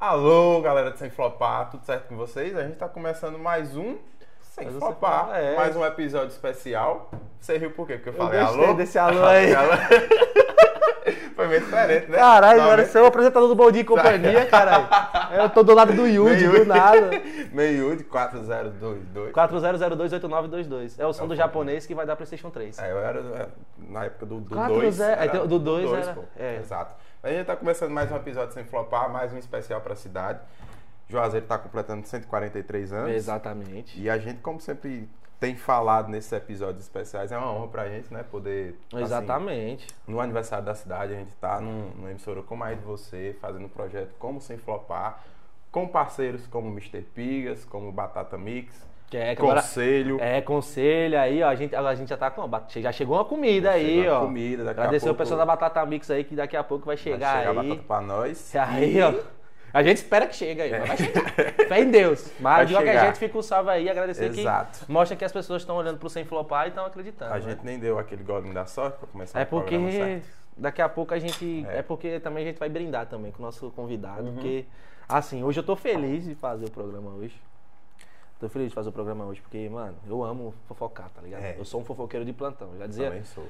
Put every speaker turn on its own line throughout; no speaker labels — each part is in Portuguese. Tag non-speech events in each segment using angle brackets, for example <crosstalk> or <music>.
Alô, galera de Sem Flopar, tudo certo com vocês? A gente tá começando mais um Sem
Mas você
Flopar,
fala, é.
mais um episódio especial. Você riu por quê? Porque eu
Eu
falei
gostei
alô? <laughs>
desse alô aí.
Foi meio diferente, né?
Caralho, agora
Normalmente-
você é o apresentador do Bom Dia e Companhia, caralho. É, Eu tô do lado do Yudi,
Meio-
do <laughs> nada.
<laughs> Meio de 4022.
40028922. É o som do
bom.
japonês que vai dar PlayStation 3.
É, eu era é, na época do 2. Do
Quatro
dois,
zero- então, do dois
dois,
era-
pô.
é.
Exato. A gente tá começando mais um episódio sem flopar, mais um especial pra cidade. Juazeiro tá completando 143 anos.
Exatamente.
E a gente, como sempre tem falado nesses episódios especiais, é uma honra pra gente, né? Poder.
Tá
assim,
Exatamente.
no aniversário da cidade, a gente tá num, numa emissora como a de você, fazendo um projeto como sem flopar, com parceiros como Mr. Pigas, como Batata Mix,
Que é, que agora-
Conselho.
é, conselho aí, ó. A gente, a gente já tá com. uma bat- Já chegou uma comida aí,
chegou a
ó.
comida, daqui a
Agradecer o
pouco-
pessoal da Batata Mix aí, que daqui a pouco vai chegar
vai chegar
aí.
batata pra nós.
Aí, ó. A gente espera que chegue aí, mas vai chegar. Fé em Deus. Mas
Vai
de qualquer
chegar.
jeito, fica o salve aí, agradecer
Exato.
que mostra que as pessoas estão olhando pro sem flopar e estão acreditando.
A
né?
gente nem deu aquele golinho da sorte pra começar
É
o programa
porque
certo.
daqui a pouco a gente. É. porque também a gente vai brindar também com o nosso convidado.
Uhum.
Porque, assim, hoje eu tô feliz de fazer o programa hoje. Tô feliz de fazer o programa hoje, porque, mano, eu amo fofocar, tá ligado?
É.
Eu sou um fofoqueiro de plantão. Já dizia
Também sou.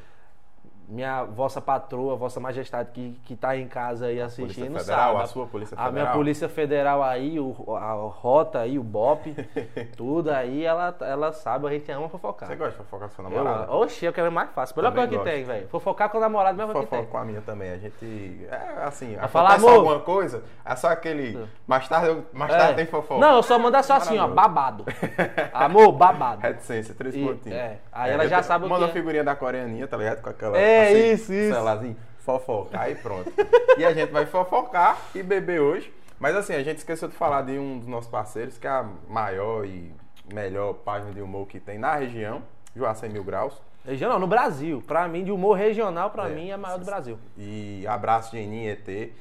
minha vossa patroa, vossa majestade que, que tá em casa aí assistindo,
Polícia Federal,
sabe?
a sua Polícia
A minha
Federal.
Polícia Federal aí, o, a Rota aí,
<laughs>
o BOP, tudo aí, ela, ela sabe, a gente ama fofocar.
Você gosta de fofocar com sua
Eu,
namorada?
oxi, eu quero mais fácil. Melhor
Também
coisa que
gosto.
tem, velho. Fofocar com o namorado, é mesmo que
Fofoco
tem.
com a minha também. A gente. É assim, acontece
falar, amor.
alguma coisa, é só aquele. Mais tarde, eu- mais tarde
É.
tem fofoca.
Não, eu só mandar só assim, ó,
Maravilhoso. <laughs>
babado. Amor, babado.
Reticência, três
E-
pontinhos.
é, aí ela já
eu-
sabe o
Manda
que
a
é.
figurinha da coreaninha, tá ligado? Com aquela. assim,
É, isso, isso.
Sei lázinho, fofocar e pronto. e a gente vai fofocar e beber hoje. Mas assim, a gente esqueceu de falar de um dos nossos parceiros, que é a maior e melhor página de humor que tem na região, Joá 100 Mil Graus.
Regional, no Brasil. Pra mim, de humor regional, pra
É,
mim, é a maior do Brasil.
E abraço, Geninho ET.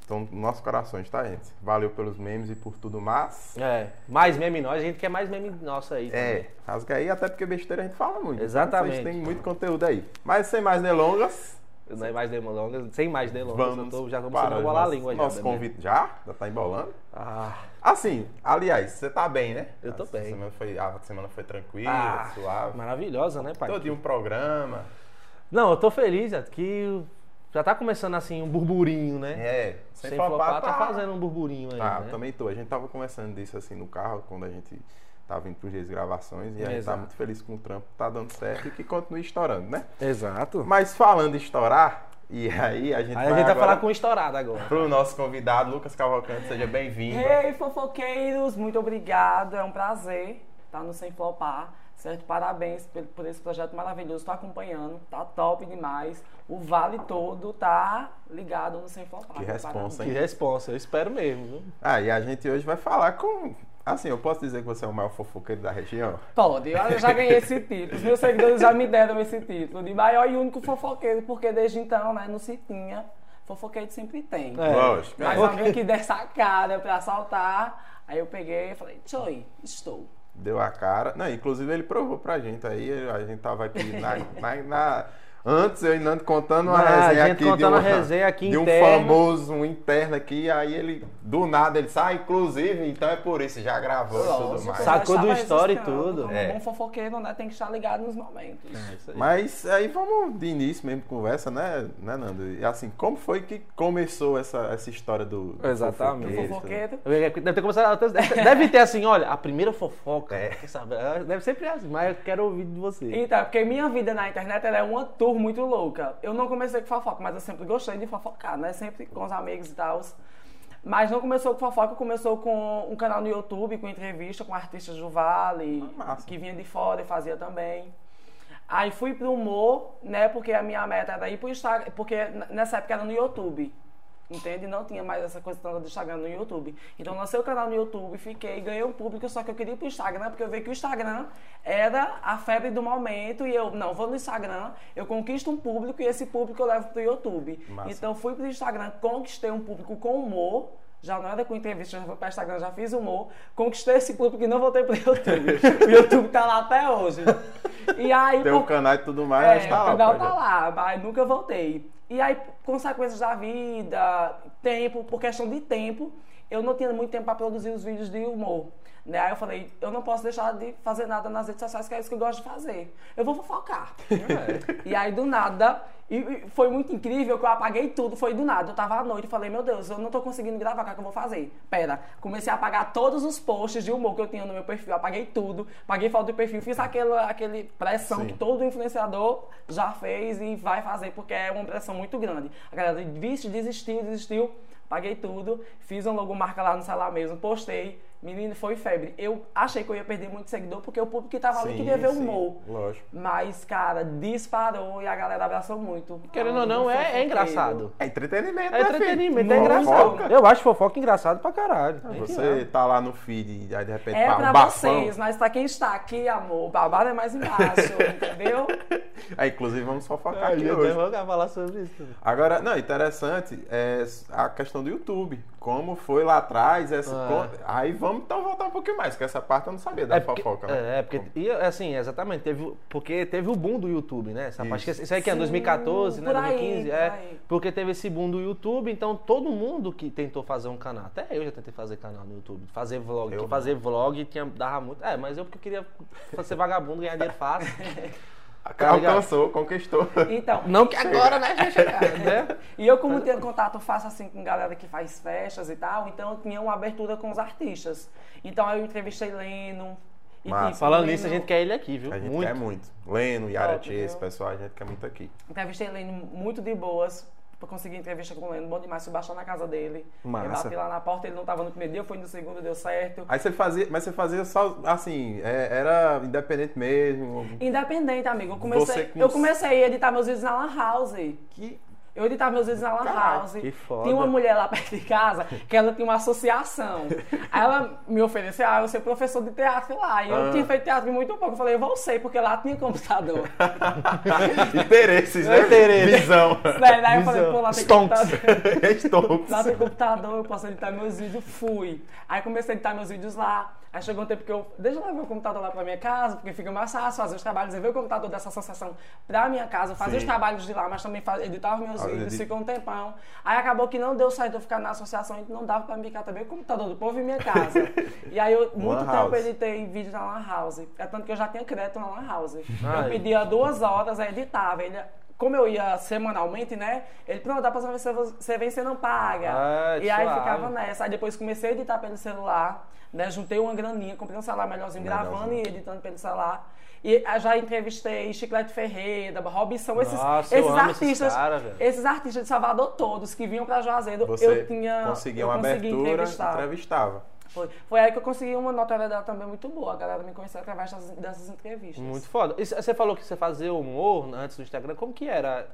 Estão nos nossos corações, tá, gente? Valeu pelos memes e por tudo mais.
É, mais meme nós, a gente quer mais meme nosso aí. também.
É, rasga aí, até porque besteira a gente fala muito. Então,
Exatamente.
Vocês têm muito conteúdo aí. Mas sem mais delongas,
Sem né? mais delongas, sem mais delongas,
vamos.
eu tô, já começando
para
a
o
embolar a
nosso-
língua já.
Nosso
também.
convite. Já? Já tá embolando?
Ah,
Assim, aliás, você tá bem, né?
Eu tô
Essa
bem.
Semana foi, a semana foi tranquila,
Ah,
suave.
maravilhosa, né, pai?
Todo dia um programa.
Não, eu tô feliz, Zé, que já tá começando assim um burburinho, né?
É,
Sem,
sem,
flopar,
flopar,
tá fazendo um burburinho aí,
Tá,
né?
também tô. A gente tava conversando disso assim no carro quando a gente tava vindo pros dias de gravações e a gente tá
Exato.
muito feliz com o trampo, tá dando certo e que continue estourando, né?
Exato.
Mas falando em estourar, e aí a gente
Aí
vai,
a gente vai
agora
falar com um estourado agora.
pro nosso convidado, Lucas Cavalcante, seja bem-vindo.
É.
Ei, fofoqueiros, muito obrigado. É um prazer estar no Sem Flopar, certo? Parabéns pe- por esse projeto maravilhoso. Estou acompanhando, tá top demais. O Vale todo tá ligado no Sem Flopar.
Que responsa,
Que
Parabéns.
responsa, eu espero mesmo, viu?
Ah, e a gente hoje vai falar com... Assim, eu posso dizer que você é o maior fofoqueiro da região?
Pode, eu já ganhei
<laughs>
esse título. Os meus seguidores já me deram esse título de maior e único fofoqueiro, porque desde então, né, não se tinha. Fofoqueiro sempre tem.
É.
Lógico.
Mas
é.
alguém que desse a cara pra assaltar, aí eu peguei e falei, Tchoi, estou.
Deu a cara. Não, inclusive ele provou pra gente aí, a gente tava aqui na... na- na- Antes eu e Nando contando uma
Ah, a
resenha
gente
aqui.
contando
de
uma resenha aqui
De um
interna.
famoso, um interno aqui, aí ele, do nada, ele sai, inclusive, então é por isso, já gravou e tudo
Lógico,
mais.
eu
Sacou
já
do
estava
story e
existindo,
tudo.
Como
É.
bom fofoqueiro, né? Tem que estar ligado nos momentos.
É isso aí.
Mas aí vamos de início mesmo de conversa, né, né Nando? E assim, como foi que começou essa, essa história do, do
Exatamente.
O
fofoqueiro?
fofoqueiro.
Deve ter começado. <laughs> Deve ter assim, olha, a primeira fofoca.
É.
quer saber? Deve sempre ser assim, mas eu quero ouvir de você.
Então, porque minha vida na internet ela é uma tour muito louca. Eu não comecei com fofoca, mas eu sempre gostei de fofocar, né? Sempre com os amigos e tal. Mas não começou com fofoca, começou com um canal no YouTube, com entrevista com artistas do Vale,
Ah, massa.
que vinha de fora e fazia também. Aí fui pro humor, né? Porque a minha meta era ir pro Instagram, porque n- nessa época era no YouTube. Entende? Não tinha mais essa coisa toda do Instagram no YouTube. Então lancei o canal no YouTube, fiquei, ganhei um público, só que eu queria ir pro Instagram, porque eu vi que o Instagram era a febre do momento. E eu, não, vou no Instagram, eu conquisto um público e esse público eu levo pro YouTube.
Massa.
Então fui pro Instagram, conquistei um público com humor. Já não era com entrevista, já fui pra Instagram, já fiz humor. Conquistei esse público e não voltei pro <laughs> YouTube. o YouTube tá lá até hoje. E aí,
Tem o
por-
canal e tudo mais,
é,
mas tá
o
lá.
canal
pô,
tá lá, mas nunca voltei. E aí, consequências da vida, tempo, por questão de tempo, eu não tinha muito tempo para produzir os vídeos de humor. Né? Aí eu falei, eu não posso deixar de fazer nada nas redes sociais, que é isso que eu gosto de fazer. Eu vou fofocar. e aí, do nada, e- e foi muito incrível que eu apaguei tudo, foi do nada. Eu tava à noite e falei, meu Deus, eu não tô conseguindo gravar, o que é que eu vou fazer? Pera, comecei a apagar todos os posts de humor que eu tinha no meu perfil, apaguei tudo, paguei foto do perfil, fiz aquela aquele pressão
Sim.
que todo influenciador já fez e vai fazer, porque é uma pressão muito grande. A galera, vixe, desistiu, desistiu, paguei tudo, fiz uma logomarca lá no celular mesmo, postei, menino, foi febre. Eu achei que eu ia perder muito seguidor, porque o público que tava ali queria ver o
sim,
humor.
Lógico.
Mas, cara, disparou e a galera abraçou muito.
Querendo
Ah,
ou não,
foi
é, é
incrível.
engraçado.
É entretenimento,
É
né, filho?
entretenimento, é
Não
engraçado.
fofoca.
Eu acho fofoca engraçado pra caralho.
Você tá lá no feed, aí de repente
É
pá,
pra
um bafão.
vocês, mas pra quem está aqui, amor, o babado é mais embaixo, entendeu?
<laughs> Aí, inclusive, vamos fofocar
Aqui
tá aqui
eu
hoje.
vou falar sobre isso.
Agora, não, interessante é a questão do YouTube. Como foi lá atrás, essa.
Ah.
con- Aí vamos então voltar um pouquinho mais, que essa parte eu não sabia da
é porque,
fofoca. né?
é, é, porque e, assim, exatamente, teve, o- porque teve o boom do YouTube, né? Essa parte, que- isso aí que é
Sim,
2014, né?
por aí,
2015,
por
é.
aí.
Porque teve esse boom do YouTube, então todo mundo que tentou fazer um canal, até eu já tentei fazer canal no YouTube, fazer vlog,
Eu
que
não.
fazer vlog tinha dava muito. É, mas eu porque queria ser vagabundo, ganhar dinheiro <laughs> fácil.
Cara,
tá
Alcançou,
<laughs>
conquistou.
Então,
Não que agora, né, vai <laughs> chegar, né?
E eu, como tinha contato fácil assim com galera que faz festas e tal, então eu tinha uma abertura com os artistas. Então aí eu entrevistei Leno. E, tipo,
Massa.
Falando nisso, a
Leno-
gente quer ele aqui, viu?
A gente
muito.
quer muito. Leno, Yara
Top,
Tia, esse
viu?
pessoal, a gente quer muito aqui.
Entrevistei Leno muito de boas. Eu consegui entrevista com o Leno, bom demais. Fui baixar na casa dele.
Massa.
Eu bati lá na porta, ele não tava no primeiro dia, eu fui no segundo, deu certo.
Aí você fazia, mas você fazia só, assim, é, era independente mesmo.
Independente, amigo. Eu
Você
comecei,
cons-
eu comecei a editar meus vídeos na Lan House.
<laughs>
Que
Eu editava meus vídeos na Lan
Caraca,
House.
que foda.
Tinha uma mulher lá perto de casa que ela tinha uma
<laughs>
associação. Aí ela me ofereceu, ah, eu sou professor de teatro lá. E eu
Ah.
tinha feito teatro muito pouco. Eu falei, eu vou ser, porque lá tinha computador. <laughs>
interesses,
é
né?
Interesses. <laughs>
Visão.
Daí daí eu falei,
Visão.
pô, lá tem
Stonks.
computador.
Stonks.
Lá tem computador, eu posso editar meus vídeos, fui. Aí comecei a editar meus vídeos lá. Aí chegou um tempo que eu, deixa eu levar o computador lá pra minha casa, porque fica mais fácil fazer os trabalhos, eu ver o computador dessa associação pra minha casa, fazer
Sim.
os trabalhos de lá, mas também fa- editava meus
Ah,
vídeos,
edita.
ficou um tempão. Aí acabou que não deu certo eu ficar na associação, então não dava pra me ficar também o computador do povo em minha casa.
<laughs>
e aí eu, muito
Lan
tempo
house.
eu editei vídeos na Lan House. É tanto que eu já tinha crédito na Lan House.
Ai.
Eu pedia duas horas, aí editava. Ele, como eu ia semanalmente, né? Ele, pronto, dá pra você, você vem, você não paga.
Ah,
e aí
suave.
ficava nessa. Aí depois comecei a editar pelo celular, né? Juntei uma graninha, comprei um celular melhorzinho, gravando e
Melhorzinho.
editando pelo celular. E ah, já entrevistei Chiclete Ferreira, Robson, esses,
Nossa, eu
esses
amo esses
artistas.
cara, velho.
esses artistas de Salvador todos que vinham pra Juazeiro,
Você
eu tinha.
conseguia
eu
uma
consegui
abertura,
entrevistar.
entrevistava.
Foi, foi aí que eu consegui uma notoriedade também muito boa. A galera me conheceu através dessas, dessas entrevistas.
Muito foda. E c- você falou que você fazia humor antes do Instagram. Como que era?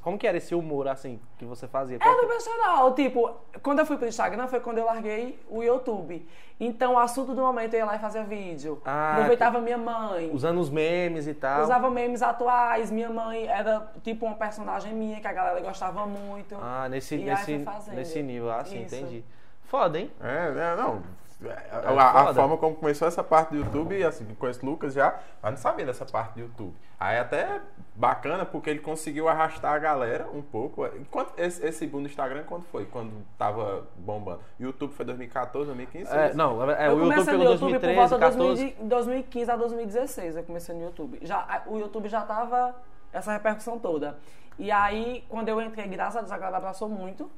Como que era esse humor assim que você fazia?
É do personal. Tipo, quando eu fui pro Instagram foi quando eu larguei o YouTube. Então, o assunto do momento eu ia lá e fazia vídeo.
Ah,
Aproveitava minha mãe.
Usando os memes e tal.
Usava memes atuais. Minha mãe era tipo uma personagem minha que a galera gostava muito.
Ah, nesse,
E aí
nesse,
fui fazendo.
nesse nível. Ah, sim,
Isso.
entendi. Foda, hein?
É, né, não.
é
A, a- a
foda.
forma como começou essa parte do YouTube, assim, conheço o Lucas já, mas não sabia dessa parte do YouTube. Aí até é bacana porque ele conseguiu arrastar a galera um pouco. Enquanto esse, esse boom do Instagram quando foi? Quando tava bombando. YouTube foi 2014, 2015?
É, não, é,
eu
o YouTube
comecei
pegou
no YouTube por
2013,
volta
14.
de 2015 a 2016 eu comecei no YouTube. Já, a- o YouTube já tava essa repercussão toda. E aí, quando eu entrei, graças a Deus, a galera abraçou muito,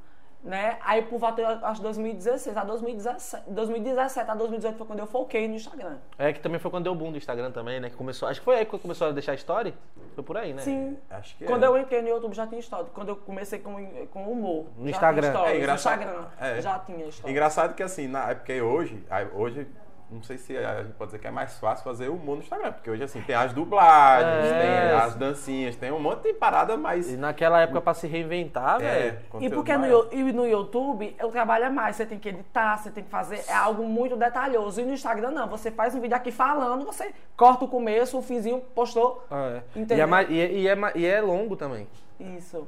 né? Aí, por volta, eu acho, 2016 a 2017, 2017 a 2018 foi quando eu foquei no Instagram.
É que também foi quando deu o boom do Instagram também, né? Que começou, acho que foi aí que começou a deixar story. Foi por aí, né?
Sim.
Acho que
Quando
é.
eu entrei no YouTube já tinha história. Quando eu comecei com, com humor.
No
já
Instagram.
Tinha stories.
É
no
engraçado.
Instagram.
É.
Já tinha história.
Engraçado que assim, na, é porque hoje, aí hoje, não sei se a gente pode dizer que é mais fácil fazer humor no Instagram, porque hoje assim, tem as dublagens,
É.
tem as dancinhas, tem um monte de parada mais.
E naquela época pra se reinventar,
é,
velho.
E
conteúdo
porque no,
maior.
Yo- e no YouTube eu trabalho mais, você tem que editar, você tem que fazer, é algo muito detalhoso. E no Instagram não, você faz um vídeo aqui falando, você corta o começo, o finzinho, postou.
Ah, é. E, é
Entendeu?
mais- e é- e é ma- e é longo também.
Isso.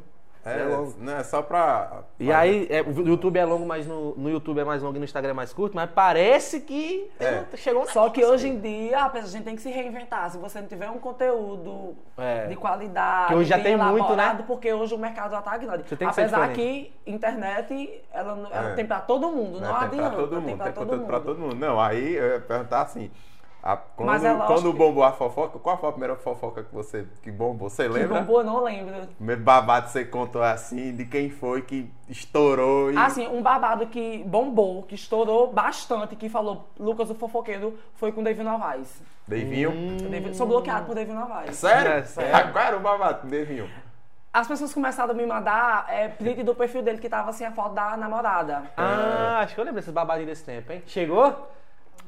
É,
É longo.
não é só pra.
E aí, é, o YouTube é longo, mas no, no YouTube é mais longo e no Instagram é mais curto, mas parece que
É.
tem- chegou
Só que hoje em dia a pessoa- a gente tem que se reinventar. Se você não tiver um conteúdo
É.
de qualidade,
Que hoje já
bem
tem muito,
elaborado,
né?
Porque hoje o mercado já tá grande.
Você tem que ser
Apesar
diferente.
que internet, ela, não- ela
É.
tem pra todo mundo, não,
Né? Tem
adianta.
pra todo
tem
mundo,
pra
tem
todo
conteúdo pra
mundo.
todo mundo. Não, aí eu ia perguntar assim. a- quando,
Mas é lógico
quando
que-
bombou a fofoca, qual foi a primeira fofoca que você que bombou? Você
Que
lembra?
bombou, eu Tipo, não lembro.
Primeiro babado que você contou assim, de quem foi que estourou e.
Assim, um babado que bombou, que estourou bastante, que falou Lucas o Fofoqueiro, foi com David Novaes.
Devinho.
David- sou bloqueado por David Novaes.
Sério?
É, sério.
Ah, Qual era o babado, Devinho?
As pessoas começaram a me mandar é, print do perfil dele que tava sem a foto da namorada.
Ah, acho que eu lembro desses babadinhos desse tempo, hein? Chegou?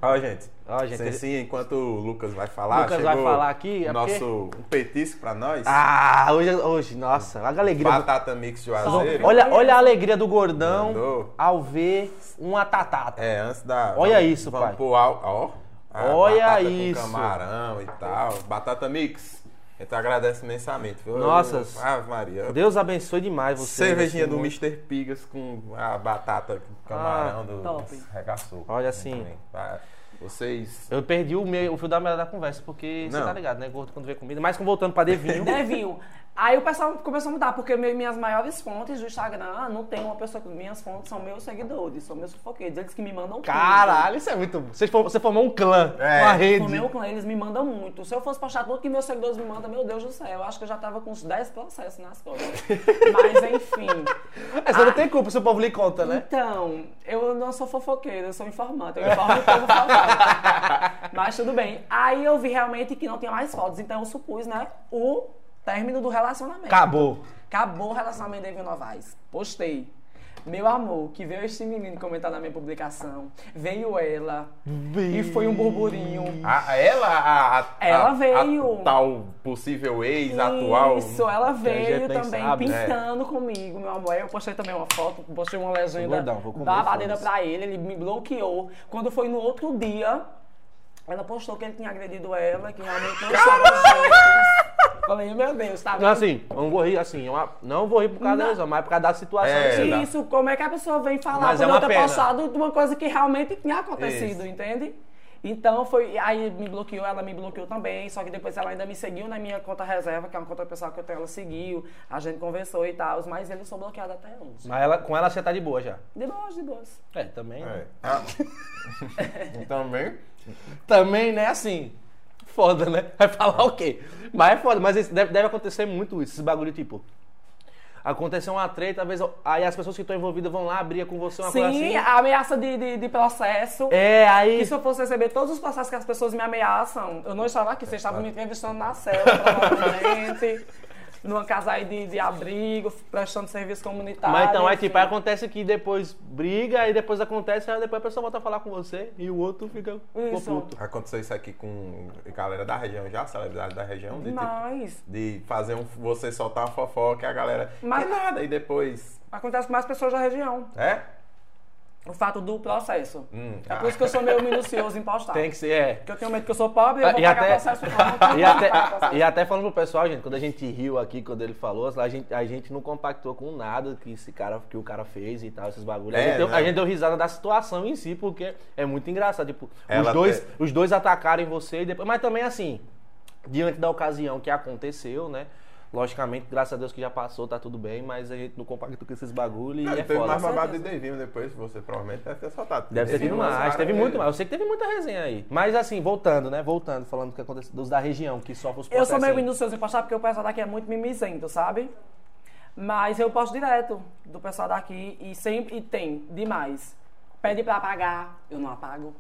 Ó, gente.
Ó, gente,
Sim,
ele-
sim, enquanto o Lucas vai falar,
Lucas
chegou
vai falar aqui, é
o nosso um petisco pra nós.
Ah, hoje, hoje nossa, olha a alegria. do-
Batata Mix Juazeiro.
Olha, olha a alegria do gordão
Mandou.
ao ver uma tatata.
É, antes da.
Olha
vamos-
isso,
vamos
pai.
Pro al, ó, a
Olha
batata
isso.
Com camarão e tal. Batata Mix. Eu te agradeço imensamente. viu?
Nossa.
Ave Maria.
Deus assim, abençoe demais você.
Cervejinha
né?
do Mr. Pigas com a batata com camarão do
top.
regaçou.
Ah, Olha assim.
Muito bem. Vai. Vocês.
Eu perdi o, meio, o fio da meada da conversa, porque você
Não.
tá ligado, né? Gordo quando vê comida. Mas com- voltando pra <laughs> Devinho.
Devinho. Aí o pessoal começou a mudar, porque me- minhas maiores fontes do Instagram ah, não tem uma pessoa que. Minhas fontes são meus seguidores, são meus fofoqueiros. Eles que me mandam tudo.
Caralho, isso é muito. Você, for- você formou um clã,
É.
uma
No
rede.
meu clã, eles me mandam muito. Se eu fosse postar tudo que meus seguidores me mandam, meu Deus do céu, eu acho que eu já tava com uns 10 processos
<laughs>
nas costas. Mas enfim.
É, você não tem culpa se o povo lhe conta, né?
Então, eu não sou fofoqueira, eu sou informante. Eu informo o povo fofoca. Mas tudo bem. Aí eu vi realmente que não tinha mais fotos, então eu supus, né, o término do relacionamento.
Acabou.
Acabou o relacionamento de Evil Novaes. Postei. Meu amor, que veio este menino comentar na minha publicação. Veio ela. E foi um burburinho.
A- ela, a, a-
Ela
a-
veio.
a tal possível ex atual.
Isso, ela
a gente nem
veio também
sabe, né?
pintando comigo, meu amor. Aí eu postei também uma foto, postei uma legenda
Gordão, vou comer,
babadeira
foda-se.
pra ele, ele me bloqueou. Quando foi no outro dia, ela postou que ele tinha agredido ela, que realmente não sabe jeito. Falei, meu Deus, tá
Não,
vendo?
assim, eu não vou rir, assim, eu a- não vou rir por causa
Não.
da mas por causa da situação.
É,
assim.
dá.
Isso, como é que a pessoa vem falar
Mas é
quando
uma
eu ter
pena.
postado de uma coisa que realmente tinha acontecido,
Isso.
entende? Então foi. Aí me bloqueou, ela me bloqueou também, só que depois ela ainda me seguiu na minha conta reserva, que é uma conta pessoal que eu tenho, ela seguiu, a gente conversou e tal, mas eles são bloqueados até hoje.
Mas ela, com ela você tá de boa já.
De boas, de boas.
É, também. né?
É. Ah. <laughs> Também.
Também, né, assim. Foda, né? Vai falar o quê? Mas é foda, mas isso deve, deve acontecer muito isso, esse bagulho, tipo. Aconteceu uma treta, às vezes, aí as pessoas que estão envolvidas vão lá abrir com você uma
Sim,
coisa assim.
a um ameaça de, de, de processo.
É, aí.
E se eu fosse receber todos os processos que as pessoas me ameaçam, eu não estava aqui, vocês estavam me entrevistando na cela, provavelmente, <laughs> numa casa aí de, de abrigo, prestando serviço comunitário.
Mas então, é
enfim.
tipo, aí acontece que depois briga, aí depois acontece, aí depois a pessoa volta a falar com você e o outro fica ficou
Isso.
puto.
Aconteceu isso aqui com galera da região já, celebridade da região. De, tipo,
Mas
de fazer um, você soltar uma fofoca e a galera.
Mas-
Que é nada, e depois.
acontece com mais pessoas da região.
É?
O fato do processo.
Hum,
É
ah.
por isso que eu sou meio minucioso em postar.
Tem que ser, é.
Porque eu tenho medo que eu sou pobre e eu vou
E
pagar
até-
processo. Eu não
<laughs>
tenho
E
como pagar
até,
processo.
e até falando pro pessoal, gente, quando a gente riu aqui, quando ele falou, a gente, a gente não compactou com nada que esse cara, que o cara fez e tal, esses bagulhos. a,
É,
gente deu,
né?
a gente deu risada da situação em si, porque é muito engraçado. Tipo, os
Ela é.
dois,
te-
os dois atacaram em você e depois. Mas também assim, diante da ocasião que aconteceu, né? Logicamente, graças a Deus que já passou, tá tudo bem, mas a gente não compactou com esses bagulhos
Não,
e é
teve
foda.
mais
certeza.
babado de Devinho depois, você provavelmente deve ter soltado.
Deve ter
Devinho,
vindo mais,
cara,
teve
ele-
muito mais. Eu sei que teve muita resenha aí. Mas assim, voltando, né? Voltando, falando do que aconteceu, dos da região, que sofrem os
Eu sou meio
processinhos.
minucioso em postar porque o pessoal daqui é muito mimizento, sabe? Mas eu posto direto do pessoal daqui e sempre e tem demais. Pede pra apagar, eu
<laughs>
não apago.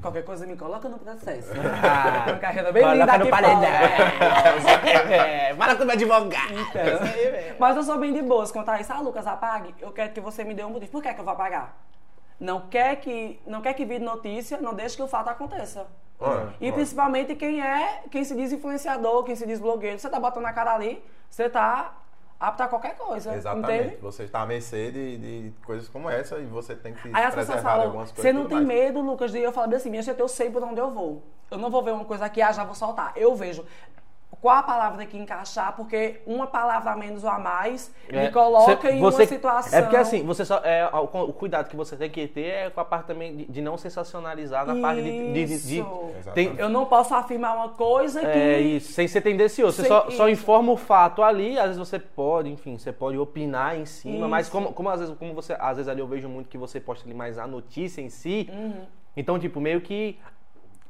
Qualquer coisa me coloca no processo.
Ah,
Tem uma <laughs> carreira bem
coloca
linda
no
aqui
paredão.
fora.
É, fala com o meu advogado.
Então, mas eu sou bem de boas quanto a isso. Ah, Lucas, apague. Eu quero que você me dê um motivo. Por que, é que eu vou apagar? Não quer que, não quer que vire notícia, não deixe que o fato aconteça.
Olha,
E
olha.
principalmente quem é, quem se diz influenciador, quem se diz blogueiro, você tá botando a cara ali, você tá apto a qualquer coisa.
Exatamente.
Entende?
Você está à mercê de, de coisas como essa e você tem que se
Aí as
preservar
pessoas
de
falam,
algumas coisas.
você
e
não
tudo
tem
mais."
medo, Lucas, de eu falar bem assim, minha gente, eu sei por onde eu vou. Eu não vou ver uma coisa aqui, ah, já vou soltar. Eu vejo qual a palavra que encaixar, porque uma palavra a menos ou a mais
É,
me coloca
cê-
em
você-
uma situação.
É porque assim, você só, é, o cu- o cuidado que você tem que ter é com a parte também de, de não sensacionalizar na parte de. de, de- de-
Isso.
tem,
Eu não posso afirmar uma coisa que.
é isso, sem ser tendencioso. Você
Sem-
só, só
isso.
informa o fato ali, às vezes você pode, enfim, você pode opinar em cima, mas
Isso.
como, como às vezes, como você, às vezes ali eu vejo muito que você posta ali mais a notícia em si,
Uhum.
então, tipo, meio que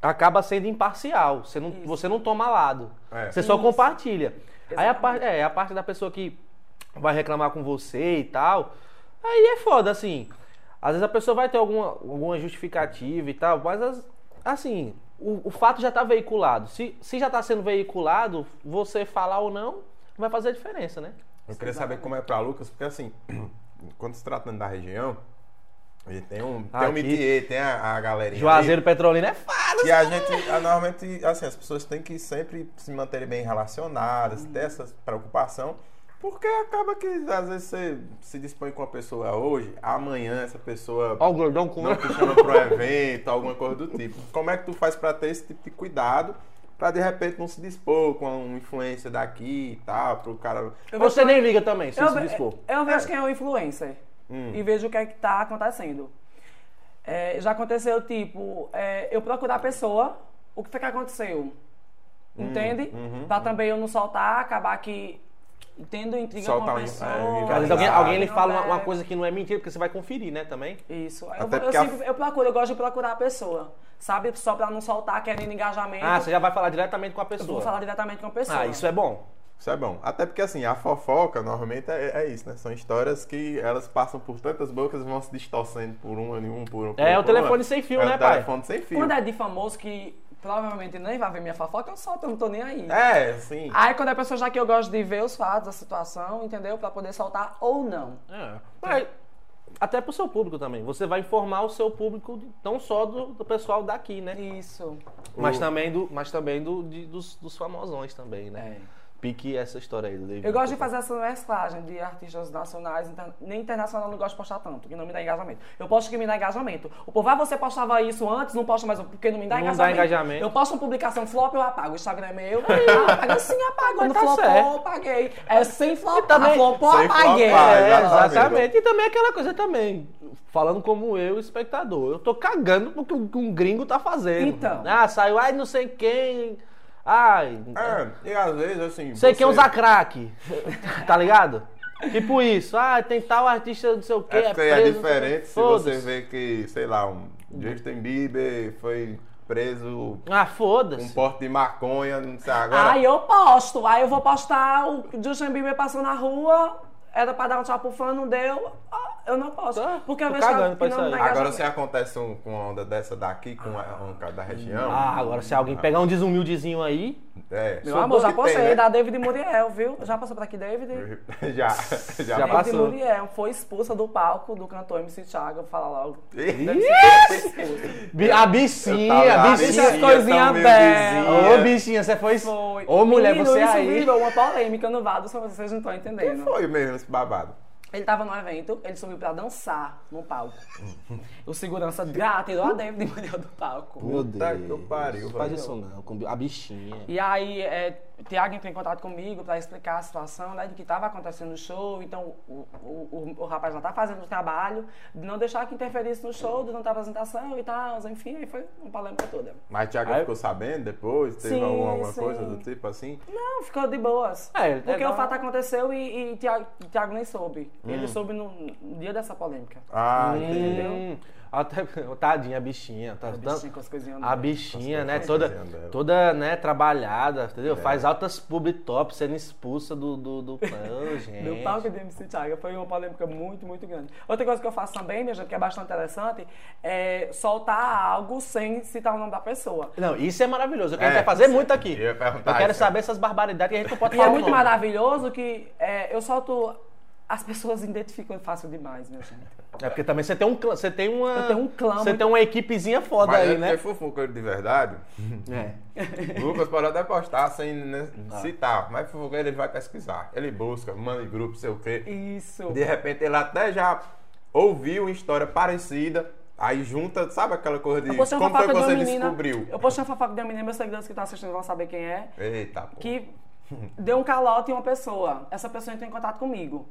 acaba sendo imparcial. Você não, você não toma lado.
É.
Você só
Isso.
compartilha. Aí a
Exatamente.
parte, é, a parte da pessoa que vai reclamar com você e tal. Aí é foda, assim. Às vezes a pessoa vai ter alguma, alguma justificativa e tal, mas as- assim, o, o fato já tá veiculado. Se, se já tá sendo veiculado, você falar ou não, não vai fazer a diferença, né?
Eu queria saber como é pra Lucas, porque assim, <clears throat> quando se tratando da região, ele tem um, tem um
Aqui.
métier, tem a, a galerinha.
Juazeiro Petrolina é fácil.
ali, E a gente, a- normalmente, assim, as pessoas têm que sempre se manterem bem relacionadas, ter essa preocupação, porque acaba que às vezes você se dispõe com uma pessoa hoje, amanhã essa pessoa
Ó, o gordão com
não te chama para um
<laughs>
evento, alguma coisa do tipo. Como é que tu faz pra ter esse tipo de cuidado? Pra de repente não se dispor com uma influência daqui e tal, pro cara.
Eu vejo-
Você nem liga também, se
eu,
se
ve-
dispor.
eu vejo quem é o influencer
Hum.
e vejo o que é que tá acontecendo. É, já aconteceu, tipo, é, eu procurar a pessoa, o que foi que aconteceu?
Hum,
Entende?
uhum,
pra também eu não soltar, acabar que tendo intriga com
Soltar
a
um-
pessoa.
é,
Às vezes
Exato.
alguém, alguém lhe
Não
fala uma,
deve.
uma coisa que não é mentira, porque você vai conferir, né, também.
Isso. Eu,
Até
eu,
porque a-
sempre- eu procuro, eu gosto de procurar a pessoa. Sabe? Só pra não soltar querendo engajamento.
Ah, você já vai falar diretamente com a
eu vou
pessoa.
falar diretamente com a pessoa.
Ah, isso é bom.
Isso é bom. Até porque, assim, a fofoca normalmente é, é isso, né? São histórias que elas passam por tantas bocas e vão se distorcendo por uma e um, por um. por
É,
um,
o
por uma.
telefone sem fio,
é
né,
o
pai?
telefone sem fio.
Quando é de famoso que provavelmente nem vai ver minha fofoca, eu solto, eu não tô nem aí.
É, assim.
Aí quando é pessoa já que eu gosto de ver os fatos, a situação, entendeu? Pra poder soltar ou não.
É. Mas, até pro seu público também. Você vai informar o seu público de- não só do, do pessoal daqui, né?
Isso.
Mas
O-
também, do, mas também do, de- dos, dos famosões também, né?
É.
Pique essa história aí do David.
Eu gosto de fazer essa mesclagem de artistas nacionais, inter- nem internacional eu não gosto de postar tanto, que não me dá engajamento. Eu posto que me dá engajamento. O povo, ah, você postava isso antes, não posta mais, porque não me dá
Não dá
engajamento.
engajamento.
Eu posto uma publicação flop, eu apago. O Instagram é meu,
<laughs>
ah, apago sim, apago. Quando
Tá
flopou,
certo.
eu apaguei. É sem flopar,
também-
flopou,
Sem
apaguei.
flopar,
É,
Exatamente.
exatamente. E também aquela coisa também, falando como eu, espectador, eu tô cagando porque um, um gringo tá fazendo.
Então.
Ah, saiu, ai, não sei quem. Ai.
É, e às vezes, assim.
Sei é um quem
você-
usa crack, <laughs> tá ligado? Tipo isso, ah, tem tal artista não sei o quê,
É,
é,
porque é
preso, não sei o quê.
diferente se
Foda-se.
você vê que, sei lá, um Justin Bieber foi preso
Ah,
com um
foda-se.
porte de maconha, não sei agora.
Aí eu posto, aí eu vou postar o Justin Bieber passando na rua, era pra dar um tchau pro fã, não deu, ah, eu não posto.
Tá,
Porque eu
tô
vejo que
cagando pra
que não
isso
me
aí.
dá
Agora,
engajamento.
se acontece um, com uma onda dessa daqui, com a- um cara da região.
Ah, agora se alguém pegar um desumildezinho aí,
É,
Meu
sou
amor,
bom que
já
tem,
postei,
né?
da David Muriel, viu? Já passou por aqui, David?
Já, <laughs> já,
Já
David
passou.
passou.
Muriel foi expulsa do palco do cantor MC Thiago, vou falar logo.
bi- a bichinha,
Eu tava-
a
a
bichinha.
bichinha.
coisinha
tão meio
dela.
Ô, bichinha, você foi...
Foi.
Ô, mulher,
Menino,
você é
isso
aí...
virou uma polêmica no Vado, só vocês não estão entendendo.
Foi mesmo esse babado.
Ele tava no evento, ele subiu pra dançar no palco. o segurança ah, tirou a David Muriel do palco.
Puta que pariu,
Não faz
velho.
isso não, com bi- a bichinha.
E aí, é, Tiago entrou em contato comigo para explicar a situação, né, de que estava acontecendo o show, então o, o, o, o rapaz já tá fazendo o trabalho, de não deixar que interferisse no show, durante a apresentação e tal, enfim, aí foi um uma polêmica toda.
Mas Thiago
Aí-
ficou sabendo depois? Teve
Sim,
alguma, alguma
sim.
coisa do tipo assim?
Não, ficou de boas.
É, ele-
porque
é,
o
não-
fato aconteceu e, e Tiago, Tiago nem soube. Ele soube no, no dia dessa polêmica.
Ah, entendi.
Hum, até, <laughs> tadinha, a bichinha. Tá,
A bichinha com as coisinhas.
A bichinha, né?
Nossa, tá
Toda,
coisinha dela.
toda né, trabalhada,
É.
entendeu? Faz altas publi top, sendo expulsa do, do, do
<laughs>
pão, gente.
Do palco de MC Thiago. Foi uma polêmica muito, muito grande. Outra coisa que eu faço também, minha gente, que é bastante interessante, é soltar algo sem citar o nome da pessoa.
Não, isso é maravilhoso. O que a
É,
gente vai fazer muito aqui.
eu ia
Eu,
perguntar
quero
isso.
saber essas barbaridades que a gente não pode
E é
falar.
muito
não.
maravilhoso que é, eu solto. As pessoas identificam fácil demais, meu gente.
É porque também você tem um clã, você tem uma.
Eu tenho um clã
Você
muito-
tem uma equipezinha foda
Mas
aí,
ele
né?
é fofoqueiro de
<laughs>
verdade.
É.
Lucas pode até postar sem né,
Ah.
citar, mas fofoqueiro ele vai pesquisar. Ele busca, manda em grupo, sei o quê.
Isso.
De repente ele até já ouviu uma história parecida. Aí junta, sabe aquela coisa de
Eu postei uma
como foi que
fofoca
você
de uma menina.
descobriu?
Eu postei uma fofoca de uma menina, meus seguidores que estão assistindo vão saber quem é.
Eita, pô.
que deu um calote em uma pessoa. Essa pessoa entrou em contato comigo.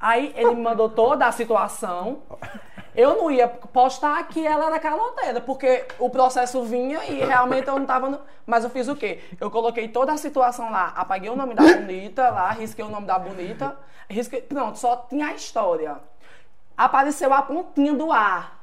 Aí ele me mandou toda a situação. Eu não ia postar que ela era caloteira, porque o processo vinha e realmente eu não tava. No... Mas eu fiz o quê? Eu coloquei toda a situação lá, apaguei o nome da bonita lá, risquei o nome da bonita, risquei... pronto, só tinha a história. Apareceu a pontinha do ar.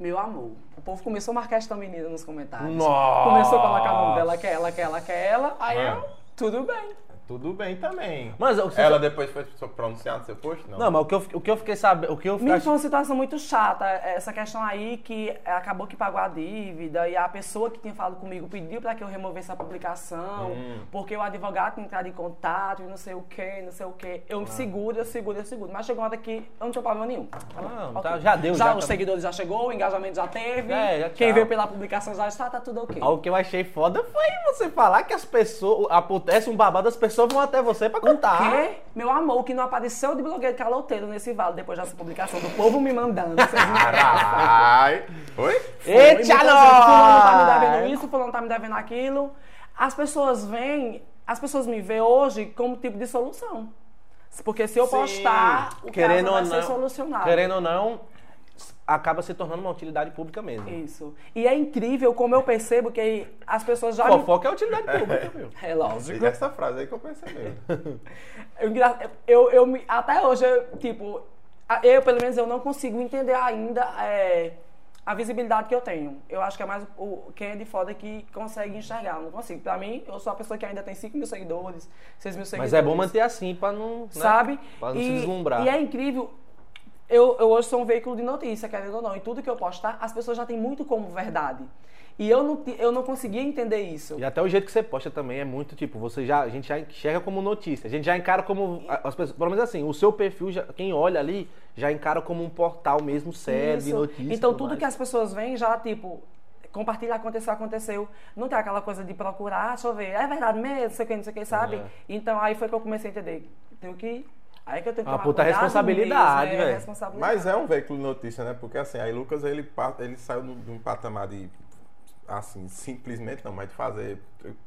Meu amor. O povo começou a marcar esta menina nos comentários.
Nossa!
Começou a colocar o nome dela, aquela, aquela, aquela. Aí
Ah.
eu, tudo bem.
Tudo bem também.
Mas o que
Ela depois foi pronunciar no seu post? Não.
Não, mas o que eu, o que eu fiquei sabendo. O que eu
Minha,
fiquei.
foi uma situação é muito chata. Essa questão aí que acabou que pagou a dívida e a pessoa que tinha falado comigo pediu para que eu removesse a publicação,
Hum.
porque o advogado tinha entrado em contato e não sei o quê, não sei o quê.
Ah.
Eu seguro, eu seguro, eu seguro. Mas chegou uma hora que eu não tinha problema nenhum. Tá bom,
Não,
ok.
tá, já deu,
Já,
já
os
tá-
seguidores já chegou, o engajamento já teve.
É, já
Quem
tchau.
veio pela publicação já está, tá tudo ok.
Ah, O que eu achei foda foi você falar que as pessoas. Acontece um babado, as pessoas vão até você pra contar.
Quê? Meu amor, o que não apareceu de blogueiro caloteiro nesse vale depois dessa publicação do povo me mandando.
<laughs>
Vocês não <laughs>
Carai! Oi?
Foi,
Eita,
muita gente, Fulano tá me
nós!
devendo isso, fulano tá me devendo aquilo. As pessoas vêm, as pessoas me veem hoje como tipo de solução. Porque se eu
Sim,
postar, o caso vai ser solucionado.
Querendo ou não, acaba se tornando uma utilidade pública mesmo.
Isso. E é incrível como eu percebo que as pessoas já me...
Fofoca é utilidade pública, viu?
É lógico.
Essa frase aí que eu pensei mesmo.
Eu, engra- É eu, eu me- até hoje, eu, tipo, a- eu pelo menos eu não consigo entender ainda é, a visibilidade que eu tenho. Eu acho que é mais o- o, quem é de foda que consegue enxergar. Eu não consigo. Pra mim, eu sou a pessoa que ainda tem 5 mil seguidores, 6 mil seguidores.
Mas é bom manter assim pra não. né?
Sabe?
Pra não
e,
se deslumbrar.
E é incrível. Eu, eu hoje sou um veículo de notícia, querendo ou não. E tudo que eu postar, as pessoas já têm muito como verdade. E eu não, ti- eu não conseguia entender isso.
E até o jeito que você posta também é muito tipo, você já, a gente já enxerga como notícia, a gente já encara como a- as pessoas, pelo menos assim, o seu perfil, já- quem olha ali, já encara como um portal mesmo sério de
Isso.
notícias.
Então, tudo que as pessoas veem já, tipo, compartilha, aconteceu, aconteceu. Não tem aquela coisa de procurar, deixa eu ver, é verdade mesmo, não sei o que, não sei o que, sabe?
É.
Então, aí foi que eu comecei a entender. Tenho que. Aí que eu tenho que
Uma
tomar
Ah, puta
cuidado
responsabilidade,
mesmo, é,
velho.
responsabilidade.
Mas é um veículo de notícia, né? Porque assim, aí Lucas ele, pa- ele saiu de um patamar de. Assim, simplesmente não, mas de fazer.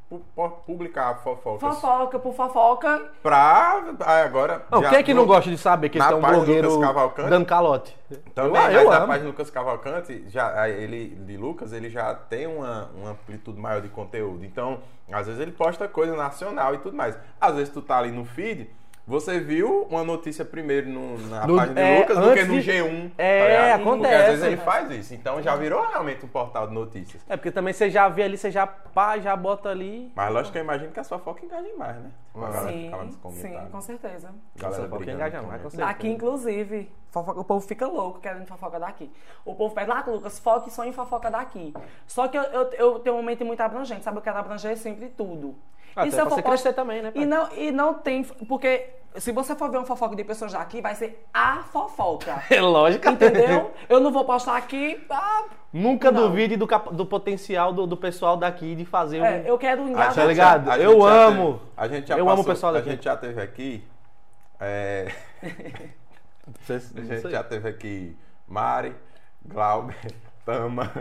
pu- pu- publicar fofocas.
Fofoca por fofoca.
Pra. Aí agora.
Não,
já-
quem é que não gosta de saber que
Na
tem um
página do
blogueiro
Lucas Cavalcante?
dando calote?
Também,
eu,
mas
eu
na
amo.
página do Lucas Cavalcante, já, aí ele, de Lucas, ele já tem uma, uma amplitude maior de conteúdo. Então, às vezes ele posta coisa nacional e tudo mais. Às vezes tu tá ali no feed, você viu uma notícia primeiro no- na
No-
página do
é,
Lucas do que
antes
no
de-
G1.
É,
ligado? Porque às
acontece.
vezes ele faz isso. Então já virou realmente um portal de notícias.
É, porque também você já vê ali, você já pá, já bota ali.
Mas lógico que eu imagino que a sua foca engaja mais, né? Uma galera
Sim,
fica lá nos
sim, com
comentários.
certeza.
Galera
Sua fofoca
brigando
engaja
no
mais, é
comentário.
com certeza.
Aqui, inclusive, fofoca- o povo fica louco querendo fofoca daqui. O povo pede lá, Lucas, foque só em fofoca daqui. Só que eu, eu, eu tenho um mente muito abrangente, sabe? Eu quero abranger sempre tudo.
Ah, Até pra você crescer também, né, pai?
é E não, e não tem. Porque se você for ver um fofoca de pessoas daqui, vai ser a
<laughs>
fofoca.
É lógico,
Entendeu? eu não vou postar aqui. Ah,
Nunca
Não.
duvide do, cap- do potencial do, do pessoal daqui de fazer um.
é, eu quero
A
engajar.
gente
ligado?
já- a
Eu
gente já
amo.
teve- a gente já
Eu amo o
passou-
pessoal daqui.
A gente já teve aqui. é, A
Vocês- <laughs> não
gente
sei.
já teve aqui Mari, Glauber, <laughs> Tama.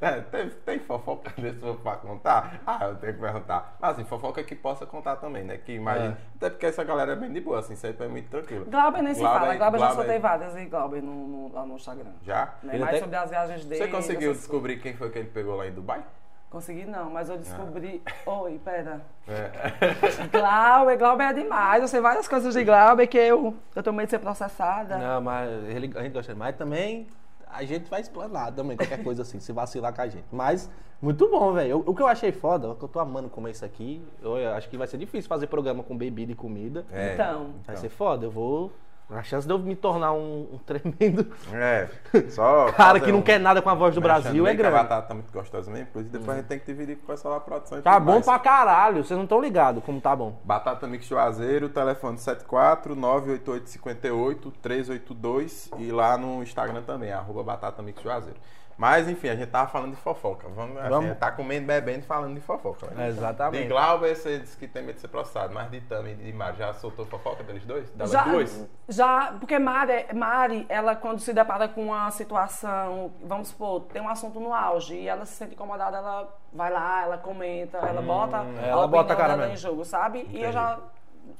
É, teve- tem, fofoca <laughs> desse pra contar? Ah, eu tenho que perguntar. Mas assim, fofoca que possa contar também, né? Que imagina. Até porque essa galera é bem de boa, assim, sempre é muito tranquila.
Glauber nem se fala. Glauber já soltei
vários.
várias e Glauber no, no- lá no Instagram.
Já?
Né?
Ele
Mais
até-
sobre as viagens dele.
Você conseguiu
essas
descobrir quem foi que ele pegou lá em
<laughs>
Dubai?
Consegui não,
Ah.
mas eu descobri. Oi, pera.
É.
Glauber, Glauber é demais. Eu sei várias coisas de Glauber que eu, eu tenho medo de ser processada.
Não, mas ele- a gente gosta. Mas também a gente vai explanar também, qualquer coisa assim, se vacilar com a gente. Mas, muito bom, velho. O- O que eu achei foda, o que eu tô amando comer isso aqui, eu acho que vai ser difícil fazer programa com bebida e comida.
É.
Então.
Vai ser foda, eu vou. A chance de eu me tornar um, um
<laughs>
tremendo
É, só.
cara
fazer
que não
um
quer nada com a voz do
merchan
Brasil
bem
é
que A
grande.
batata tá muito gostosa mesmo, inclusive depois a gente tem que dividir com o pessoal da produção. e
Tá
tudo
bom
mais.
pra caralho, vocês não estão ligados como
<laughs>
tá bom.
Batata Mix Juazeiro, telefone 74 988 58 382 e lá no Instagram também, arroba Batata Mix Juazeiro. Mas enfim, a gente tava falando de fofoca. Vamos, assim,
Vamos.
a gente tá comendo, bebendo e falando de fofoca. né? De
Exatamente.
Glauber, você disse que tem medo de ser processado, mas de Tami e de Mari, já soltou fofoca deles dois? Delas
Já,
duas?
já, porque Mari, Mari, ela quando se depara com uma situação, vamos supor, tem um assunto no auge e ela se sente incomodada, ela vai lá, ela comenta, ela bota
Hum, ela bota a
opinião
cara
dela
mesmo.
em jogo, sabe? E eu já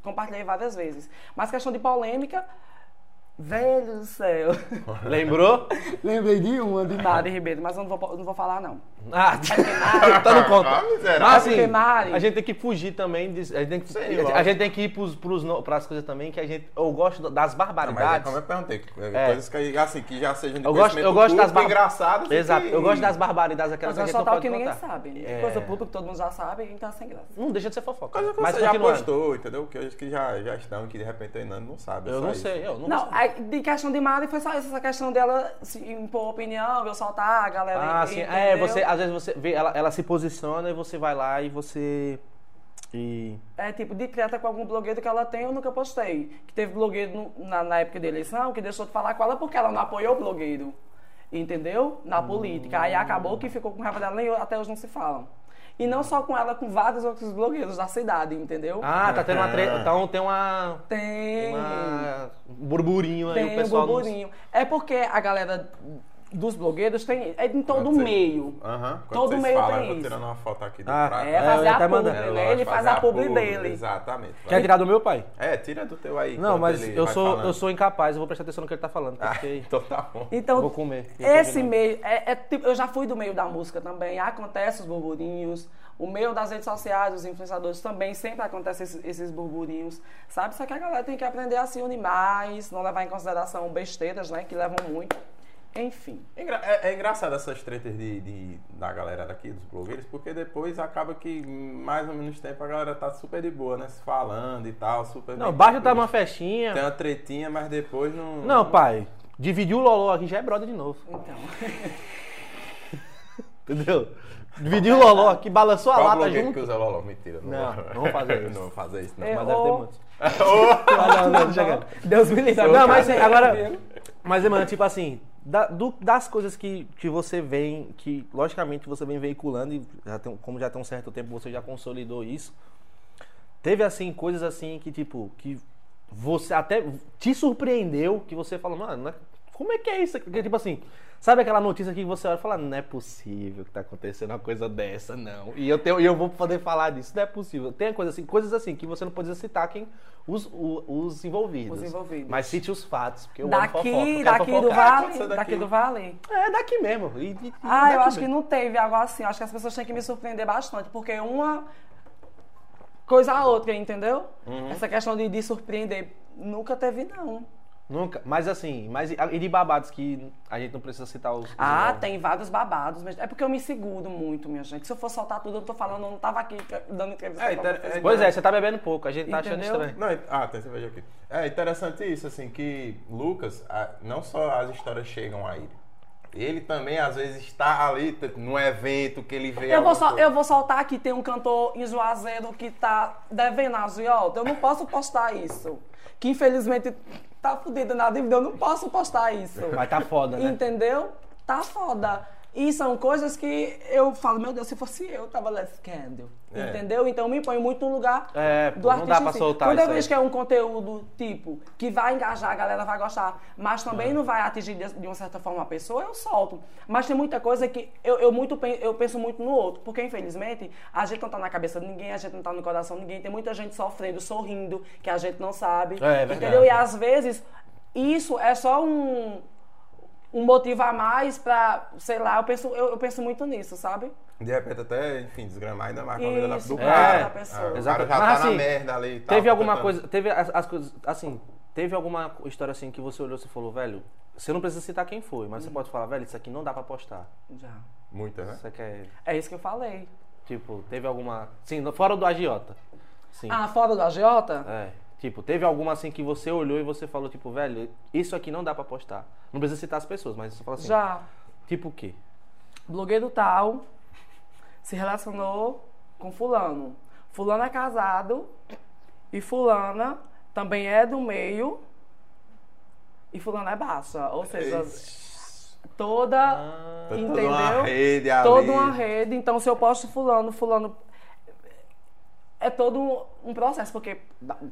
compartilhei várias vezes. Mas questão de polêmica, velho
<laughs>
do céu.
Lembrou?
Lembrei de uma de Mari Ribeiro, mas eu não vou, não vou falar não.
Ah, <laughs> tá no
Ah,
conta.
miserável.
Mas assim,
Porque, Mari-
a gente tem que fugir também. disso. a, gente tem que,
Sei,
a gente-
lógico.
a gente tem que ir pros, pros, no- pras coisas também que a gente. Eu gosto das
Não, mas é
barbaridades.
como eu perguntei, é,
É.
coisas que, assim, que já sejam de
Eu gosto,
conhecimento
eu gosto das
público,
bar-
engraçadas. e
Exato.
que-
Eu gosto das barbaridades, aquelas que
Mas
a
vai
gente não
soltar o
pode
que ninguém
contar. É.
sabe. Coisa pública que todo mundo já sabe, então é sem graça.
Não deixa de ser fofoca.
Coisas é que
mas
você já
continuando.
postou, entendeu? Que hoje que já, já estão, que de repente eu ainda não sabe. é
Eu
só
não
isso.
sei, eu não,
Não, é,
sei.
aí, de questão de Mari foi só isso, essa questão dela se impor opinião, eu soltar a galera.
Ah,
e-
sim.
entendeu?
É, você, às vezes você vê, ela, ela se posiciona e você vai lá e você. E.
É tipo de treta com algum blogueiro que ela tem, eu nunca postei. Que teve blogueiro no- na, na época da eleição que deixou de falar com ela porque ela não apoiou o blogueiro. Entendeu?
Hum.
Na política. Aí acabou que ficou com raiva dela e até hoje não se falam. E não só com ela, com vários outros blogueiros da cidade, entendeu?
Ah, tá tendo uma treta.
Ah.
Então tem uma.
tem.
uma- um burburinho aí,
Tem
o
um
pessoal. não-
burburinho. É porque a galera dos blogueiros tem. É em todo
Quando vocês-
meio.
Aham. Quando
Todo
vocês
meio
falam,
tem
eu tô
isso.
tirando uma foto aqui do
Ah,
prato.
É,
eu
fazer
ia até
a publi,
mandar.
É,
né? Ele
lógico,
faz
fazer
a publi
publi,
dele.
Exatamente.
Quer tirar do meu pai?
É, tira do teu aí.
Não,
enquanto
mas
ele
eu
vai
sou,
falando.
eu sou incapaz, eu vou prestar atenção no que ele tá falando. Porque
Então tá bom.
Então,
Vou comer, eu tô
esse
combinando.
meio, é, é tipo- eu já fui do meio da música também, acontece os burburinhos, o meio das redes sociais, os influenciadores também, sempre acontecem esses, esses burburinhos, sabe? Só que a galera tem que aprender a se unir mais, não levar em consideração besteiras, né, que levam muito, enfim.
Engra- É, é engraçado essas tretas de, de- da galera daqui, dos blogueiros, porque depois acaba que hum, mais ou menos tempo a galera tá super de boa, né? Se falando e tal, super.
Não,
bem
baixo tá
tranquilo.
numa festinha.
Tem uma tretinha, mas depois não.
Não, pai, dividiu o loló aqui já é brother de novo.
Então,
Entendeu? Dividiu o loló aqui, balançou a
Qual
lata
blogueiro
junto.
que usa Loló? Mentira, não,
Não,
vou-
não
<laughs>
vou fazer isso.
não vou fazer isso, não.
É.
Mas deve ter
Ô.
muitos.
<laughs> Ô,
Não, não, chega.
Deus me livre.
Não, mas é, agora. Mas, mano, tipo assim, da- do- das coisas que, que você vem, que logicamente você vem veiculando, e já tem- como já tem um certo tempo você já consolidou isso, teve assim, coisas assim que, tipo, que você até te surpreendeu, que você fala, mano, né, como é que é isso? aqui?" Porque, tipo assim. Sabe aquela notícia que você olha e fala, não é possível que tá acontecendo uma coisa dessa, não. E eu, tenho, e eu vou poder falar disso, não é possível. Tem coisa assim, coisas assim que você não pode citar quem os, o- os envolvidos.
Os envolvidos.
Mas cite os fatos, porque eu amo fofoca. eu quero
Daqui, daqui do
fofocar.
pode
Vale,
ser
daqui.
daqui.
do Vale.
É, daqui mesmo. E- e- e
Ah, eu
daqui
acho que
mesmo.
não teve algo assim, eu acho que as pessoas têm que me surpreender bastante, porque uma coisa a outra, entendeu?
Uhum.
Essa questão de, de surpreender nunca teve, não.
Nunca. Mas assim, mas e e de babados que a gente não precisa citar os. os
Ah,
nomes.
tem vários babados, mas é porque eu me seguro muito, minha gente. Se eu for soltar tudo, eu tô falando, eu não tava aqui tre- dando entrevista.
É,
pra
inter-
vocês.
é-
Pois é, você tá bebendo pouco, a gente tá
Entendeu?
achando estranho.
Não, é- ah, tem cerveja aqui. É interessante isso, assim, que Lucas, ah, não só as histórias chegam a ele, ele também às vezes está ali t- num evento que ele vê.
Eu vou,
alguma
sol-
coisa.
eu vou soltar aqui, tem um cantor em Juazeiro que tá devendo a agiota. Eu não posso postar isso. Que infelizmente tá fudido na dívida, eu não posso postar isso.
Mas tá foda, né?
Então, Entendeu? Tá foda. E são coisas que eu falo, meu Deus, se fosse eu, tava lescando.
É.
Entendeu? Então me põe muito no lugar
É,
do
pô, não
artista.
dá pra
em si.
soltar
Quando eu
isso aí.
vejo que é um conteúdo, tipo, que vai engajar, a galera vai gostar, mas
É.
também não vai atingir de, de uma certa forma a pessoa, eu solto. Mas tem muita coisa que eu, eu muito, pen- eu penso muito no outro, porque infelizmente a gente não tá na cabeça de ninguém, a gente não tá no coração de ninguém, tem muita gente sofrendo, sorrindo, que a gente não sabe.
É, é verdade.
entendeu? E às vezes isso é só um, um motivo a mais pra, sei lá, eu penso, eu, eu penso muito nisso, sabe?
De repente até, enfim, desgramar ainda mais com a vida da- do
Isso,
cara.
é,
Ah,
pessoa.
o cara
Exato.
já tá
Mas,
na
assim,
merda ali e tal, tá
Teve alguma
tentando-
coisa. Teve as, as coisas. Assim, teve alguma história assim que você olhou e você falou, velho, você não precisa citar quem foi, mas você pode falar, velho, isso aqui não dá pra postar.
Já.
Muita, né?
Você quer.
É isso que eu falei.
Tipo, teve alguma. Sim, no- fora do agiota. Sim.
Ah, fora do agiota?
É. Tipo, teve alguma assim que você olhou e você falou, tipo, velho, isso aqui não dá pra postar. Não precisa citar as pessoas, mas você fala assim.
Já.
Tipo o quê?
blogueiro tal se relacionou com fulano. Fulano é casado e fulana também é do meio e fulana é baixa. Ou seja,
Ei,
toda.
Tá toda
entendeu?
uma rede Ah, ali.
toda uma rede. Então, se eu posto fulano, fulano. É todo um- um processo, porque.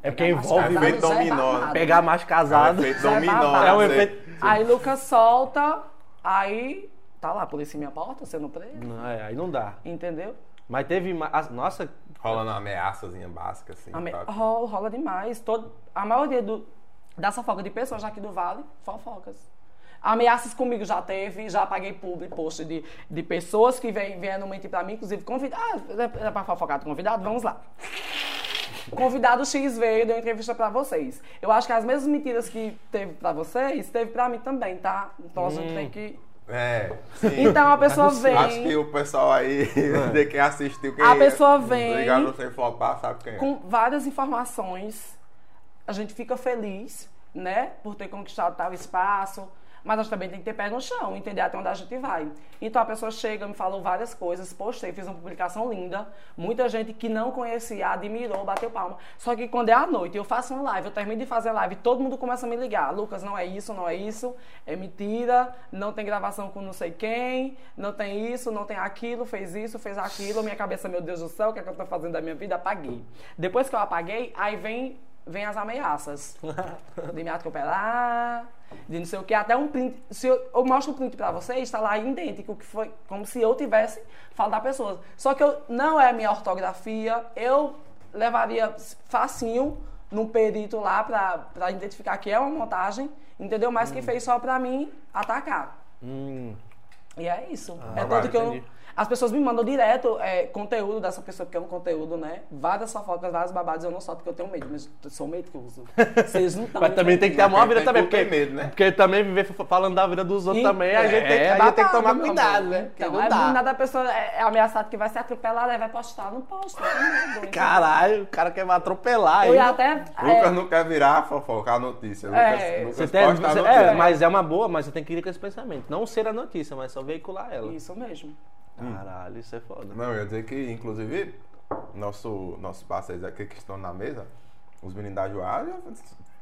É porque
pegar mais
envolve
casado
efeito
já é
dominó, né?
babado.
Pegar mais casado.
É um efeito
Já é
dominó.
babado.
né?
É um efeito-
Aí Lucas solta, aí tá lá, a polícia em minha porta, sendo preso.
Não, <laughs> é, aí não dá.
Entendeu?
Mas teve. ma- as- Nossa,
Rolando uma ameaçazinha básica, assim.
A me-
tal.
rola, rola demais. Todo, a maioria do, da fofoca de pessoas aqui do Vale, fofocas. Ameaças comigo já teve, já paguei publi, post de, de pessoas que vêm vendo mentir pra mim, inclusive convidado. Ah, é pra fofocar do convidado? Vamos lá. Convidado X veio e deu entrevista pra vocês. Eu acho que as mesmas mentiras que teve pra vocês, teve pra mim também, tá? Então a gente tem que.
É, sim.
Então a pessoa vem.
Acho que o pessoal aí, <laughs> de quem assistiu, quem
A pessoa vem-
Obrigado, não sei flopar, sabe quem é.
com várias informações. A gente fica feliz, né, por ter conquistado tal espaço, mas a gente também tem que ter pé no chão, entender até onde a gente vai. Então a pessoa chega, me falou várias coisas, postei, fiz uma publicação linda. Muita gente que não conhecia admirou, bateu palma. Só que quando é à noite, eu faço uma live, eu termino de fazer live, todo mundo começa a me ligar: Lucas, não é isso, não é isso, é mentira, não tem gravação com não sei quem, não tem isso, não tem aquilo, fez isso, fez aquilo. Minha cabeça, meu Deus do céu, o que é que eu tô fazendo da minha vida? Apaguei. Depois que eu apaguei, aí vem, vem as ameaças. de me atropelar, de não sei o que, até um print. Se eu, eu mostro o print pra vocês, tá lá idêntico, que foi como se eu tivesse falado da pessoa. Só que eu, não é minha ortografia, eu levaria facinho num perito lá pra, pra identificar que é uma montagem, entendeu? Mas que fez só pra mim atacar.
Hum, Ah,
E é isso. é
agora
tanto que eu,
entendi.
as pessoas me mandam direto é, conteúdo dessa pessoa, porque é um conteúdo, né? Várias fofocas, vários babados, eu não solto porque eu tenho medo, mas eu sou
<laughs>
medroso. Vocês não estão.
mas também tem que ter a maior
Tem-
vida
tem
também,
culpa
porque,
e medo, né?
porque também viver f- falando da vida dos outros
então, Sim.
também, a gente, tem,
É,
a gente tem que
babado,
tomar
meu
cuidado,
tá amor.
né? Porque
Então,
não
é
dá.
nada a pessoa é, é ameaçada que vai ser atropelada, aí vai postar. Não posta. não, meu Deus.
Caralho, o cara quer me atropelar
Eu
aí.
ia até.
Lucas
é,
não quer virar a fofoca, a notícia. Lucas,
É,
Lucas
Você tem,
posta a
você-
notícia.
é, mas é uma boa, mas você tem que ir com esse pensamento. Não ser a notícia, mas só veicular ela.
Isso mesmo.
Caralho, isso é foda.
Não, eu ia dizer que, inclusive, nosso, nossos parceiros aqui que estão na mesa, os meninos da Joária,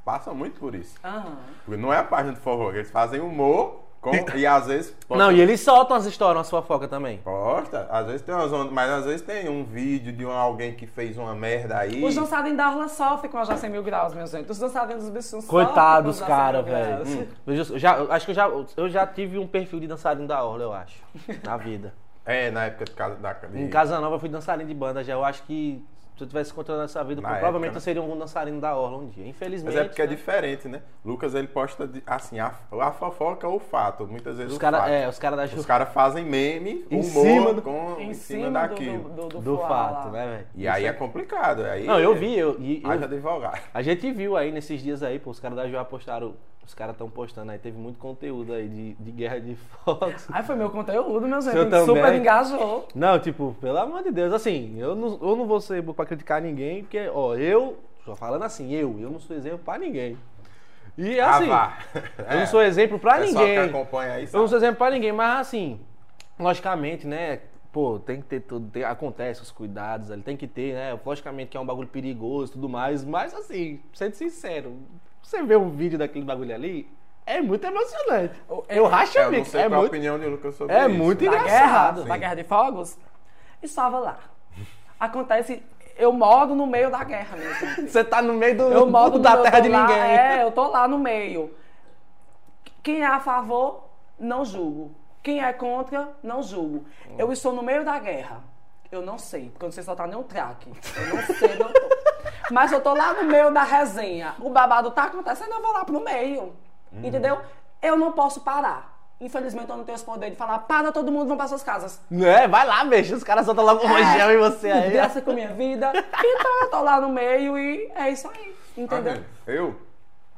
passam muito por isso.
Aham.
Porque não é a página de fofoca, eles fazem humor com- e às vezes posta,
Não, e eles soltam as histórias, umas fofocas também.
posta, às vezes tem umas ondas, mas às vezes tem um vídeo de um- alguém que fez uma merda aí.
Os dançarinos da Orla sofrem com a Jacem Mil Graus, meus gente. Os dançarinos dos bichos sofrem com a
Coitados,
Jacen
cara,
Mil
velho.
Graus.
Hum. Eu já- eu já- eu acho que eu já, eu já tive um perfil de dançarino da Orla, eu acho. Na vida.
É, na época de casa da de-
Em Casa Nova eu fui dançarino de banda já. Eu acho que se eu tivesse controlando essa vida,
Na época,
provavelmente
né?
eu seria um dançarino da Orla um dia.
Mas
Infelizmente.
é porque é
né?
diferente, né? Lucas ele posta de- assim, a, a fofoca ou o fato, muitas vezes
Os
o
caras
fato.
é, os cara da Ju-
Os caras fazem meme,
Em
humor
cima do-
com,
Hum. Em cima do,
daquilo.
do, do, do,
do
fuá
fato,
lá.
né, velho?
E aí é complicado. Aí
Não, eu vi, eu, e- eu-
Haja advogado.
a gente viu aí nesses dias aí, pô, os caras da Joá postaram, os caras estão postando aí, teve muito conteúdo aí de, de guerra de
<laughs>
fotos.
Aí foi meu conteúdo, meus
Seu
gente.
também.
Super engajou.
Não, tipo, pelo amor de Deus, assim, eu não, eu não vou ser bobo pra criticar ninguém, porque, ó, eu, tô falando assim, eu, eu não sou exemplo pra ninguém. E assim,
Ah, vá. É,
eu não sou exemplo pra
Pessoal que
ninguém.
acompanha aí,
Eu não
sabe?
sou exemplo pra ninguém, mas assim, logicamente, né? Pô, tem que ter tudo, tem- acontece os cuidados ali, tem que ter, né? Logicamente que é um bagulho perigoso e tudo mais, mas assim, sendo sincero, você vê um vídeo daquele bagulho ali, é muito emocionante. Eu racho
É,
a
eu não
bico,
tá
sei
é
qual a
muito.
opinião de Lucas sobre
é
isso.
muito
né?
da
engraçado.
guerra,
Sim.
da guerra de fogos, estava lá. Acontece, eu moro no meio da guerra, meu gente.
Você tá no meio do,
Eu moro
da
no- eu
terra
tô
de
lá,
ninguém.
É, eu tô lá no meio. Quem é a favor, não julgo. Quem é contra, não julgo.
Hum.
Eu estou no meio da guerra. Eu não sei, porque eu tá não sei soltar nenhum traque. Eu não sei,
<laughs>
não tô. Mas eu tô lá no meio da resenha. O babado tá acontecendo, eu vou lá pro meio.
Uhum.
Entendeu? Eu não posso parar. Infelizmente, eu não tenho esse poder de falar, para todo mundo, vão para suas casas.
Né? Vai lá, bicho, os caras soltam logo o
É.
rojão em você aí.
Desgraça com a minha
<laughs>
vida. Então, eu tô lá no meio e é isso aí. Entendeu?
Ah, não. Eu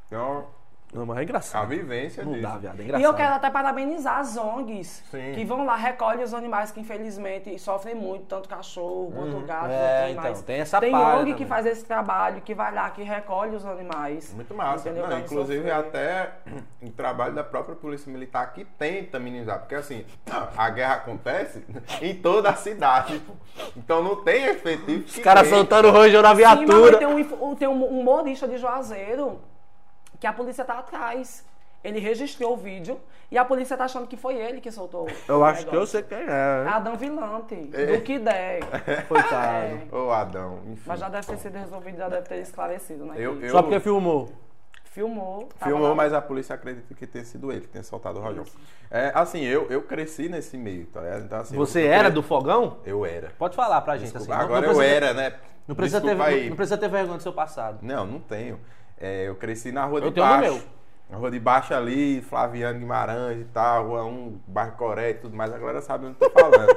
tenho
Não, mas é
a
engraçado.
vivência
Não
disso.
dá, viado, é
E
engraçado.
eu quero até parabenizar as ONGs
Sim.
que vão lá, recolhem os animais que infelizmente sofrem muito, tanto cachorro quanto gato.
É,
quanto animais.
então, tem essa
Tem
palha
ONG que
também.
faz esse trabalho, que vai lá, que recolhe os animais.
Muito massa.
Entendeu?
Não,
Pra não
inclusive,
sofrer.
até o trabalho da própria Polícia Militar que tenta minimizar. Porque, assim, a guerra acontece <laughs> em toda a cidade. pô. Então, não tem efetivo.
Os caras soltando o rojão na
Sim, mas
viatura.
um tem um, info- um- tem um humorista de Juazeiro que a polícia tá atrás. Ele registrou o vídeo e a polícia tá achando que foi ele que soltou. o
Eu acho que eu
negócio.
sei quem é. né?
Adam Vilante, do que der. é.
Coitado.
Ô, Adão, enfim.
Mas já deve ter sido resolvido, já deve ter esclarecido, né?
Eu-
Que
eu-
Só porque filmou.
Filmou. tava
Filmou,
lá-
mas a polícia acredita que tenha sido ele que tenha soltado o rojão. É, assim, eu, eu cresci nesse meio, tá ligado? Então, assim,
Você
eu-
era do fogão?
Eu era.
Pode falar pra gente assim. não-
Agora
não
eu
precisa-
era, né?
Não precisa, ter,
Desculpa aí.
não precisa ter vergonha do seu passado.
Não, não tenho. É, eu cresci na rua
Eu
de
tenho no
baixo.
meu.
Na rua de baixo ali, Flaviano Guimarães e tal, Rua 1, bairro Coreia e tudo mais, a galera sabe onde eu tô
<laughs>
falando.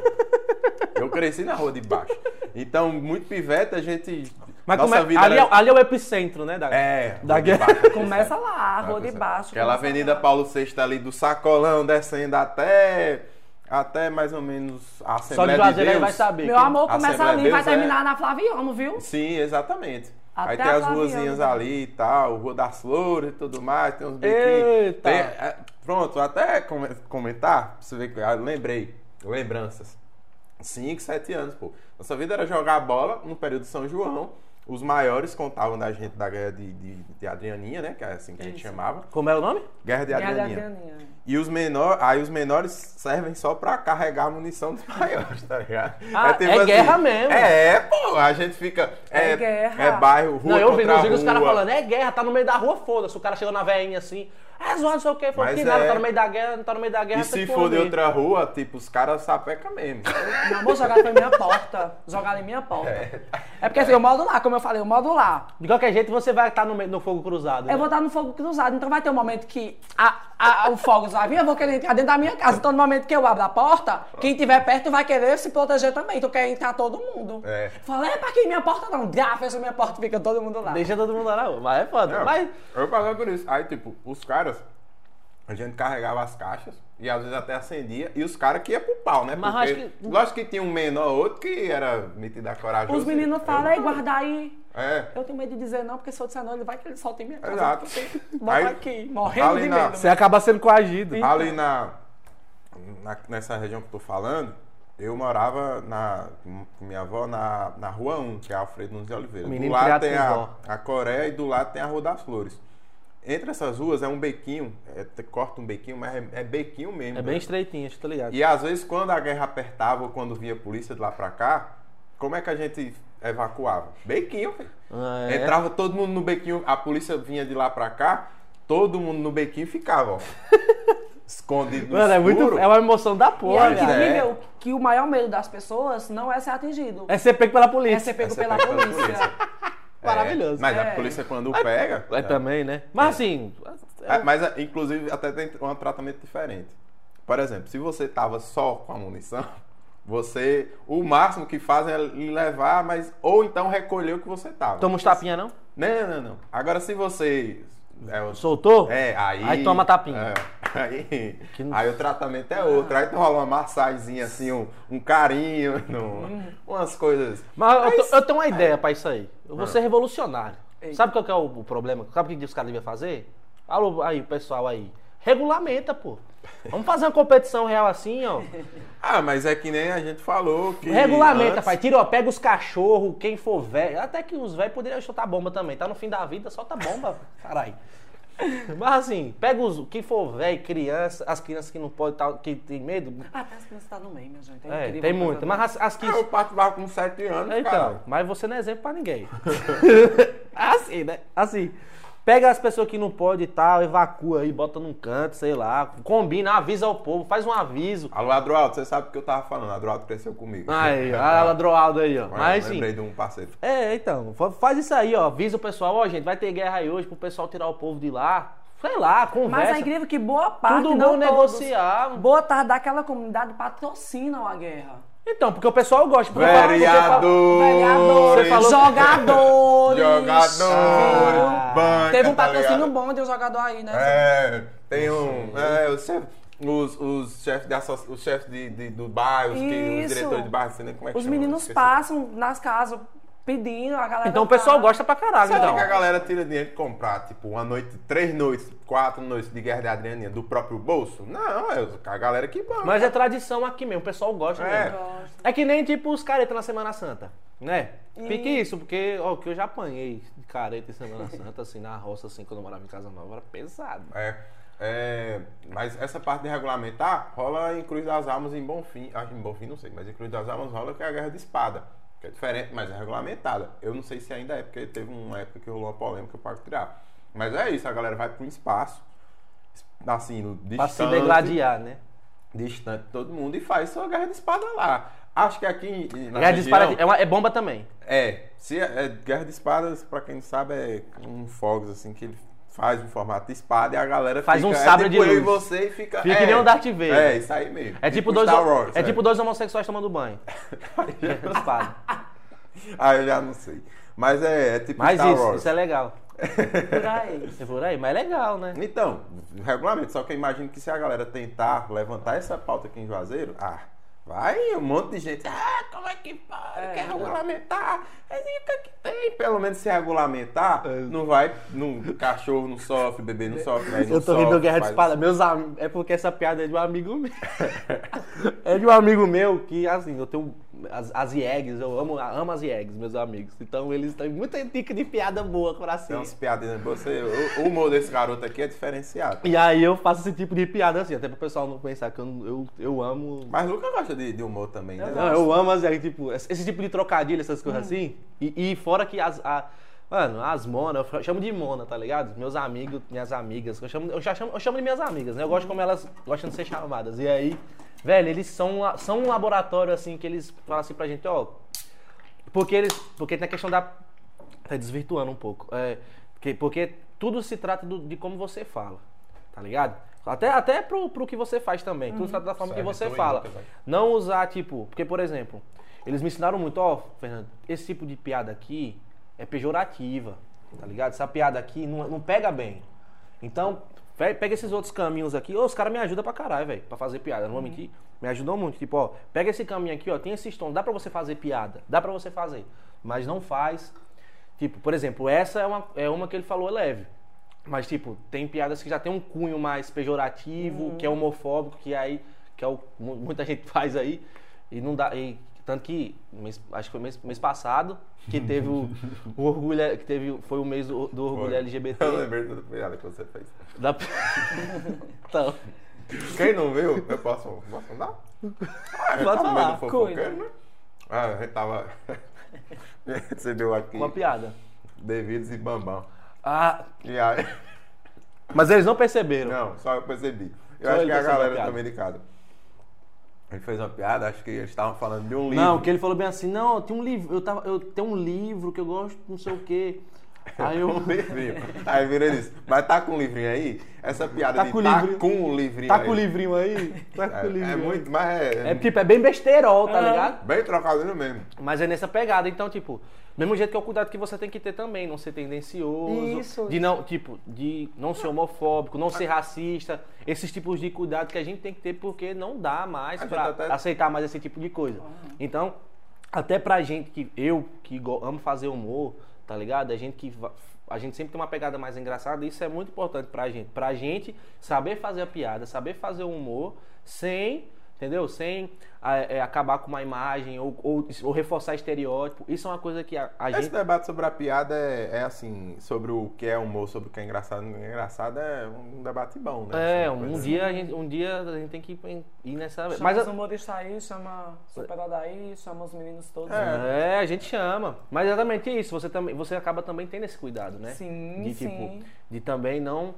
eu cresci na rua de baixo. Então, muito pivete, a gente.
Mas
nossa
como é,
vida
ali,
era...
é, ali é o epicentro, né? Da...
É,
Da
rua de
<laughs> guerra.
baixo,
Começa lá, a
Ah,
rua de
começa-
baixo.
Aquela
começa
Avenida
lá.
Paulo VI ali do Sacolão, descendo até. Até mais ou menos a
Só de
Assembleia de
Juazeiro aí
Deus.
vai saber.
Meu
que-
amor começa
Assembleia
ali, vai
é Deus,
terminar na Flaviano, viu?
Sim, exatamente.
Até
aí tem
a
as né?
Flaviana.
ruazinhas ali e tal, Rua das Flores e tudo mais, tem uns biquinhos.
Eita!
Tem- é, pronto, até come- comentar, pra você ver que ah, lembrei, lembranças. 5, 7 anos, pô. Nossa vida era jogar bola no período de São João. Os maiores contavam da gente da guerra de, de, de Adrianinha, né? Que é assim que a gente chamava.
Como era o nome?
Guerra de
Tem a
Adrianinha.
Adrianinha.
E os menores, aí os menores servem só pra carregar a munição dos <laughs> maiores, tá ligado?
Ah, é guerra mesmo.
É, pô, a gente fica. É,
É guerra.
É bairro, rua
não, eu vi
contra
nos vídeos os caras
rua.
falando, é guerra, tá no meio da rua, foda-se. O cara chegou na veinha assim, é zoado, não sei o que, falou
Mas
que nada,
é.
tá no meio da guerra, não tá no meio da guerra.
E
tá
se
aqui
for de
ali."
outra rua, tipo, os caras sapeca mesmo. <laughs>
Meu amor, jogaram pra minha porta. Jogaram em minha porta.
tá
É porque assim, eu moro lá, como eu falei, eu moro lá.
De qualquer jeito, você vai estar no, meio- no fogo cruzado. né?
Eu vou estar no fogo cruzado, então vai ter um momento que a- a- o fogo já vem, eu vou querer entrar dentro da minha casa. Então, no momento que eu abro a porta, quem estiver perto vai querer se proteger também. Então, quer entrar todo mundo.
É.
Fala, é pra quem minha porta não. Dá, fecha minha porta, fica todo mundo lá.
Deixa todo mundo lá na rua, mas é foda.
Não,
Mas
Eu pagava por isso. Aí, tipo, os caras. A gente carregava as caixas e às vezes até acendia. E os caras que iam pro pau, né?
Mas
Porque,
acho que-
Lógico que tinha um menor ou outro que era metido a coragem.
Os meninos falam, ei, guarda aí.
É.
Eu tenho medo de dizer não, porque se eu disser não, ele vai que ele solta em minha casa.
Exato.
Bota
Aí,
aqui, morrendo
ali
de
na-
medo.
você acaba sendo coagido.
Ali na, na- nessa região que eu tô falando, eu morava na com minha avó na, na rua 1, que é Alfredo Nunes de Oliveira. do
Menino
lado
criado
tem
por
a,
vó.
a Coreia e do lado tem a Rua das Flores. Entre essas ruas é um bequinho, é, te- corta um bequinho, mas é, é bequinho mesmo.
É bem
né?
estreitinho, acho que tá ligado.
E às vezes quando a guerra apertava ou quando vinha a polícia de lá pra cá, como é que a gente evacuava? Bequinho, filho.
Ah, é?
Entrava todo mundo no bequinho, a polícia vinha de lá pra cá, todo mundo no bequinho
<laughs>
ficava, ó. Escondido no
Mano, é
escuro.
muito. É uma emoção da
E
porra, né?
é
Olha,
velho.
incrível que o maior medo das pessoas não é ser atingido.
É ser pego pela
É,
polícia.
ser pego
Você
pela
pega pela
polícia.
<laughs>
É,
Maravilhoso.
Mas
É.
a polícia quando pega...
É também, né? Mas assim.
É, mas é, inclusive até tem um tratamento diferente. Por exemplo, se você tava só com a munição, <laughs> você... O máximo que fazem é lhe levar, mas... Ou então recolher o que você tava.
Toma uns tapinha, não?
Não, não, não. Agora se você. É, o-
Soltou?
é, aí.
Aí toma
É,
tapinha.
<laughs> aí,
Que não- Ah.
aí o tratamento é outro. Aí tu rola uma massagenzinha assim, um, um carinho, <laughs>
Uhum.
no- umas coisas.
Mas eu,
Mas- é. Ah.
tô- eu tenho uma ideia pra isso aí. Eu vou ser revolucionário.
Eita.
Sabe qual que é o, o problema? Sabe o que os caras deviam fazer? Alô, aí, pessoal aí. Regulamenta, pô. Vamos fazer uma competição real assim, ó.
Ah, mas é que nem a gente falou que.
Regulamenta,
antes-
pai. Tira, ó, pega os cachorros, quem for velho. Até que os velhos poderiam soltar bomba também. Tá no fim da vida, solta bomba, caralho. Mas assim, pega os. Quem for velho, criança, as crianças que não podem tá, que tem medo.
Ah, parece que você tá no meio, minha gente. É,
É,
incrível
tem
uma coisa
muita. Mas as, as que.
Eu parto barco com 7 anos,
Então,
cara.
mas você não é exemplo pra ninguém. <laughs> assim, né? Assim. Pega as pessoas que não podem e tal, evacua aí, bota num canto, sei lá. Combina, avisa o povo, faz um aviso.
Alô, Adroaldo, você sabe o que eu tava falando. Adroaldo cresceu comigo. <laughs>
<laughs> Aí, a Ladroaldo aí, ó.
Eu
Mas sim.
lembrei de um parceiro.
É, então, fa- faz isso aí, ó. Avisa o pessoal, ó, gente, vai ter guerra aí hoje pro pessoal tirar o povo de lá. Sei lá,
Mas
conversa.
é incrível que boa parte
tudo bom
não todos.
negociar.
Boa parte daquela comunidade patrocinam a guerra.
Então, porque o pessoal gosta. Porque
Vereadores!
Você falou-
jogadores.
Jogadores!
Ah.
banca,
Teve um
tá
patrocínio
ligado?
bom de um jogador aí, né?
É, tem um. É, os chefes os, os chefes de, asso- os chefes de, de- do bairro, os, que, os
Isso.
diretores de bairro, não sei nem como é que
Os
chama,
meninos
esqueci.
passam nas casas pedindo, a galera.
Então o pessoal
tá-
gosta pra caralho,
Sabe
então.
é que a galera tira dinheiro de comprar, tipo, uma noite, três noites, quatro noites de guerra de Adrianinha do próprio bolso? Não, é a galera que banca.
Mas é tradição aqui mesmo, o pessoal gosta
É.
mesmo.
Gosta.
É que nem tipo os caretas na Semana Santa, né? Fique isso, porque ó, o que eu já apanhei de careta em Semana Santa, assim, na roça, assim, quando eu morava em Casa Nova, era pesado.
É, é, mas essa parte de regulamentar rola em Cruz das Almas e em Bonfim. Ah, em Bonfim não sei, mas em Cruz das Almas rola que é a guerra de espada. Que é diferente, mas é regulamentada. Eu não sei se ainda é, porque teve uma época que rolou uma polêmica para criar. Mas é isso, a galera vai para um espaço, assim, no
Pra se
distante,
degladiar, né?
distante de todo mundo e faz sua guerra de espada lá. Acho que aqui em- na
Guerra de
região-
espada é, uma- é bomba também.
é, se é, é, Guerra de Espadas, pra quem não sabe, é um fogos assim que ele faz um formato de espada e a galera
Faz
fica,
um sabre
é
de
tipo eu
luz.
e você e fica
Fica
é,
que nem o Darth Vader.
É, isso aí mesmo.
É tipo,
o
dois,
Star Wars,
é tipo dois homossexuais
<laughs>
tomando banho. Guerra de espada.
Ah, eu já não sei. Mas é, é tipo
Mas
Star
isso,
Wars.
isso é legal.
<laughs>
Por aí.
É por aí, mas é legal, né?
Então, regulamento, só que eu imagino que se a galera tentar levantar essa pauta aqui em Juazeiro, ah, vai um monte de gente. Ah, como é que pode? quer regulamentar? Mas e o que é que tem? Pelo menos se regulamentar,
É.
não vai. Não, cachorro não sofre, bebê não sofre, velho não
Eu tô
sofre,
rindo Guerra de
faz-
Espada. Meus am... É porque essa piada é de um amigo meu. <laughs> é de um amigo meu que, assim, eu tenho as, as IEGs, eu amo, amo as IEGs, meus amigos. Então eles têm muita dica de piada boa,
Tem
coração.
umas piadas. Você, o, o humor desse garoto aqui é diferenciado.
E aí eu faço esse tipo de piada, assim, até pro pessoal não pensar que eu, não- eu, eu amo.
Mas Luca gosta de, de humor também, né?
Não, eu amo as IEGs, tipo, esse esse tipo de trocadilho, essas coisas assim. E, e fora que as. a- Mano, as mona, eu f- chamo de mona, tá ligado? Meus amigos, minhas amigas, eu chamo, eu já chamo, eu chamo de minhas amigas, né? Eu gosto como elas gostam de ser chamadas. E aí, velho, eles são, a- são um laboratório, assim, que eles falam assim pra gente, ó... Porque eles... Porque tem a questão da... Tá desvirtuando um pouco. É, porque, porque tudo se trata do- de como você fala, tá ligado? Até, até pro, pro que você faz também. Tudo se trata da forma
Serve
que você
tu e
fala.
Lucas, vai.
Não usar, tipo... Porque, por exemplo, eles me ensinaram muito, ó, Fernando, esse tipo de piada aqui é pejorativa, tá ligado? Essa piada aqui não, não pega bem. Então, pe- pega esses outros caminhos aqui. Ô, os caras me ajudam pra caralho, velho, pra fazer piada. Não vou mentir. Me ajudou muito. Tipo, ó, pega esse caminho aqui, ó, tem esse tom, dá pra você fazer piada. Dá pra você fazer. Mas não faz. Tipo, por exemplo, essa é uma, é uma que ele falou é leve. Mas, tipo, tem piadas que já tem um cunho mais pejorativo, que é
Uhum.
homofóbico, que aí. que é o, mu- muita <laughs> gente faz aí. E não dá. e- tanto que, mês- acho que foi mês, mês passado, que teve
<laughs>
o, o orgulho. que teve, foi o mês do, do orgulho
Foi.
LGBT.
Eu lembrei da piada que você fez.
Da...
<laughs>
então,
Quem não viu, eu posso, posso mandar? Ah, eu
Pode
tava
falar,
vendo fofoqueiro, né? Ah, a gente tava. <laughs> recebeu aqui
uma piada.
Devidos e Bambam.
Ah,
E aí. <laughs>
mas eles não perceberam.
Não, só eu percebi. Eu
Só
acho
ele
que a
percebeu a
galera
piada.
também de casa. Ele fez uma piada, acho que eles estavam falando de um livro.
Não, que ele falou bem assim, não, tem um livro, eu tava, eu tenho um livro que eu gosto, não sei o quê.
<laughs>
Aí
<laughs>
eu
Um livrinho. Aí virou isso. Mas tá com o livrinho aí? Essa piada
Tá
de
com o
tá
livrinho.
com o livrinho
tá
aí.
com o livrinho aí, tá com
É,
o livrinho.
é
aí.
muito, mas é,
É tipo, é bem besteirol, tá
Aham.
ligado?
bem trocadilho mesmo.
Mas é nessa pegada, então, tipo, mesmo jeito que é o cuidado que você tem que ter também, não ser tendencioso,
Isso,
de não, tipo, de não ser homofóbico, não
Ah.
ser racista, esses tipos de cuidado que a gente tem que ter porque não dá mais
A
pra
gente tá até-
aceitar mais esse tipo de coisa. Então, até pra gente que eu que go- amo fazer humor, tá ligado? A gente que va- a gente sempre tem uma pegada mais engraçada, isso é muito importante pra gente, pra gente saber fazer a piada, saber fazer o humor sem Entendeu? Sem ah, é, acabar com uma imagem ou, ou- ou reforçar estereótipo. Isso é uma coisa que a, a
Esse
gente.
debate sobre a piada é, é assim, sobre o que é humor, sobre o que é engraçado, não é engraçado, é um debate bom, né?
É,
Assim, um
um
coisa-
dia, a gente, um dia a gente tem que ir nessa.
Chama
Mas
os
a-
humoristas aí, chama Super Adair, chama os meninos todos.
É, a gente chama. Mas exatamente isso, você, também, você acaba também tendo esse cuidado, né?
Sim,
de,
sim.
Tipo, de também não,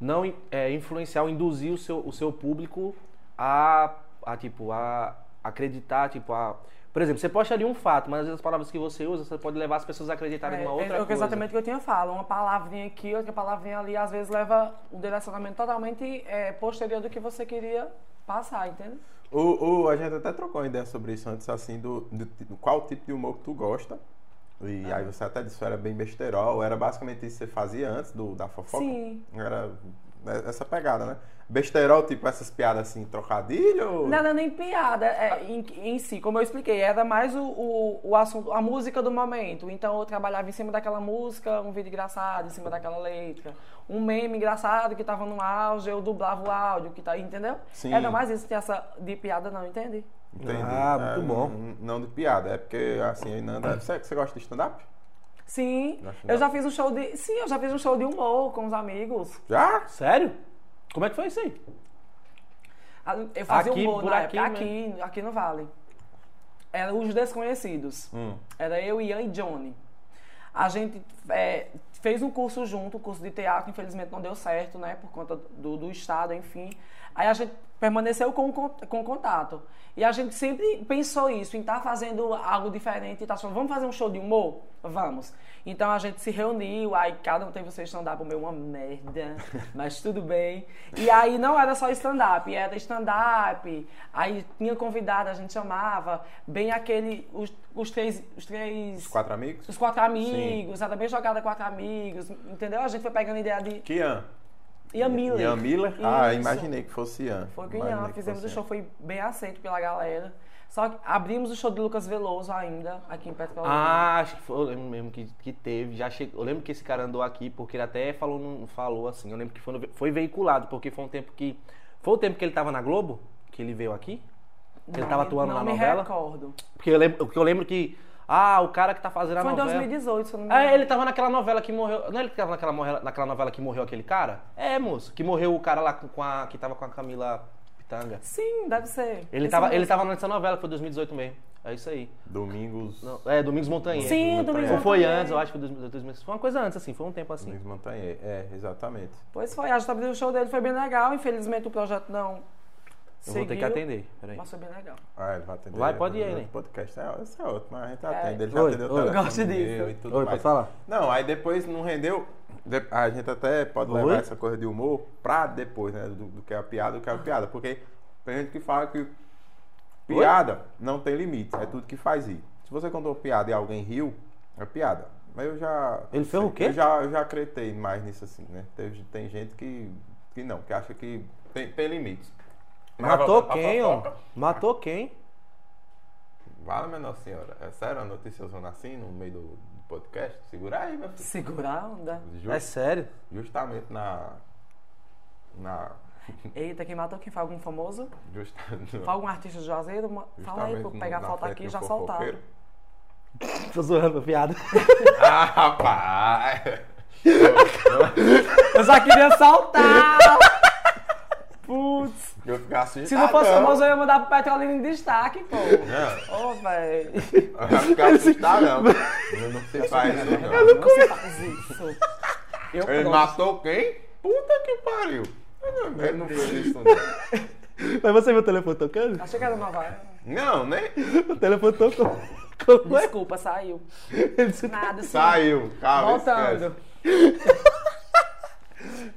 não é, influenciar ou induzir o seu, o seu público a, a, tipo, a acreditar, tipo, a... Por exemplo, você pode ali um fato, mas às vezes as palavras que você usa, você pode levar as pessoas a acreditarem
É,
em uma
é
outra
o que
coisa.
exatamente o que eu tinha falado. Uma palavrinha aqui, outra palavrinha ali, às vezes leva o direcionamento totalmente é, posterior do que você queria passar, entende?
O, o- a gente até trocou uma ideia sobre isso antes, assim, do, do, do qual tipo de humor que tu gosta. E
Ah.
aí você até disse, era bem besterol, era basicamente isso que você fazia antes do, da fofoca.
Sim.
Era né, essa pegada, né? Besterol, tipo essas piadas assim, trocadilho? ou-
Não era nem piada é, em, em si, como eu expliquei, era mais o, o, o assunto, a música do momento. Então eu trabalhava em cima daquela música, um vídeo engraçado em cima daquela letra, um meme engraçado que tava no auge, eu dublava o áudio, que tá, entendeu?
Sim.
Era mais isso, tem essa de piada não, entende?
Entendi.
Ah, muito
É,
bom. Ah.
n- Não de piada, é porque assim, aí não dá- Você, você gosta de stand-up?
Sim,
Acho
eu já fiz um show de, sim, eu já fiz um show de humor com os amigos.
Já?
Sério? Como é que foi isso aí?
Ah, Eu fazia
Aqui,
humor
por
na
aqui né?
época, aqui, aqui no Vale. Era os desconhecidos.
Hum.
Era eu, Ian e Johnny. A gente é, fez um curso junto, um curso de teatro, infelizmente não deu certo, né? Por conta do, do Estado, enfim. Aí a gente permaneceu com, o con- com o contato. E a gente sempre pensou isso, em estar fazendo algo diferente, estar falando, vamos fazer um show de humor? Vamos. Então a gente se reuniu, aí cada um teve o seu stand-up, o meu
<laughs>
uma merda, mas tudo bem. E aí não era só stand-up, era stand-up, aí tinha convidado, a gente chamava, bem aquele, os, os três, os três
Os quatro amigos?
os quatro amigos, era bem jogada quatro amigos, entendeu? A gente foi pegando ideia de
Kian.
Ian Miller.
Ian Miller? Ah,
Isso.
imaginei que fosse Ian.
Foi com o
Imaginei
Ian,
que
fizemos o
fosse
show, foi bem aceito pela galera. Só que abrimos o show de Lucas Veloso ainda, aqui em Petrolina.
Ah, acho que foi, eu lembro mesmo que, que teve. Já chegou, eu lembro que esse cara andou aqui, porque ele até falou, num- falou assim. Eu lembro que foi, no ve- foi veiculado, porque foi um tempo que. Foi o tempo que ele tava na Globo, que ele veio aqui? Que ele tava atuando
não
na
me
novela?
recordo.
Porque eu lembro, que eu lembro que. Ah, o cara que tá fazendo a
Foi em
novela.
2018, se eu não me
Ah,
engano.
ele tava naquela novela que morreu. Não é ele que tava naquela, morre- naquela novela que morreu aquele cara? É, moço. Que morreu o cara lá com com a. que tava com a Camila Pitanga.
Sim, deve ser.
Ele
Esse
tava, ele
mesmo.
tava nessa novela, foi 2018 mesmo. É isso aí.
Domingos.
Não, é, Domingos Montanheiro.
Sim,
Não
domingo.
Ou foi antes, eu acho que foi 2018. Foi uma coisa antes, assim, foi um tempo assim.
Domingos Montanhe. É, exatamente.
Pois foi, a gente abriu o show dele, foi bem legal. Infelizmente o projeto não
Eu vou ter que atender, peraí.
Mas foi bem legal.
Ah, ele vai atender.
Vai, pode ir aí,
O
né?
podcast é, esse é outro, mas a gente atende. Ele
É.
já
Oi,
atendeu
oi.
o telefone
Gosto disso.
meu e tudo
Oi,
mais.
pode falar.
Não, aí depois não rendeu. de- A gente até pode
Oi?
levar essa coisa de humor pra depois, né? Do, do que é a piada, do que é a piada. Porque tem gente que fala que piada não tem limites, é tudo que faz rir. Se você contou piada e alguém riu, é piada. Mas eu já. assim,
Ele fez o quê?
Eu já, eu já acreditei mais nisso assim, né? Teve- Tem, gente que, que não, que acha que tem, tem limites. Mas
Matou
voltando pra
quem, ó?
fofoca,
Matou quem?
Vale, minha Nossa Senhora. É sério a notícia zona assim no meio do do podcast? Segura aí, meu filho.
Segurar a onda.
Ju-
É sério? <laughs>
Justamente na. Na.
Eita, quem matou quem foi algum famoso?
Justa, <laughs>
Foi algum artista de Juazeiro? Ma- Fala aí, pra eu
justamente
pegar a
na
foto
frente
aqui
do
e já soltar.
fofoqueiro. <laughs>
Tô zoando, piada. <laughs>
Ah, rapaz!
Eu já queria
<laughs>
saltar! Putz!
Eu ficar assustado.
Se não fosse famoso, eu ia mandar pro Petrolina em destaque, pô.
Não,
Ô, velho. <laughs>
eu ia ficar assustado, não. Eu não sei faz isso, não.
<laughs> Você faz isso. Eu
Ele
pronto.
matou quem? Puta que pariu! Eu não- Ele não fez isso, não.
Mas você viu o telefone tocando?
Achei que era uma vaga.
Não, né?
O telefone tocou. <laughs> Como é?
Desculpa, saiu.
<laughs> Ele disse,
Nada, sim.
Saiu, calma.
Voltando.
esquece.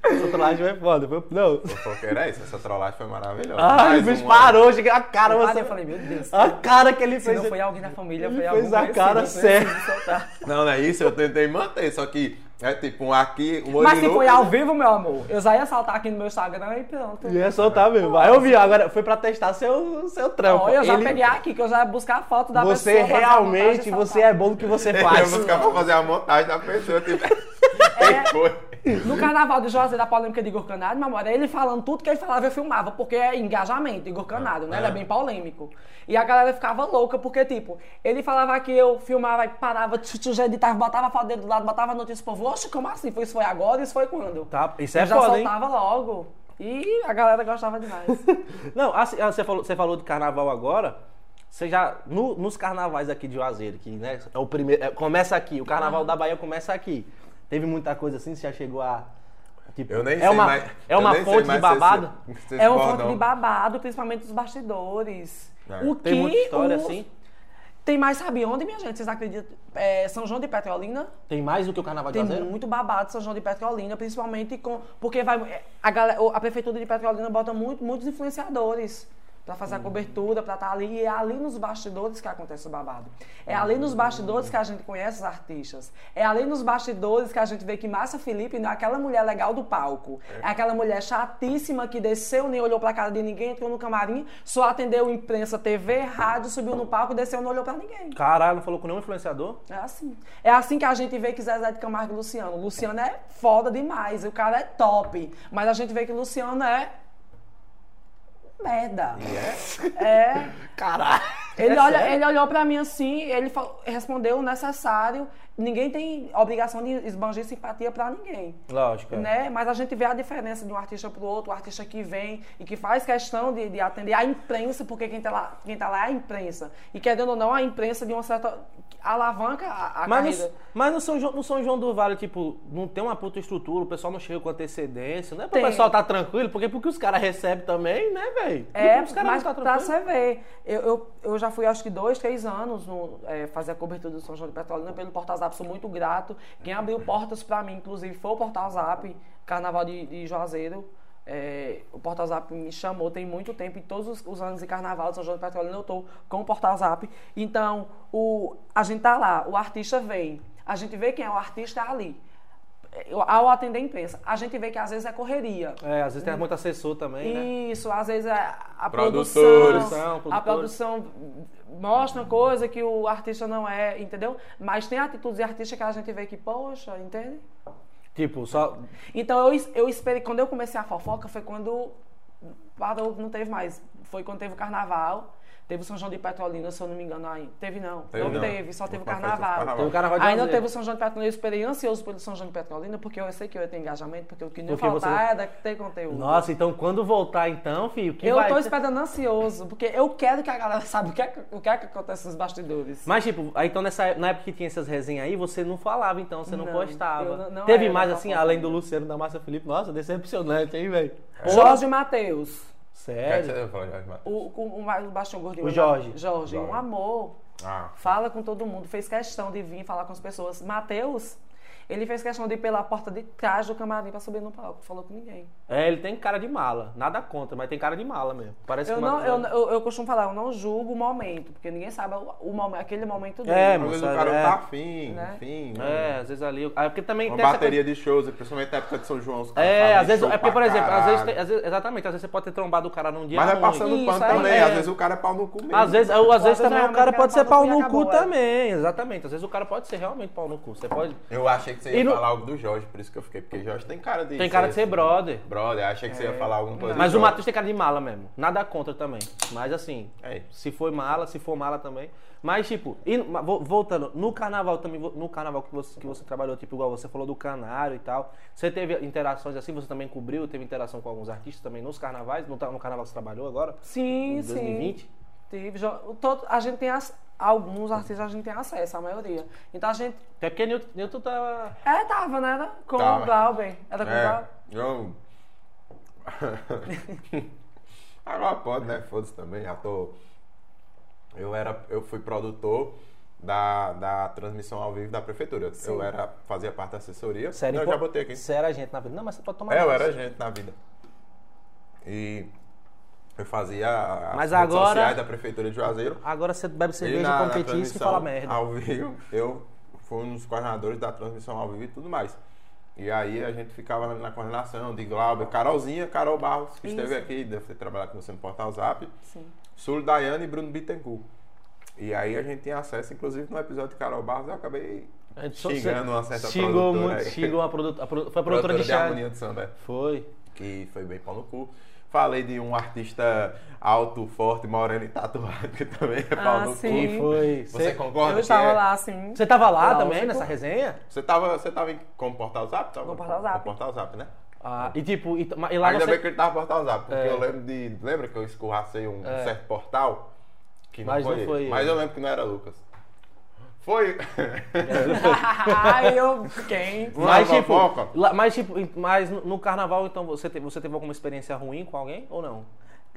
essa trollagem foi é foda. Foi... Não.
Fofoqueira é isso, essa trollagem foi maravilhosa.
Ah, o
Mais
bicho
um
parou, cheguei a cara.
Mas
Você...
eu falei, meu Deus.
A cara que Ah, ele
Se
fez.
não foi alguém da família, foi né?
Ele
alguém
fez a cara séria.
Não, não é isso, eu tentei manter, só que é tipo um aqui, um olho
Mas se
no-
foi ao vivo, meu amor, eu já ia saltar aqui no meu Instagram e pronto.
E é soltar mesmo. Aí eu vi, agora foi pra testar seu, seu trampo.
Ó, eu já
é, Ele-
peguei aqui, que eu já ia buscar a foto da
Você
pessoa. fazer a montagem e
realmente,
saltar.
você é bom do que você
<laughs> Eu
faz.
vou ficar pra fazer a montagem da pessoa,
<laughs>
tipo.
É.
Foi.
No carnaval de Juazeiro, a polêmica de Igor Canário, meu amor, era ele falando tudo que ele falava, eu filmava, porque é engajamento, Igor Canário, né? Ele é bem polêmico. E a galera ficava louca, porque, tipo, ele falava que eu filmava e parava, tch, tch, editava, botava a foto dele do lado, botava a notícia pro povo, oxe, como assim? Foi- Isso foi agora, isso foi quando?
Tá, isso
eu
é
já
foda, hein?
soltava logo. E a galera
<laughs>
gostava demais.
Não, assim, ah, você, falou, você falou de carnaval agora. Você já. no- nos carnavais aqui de Juazeiro, que né, é o primeiro. é, começa aqui, o carnaval da Bahia começa aqui. Teve muita coisa assim, você já chegou a. Tipo,
Eu nem
é
sei
uma,
mais.
É
eu
uma
nem sei
fonte de
mais se esse-
babado.
se esse
é uma
bordão-
fonte de babado, principalmente dos bastidores.
É.
O
Tem
que
muita história
os-
assim.
Tem mais, sabe onde, minha gente? Vocês acreditam? É, São João de Petrolina?
Tem mais do que o carnaval de
Tem
Juazeiro?
muito babado São João de Petrolina, principalmente com. Porque vai. A, galera, a prefeitura de Petrolina bota muito, muitos influenciadores. Pra fazer a cobertura, pra estar ali. E é ali nos bastidores que acontece o babado. É ali nos bastidores que a gente conhece os artistas. É ali nos bastidores que a gente vê que Márcia Felipe não é aquela mulher legal do palco. É, aquela mulher chatíssima que desceu, nem olhou pra cara de ninguém, entrou no camarim, só atendeu imprensa, TV, rádio, subiu no palco, desceu, não olhou pra ninguém.
Caralho, não falou com nenhum influenciador?
É assim. É assim que a gente vê que Zezé de Camargo e Luciano. Luciano é foda demais, o cara é top. Mas a gente vê que Luciano é. merda. É.
<laughs> Caralho.
Ele,
É
olha,
sério?
ele olhou pra mim assim, ele falou- respondeu o necessário. Ninguém tem obrigação de esbanjar simpatia pra ninguém.
Lógico. é.
Né? Mas a gente vê a diferença de um artista pro outro, o artista que vem e que faz questão de, de atender a imprensa, porque quem tá, lá, quem tá lá é a imprensa. E querendo ou não, a imprensa de uma certa. alavanca a, a
Mas,
carreira.
no, mas no, São João, no São João do Vale, tipo, não tem uma puta estrutura, o pessoal não chega com antecedência. Não é pro
Tem.
pessoal tá tranquilo, porque porque os caras recebem também, né, velho?
É,
os caras
mas
não tá
pra
tranquilo.
você ver, eu, eu, eu já fui acho que dois, três anos no, é, fazer a cobertura do São João de Petrolina pelo Portal Zap, sou muito grato. Quem abriu portas pra mim, inclusive, foi o Portal Zap, Carnaval de, de Juazeiro. É, o Portal Zap me chamou tem muito tempo, e todos os, os anos de Carnaval de São João de Petrolina eu tô com o Portal Zap. Então, o, a gente tá lá, o artista vem, a gente vê quem é o artista ali. é, Eu- Ao atender a imprensa, a gente vê que às vezes é correria.
É, às vezes tem muito assessor também, né?
Isso, às vezes a, a produção,
Produtores.
a
Produtores.
produção mostra uma coisa que o artista não é, entendeu? Mas tem atitudes de artista que a gente vê que, poxa, entende?
Tipo, só.
Então eu, es- eu esperei, quando eu comecei a fofoca foi quando parou, não teve mais, foi quando teve o carnaval, teve o São João de Petrolina, se eu não me engano, aí teve não,
Teve
não,
não.
teve, só teve o
Foi uma festa de
carnaval.
Tem um cara vai
Aí não
dizer,
teve o São João de Petrolina, eu esperei ansioso pelo São João de Petrolina, porque eu sei que eu ia ter engajamento, porque o que não ia
Porque você-
faltar era ter conteúdo.
Nossa, então quando voltar, então, filho, que
eu
vai
tô
ter?
esperando ansioso, porque eu quero que a galera saiba o que é, que- o que, é que acontece nos bastidores.
Mas, tipo, aí, então nessa, na época que tinha essas resenhas aí, você não falava, então, você não,
Não,
postava.
eu não- não
Teve
era
mais,
da
assim,
fofoca.
além do Luciano da Márcia Felipe. Nossa, decepcionante, hein, velho?
É.
Jorge Matheus,
Quer que
Sério?
você fala, Jorge Matheus?
o, o, o, ma- o Bastião Gordinho.
O Jorge.
Jorge, um
Jorge.
amor.
Ah,
Fala com todo mundo, fez questão de vir falar com as pessoas. Matheus, ele fez questão de ir pela porta de trás do camarim pra subir no palco, falou com ninguém.
É, ele tem cara de mala. Nada contra, mas tem cara de mala mesmo. Parece
Eu,
que
não,
uma-
eu, eu, eu costumo falar, eu não julgo o momento, porque ninguém sabe o, o momen- aquele momento dele.
É,
às
mano.
vezes
moçada,
o cara
é.
tá afim,
Né?
enfim.
É,
né?
às vezes ali. ah, Porque também
Uma
tem essa
bateria de shows, principalmente na época de São João, os
coisa-
caras
É,
fazem
às vezes.
show
É porque, por
pra
exemplo, às vezes,
caralho.
tem- às vezes- Exatamente, às vezes você pode ter trombado o cara num dia.
Mas vai
ruim.
passando
Isso,
pano
aí
também.
é.
Às vezes o cara é pau no cu mesmo.
Às vezes, ou às vezes
Às vezes
também o
realmente
cara
o cara
pode ser
passa
pau
e
no
acabou,
cu
é.
também, exatamente. Às vezes o cara pode ser realmente pau no cu. Você pode.
Eu achei que você
E
ia
no-
falar algo do Jorge, por isso que eu fiquei. Porque Jorge tem cara de.
Tem cara de ser
assim,
brother.
Brother, achei que você ia falar alguma coisa.
Mas
do
o
Jorge.
Matheus tem cara de mala mesmo. Nada contra também. Mas assim,
É.
se for mala, se for mala também. Mas, tipo, e no- mas vo- voltando, no carnaval também, vo- no carnaval que você, que você trabalhou, tipo, igual você falou do canário e tal. Você teve interações assim, você também cobriu, teve interação com alguns artistas também nos carnavais, no, ta- no carnaval que você trabalhou agora?
Sim,
Em
sim.
2020?
Teve, jo- todo, a gente tem as, alguns artistas, a gente tem acesso, a maioria. Então a gente
Até porque tá Newton, Newton tava.
É, tava, né? Era com
Tava.
o Glauber.
Tá
Era com o
É,
Glauber.
eu. <laughs> Agora pode, né? Foda-se também, já tô. Eu, era, eu fui produtor da, da transmissão ao vivo da prefeitura. Eu era, fazia parte da assessoria.
Sério,
Não, eu
impo-
já botei aqui.
Você era gente na vida. Não, mas você pode tomar.
É, eu
conta.
era gente na vida. E eu fazia as
Mas
redes
agora-
sociais da prefeitura de Juazeiro.
Agora você bebe
E
cerveja,
na- na
come petisco e
transmissão
fala merda.
Ao vivo, <laughs> eu fui um dos coordenadores da transmissão ao vivo e tudo mais. E aí a gente ficava ali na coordenação de Glauber, Carolzinha, Carol Barros, que esteve
Isso.
aqui, deve ter trabalhado com você no Portal Zap,
Sim.
Sul Daiane e Bruno Bittencourt. E aí a gente tinha acesso, inclusive, no episódio de Carol Barros, eu acabei
A gente É, só-
xingando uma certa
xingou
produtora.
muito,
aí. <laughs>
xingou uma produtora. Foi a
Produtora
produtora de
de
chá.
harmonia do samba, é.
Foi.
que foi bem pau no cu. Falei de um artista alto, forte, moreno e tatuado, <laughs> que também é pau
Ah,
no
sim.
cu.
E foi.
Você
Você,
concorda?
eu
que
estava
é?
lá, assim. <laughs>
você tava lá
Lógico.
também nessa resenha?
Você tava, você tava em, com o Portal Zap? Tava
Com o Portal Zap.
Com o Portal Zap, né?
Ah, e tipo, e, ma- e lá
Ainda
você.
bem que ele tava no Portal Zap, porque
É.
eu lembro de... Lembra que eu escorracei um, um
É.
certo portal? Que não
Mas
foi
não
ele.
foi
Mas
ele.
eu lembro que não era Lucas. Foi... <laughs>
Ai, eu. Quem?
Mas
Uma
tipo,
fofoca.
lá- mas tipo, e- mas no no carnaval então você teve, você teve alguma experiência ruim com alguém ou não?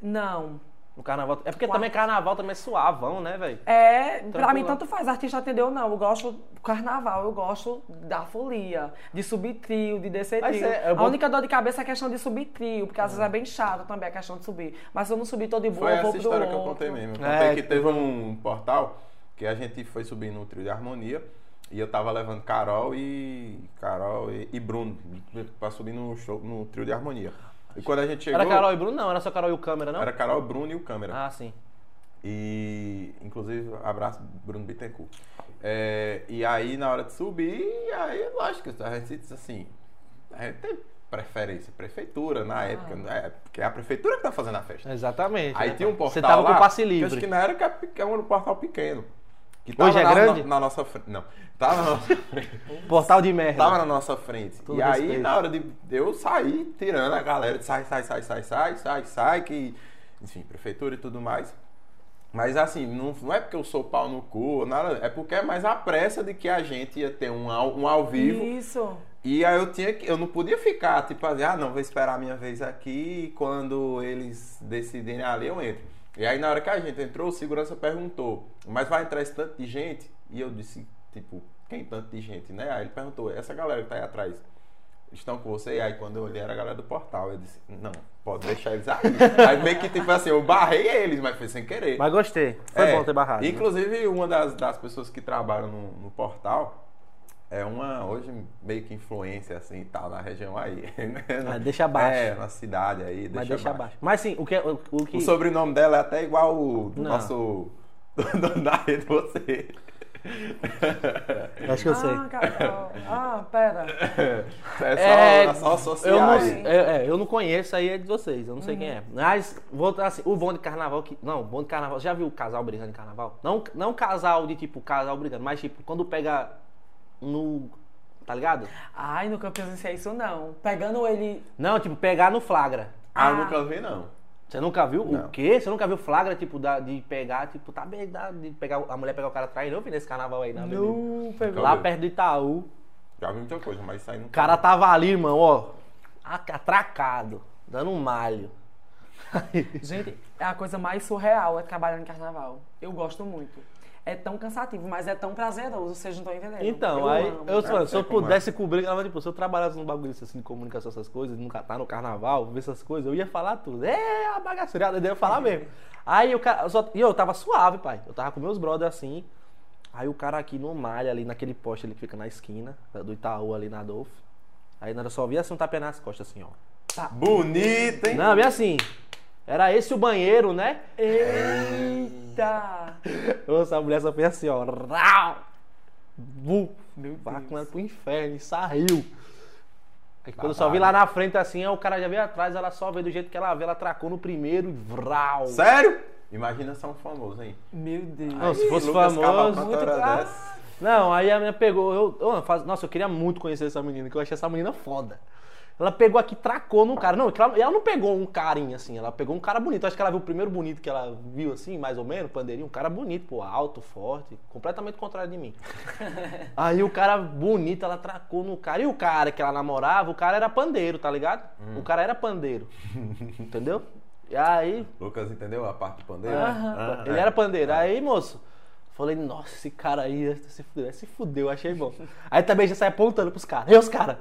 Não.
No carnaval. É porque também carnaval também é suavão, né, velho?
É,
Tranquila.
pra mim tanto faz, artista atendeu ou não. Eu gosto do carnaval, eu gosto da folia, de subir trio, de descer
Mas
trio.
é, eu
a
boto-
única dor de cabeça é a questão de subir trio, porque às vezes é bem chato também a questão de subir. Mas se eu não subir todo de boa,
Foi
eu
essa
vou pro
história que eu
outro.
contei mesmo. Eu
É,
contei que
que
teve um portal que a gente foi subir no trio de harmonia e eu tava levando Carol e. Carol e, e Bruno pra subir no, show, no trio de harmonia. E quando a gente chegou.
Era Carol e Bruno? Não, era só Carol e o câmera, não?
era Carol, Bruno e o câmera.
Ah, sim.
E, inclusive, abraço Bruno Bittencourt. É, e aí, na hora de subir, aí, lógico, a gente disse assim, a gente tem preferência, prefeitura
Ah.
na época, né? porque é a prefeitura que tá fazendo a festa.
Exatamente.
Aí
né,
tinha um
pô?
portal
Você tava
lá,
com passe
que acho que
livre.
na época era que era um portal pequeno. Que tava
Hoje é
na,
grande?
Na, na nossa frente, não, tava na nossa <laughs> frente.
Portal de merda.
Tava na nossa frente.
Todo
e aí,
respeito.
na hora de eu sair, tirando a galera, de sai, sai, sai, sai, sai, sai, sai, que. Enfim, prefeitura e tudo mais. Mas assim, não, não é porque eu sou pau no cu, ou nada, é porque é mais a pressa de que a gente ia ter um ao, um ao vivo.
Isso.
E aí eu tinha que. Eu não podia ficar, tipo assim, ah, não, vou esperar a minha vez aqui e quando eles decidirem ali eu entro. E aí na hora que a gente entrou, o segurança perguntou, mas vai entrar esse tanto de gente? E eu disse, tipo, quem tanto de gente, né? Aí ele perguntou, essa galera que tá aí atrás. Estão com você? E aí quando eu olhei era a galera do portal. Eu disse, não, pode deixar eles aí. aí meio que tipo assim, eu barrei eles, mas foi sem querer.
Mas gostei. Foi
É,
bom ter barrado. né?
Inclusive, uma das, das pessoas que trabalham no, no portal é uma, hoje, meio que influência, assim, e tal, na região aí. <laughs> né?
Ah, deixa abaixo.
É, na cidade aí, deixa,
Mas deixa abaixo. Mas sim, o que. é- O, o que...
O sobrenome dela é até igual o do
Não.
nosso... <laughs> do- da rede você. <laughs>
Acho que eu sei.
Ah, Carol. Ah, pera.
É só, só social.
eu não,
aí.
é, é, eu não conheço, aí é de vocês, eu não sei quem é. Mas, vou, assim, o bom de carnaval que. Não, o bom de carnaval. Já viu o casal brigando em carnaval? Não, não casal de tipo casal brigando, mas tipo, quando pega no. Tá ligado?
Ai, nunca presenciei isso não. Pegando ele.
Não, tipo, pegar no flagra.
Ah,
Ah.
eu nunca vi, não.
Você nunca viu
Não.
o quê? Você nunca viu flagra, tipo, da- de pegar, tipo, tá bem, da- de pegar a mulher pegar o cara atrás, não vi nesse carnaval aí, não.
Nu, pegou.
Lá
vi.
perto do Itaú.
Já vi muita coisa, mas isso aí não...
O cara tava ali, irmão, ó, atracado, dando um malho.
<laughs> Gente, é a coisa mais surreal é trabalhar em carnaval. Eu gosto muito. É tão cansativo, mas é tão prazeroso, vocês não estão entendendo.
Então,
é, eu
aí,
amo.
eu,
Não
mano, se eu
sei como é.
pudesse cobrir, ela, tipo, se eu trabalhasse num bagulho desse, assim, de comunicação, essas coisas, nunca tá no carnaval, ver essas coisas, eu ia falar tudo. É, a bagaceirada, eu ia falar
<laughs>
mesmo. Aí o cara, só, e eu tava suave, pai, eu tava com meus brothers assim, aí o cara aqui no malha, ali naquele poste ali que fica na esquina, do Itaú ali na Adolfo, aí nada, eu só via assim um tapé nas costas, assim, ó.
Bonita, hein?
Não, e assim, era esse o banheiro, né?
Eita!
Nossa, a mulher só fez assim, ó. Rau! Bu! Vacuando pro inferno e saiu. Aí quando eu só vi lá na frente assim, ó, o cara já veio atrás, ela só veio do jeito que ela veio, ela tracou no primeiro e vral.
Sério? Imagina são famosos, hein?
Meu Deus.
Não, se
Ih,
fosse
Lucas
famoso,
Cavalcante,
muito
hora
caro.
dessa.
Não, aí a menina pegou. Eu, eu faz- nossa, eu queria muito conhecer essa menina, que eu achei essa menina foda. Ela pegou aqui, tracou no cara. Não, e ela, e ela não pegou um carinha assim, ela pegou um cara bonito. Eu Acho que ela viu o primeiro bonito que ela viu assim, mais ou menos, pandeirinho. Um cara bonito, pô, alto, forte, completamente contrário de mim. aí o cara bonito, ela tracou no cara. E o cara que ela namorava, o cara era pandeiro, tá ligado? O cara era pandeiro. entendeu? E aí,
Lucas entendeu a parte do pandeiro?
Aham. Ele era pandeiro. Aí, moço, falei, nossa, esse cara aí se fudeu, se fudeu, achei bom. Aí também já sai apontando pros caras. E os caras?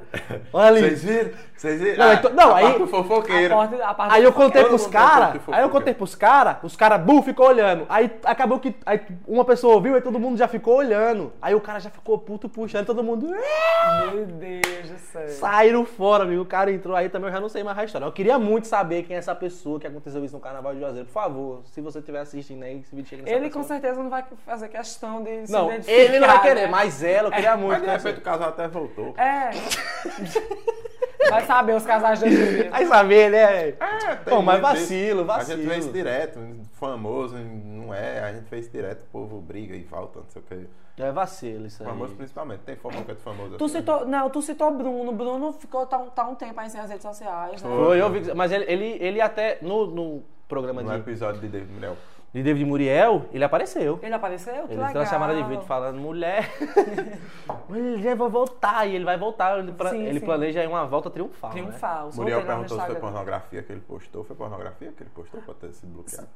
Olha ali.
Vocês viram? Vocês viram? Ah,
Não, então- não,
a
aí-
parte do fofoqueiro.
A porta- a parte-
Aí eu contei
Todo
pros
mundo contou
caras,
que foi
aí eu
fudeu.
contei pros caras, os caras, bu, ficou olhando. Aí acabou que aí uma pessoa ouviu e todo mundo já ficou olhando. Aí o cara já ficou puto puxando, todo mundo. "Ah!"
Meu Deus do céu.
Saíram fora, amigo. O cara entrou aí também, eu já não sei mais a história. Eu queria muito saber quem é essa pessoa que aconteceu isso no Carnaval de Juazeiro. Por favor, se você estiver assistindo aí, se chega nessa
Ele
pessoa.
com certeza não vai fazer questão de se
Não,
identificar.
ele não vai querer,
né?
mas ela, eu queria
Mas é,
muito.
de
né?
repente o casal até voltou.
É. vai saber os casais de hoje em dia.
Aí saber, né?
É, tem
Pô, mas
muito
vacilo,
disso. A gente
vacilo.
vê isso direto, famoso, não é, a gente vê isso direto, o povo briga e volta, não sei o que.
É vacilo isso aí.
Famoso principalmente, tem fofoca de famoso.
Tu
assim, né?
citou, não, tu citou Bruno. Bruno ficou tá, um- tá um tempo aí sem as redes sociais, né?
Foi, eu vi, que- mas ele, ele, ele até no, no programa
né? No
de,
episódio de David Muriel.
de David Muriel, ele apareceu.
Ele apareceu? Que
Ele
legal.
entrou na chamada de vídeo falando,
<laughs>
mulher, mulher, vou voltar. E ele vai voltar, ele, pla-
Sim,
ele
sim.
planeja aí uma volta triunfal, né?
Triunfal.
Muriel
solteiro lá no
perguntou se foi
Instagram.
pornografia que ele postou. Foi pornografia que ele postou pra ter sido bloqueado?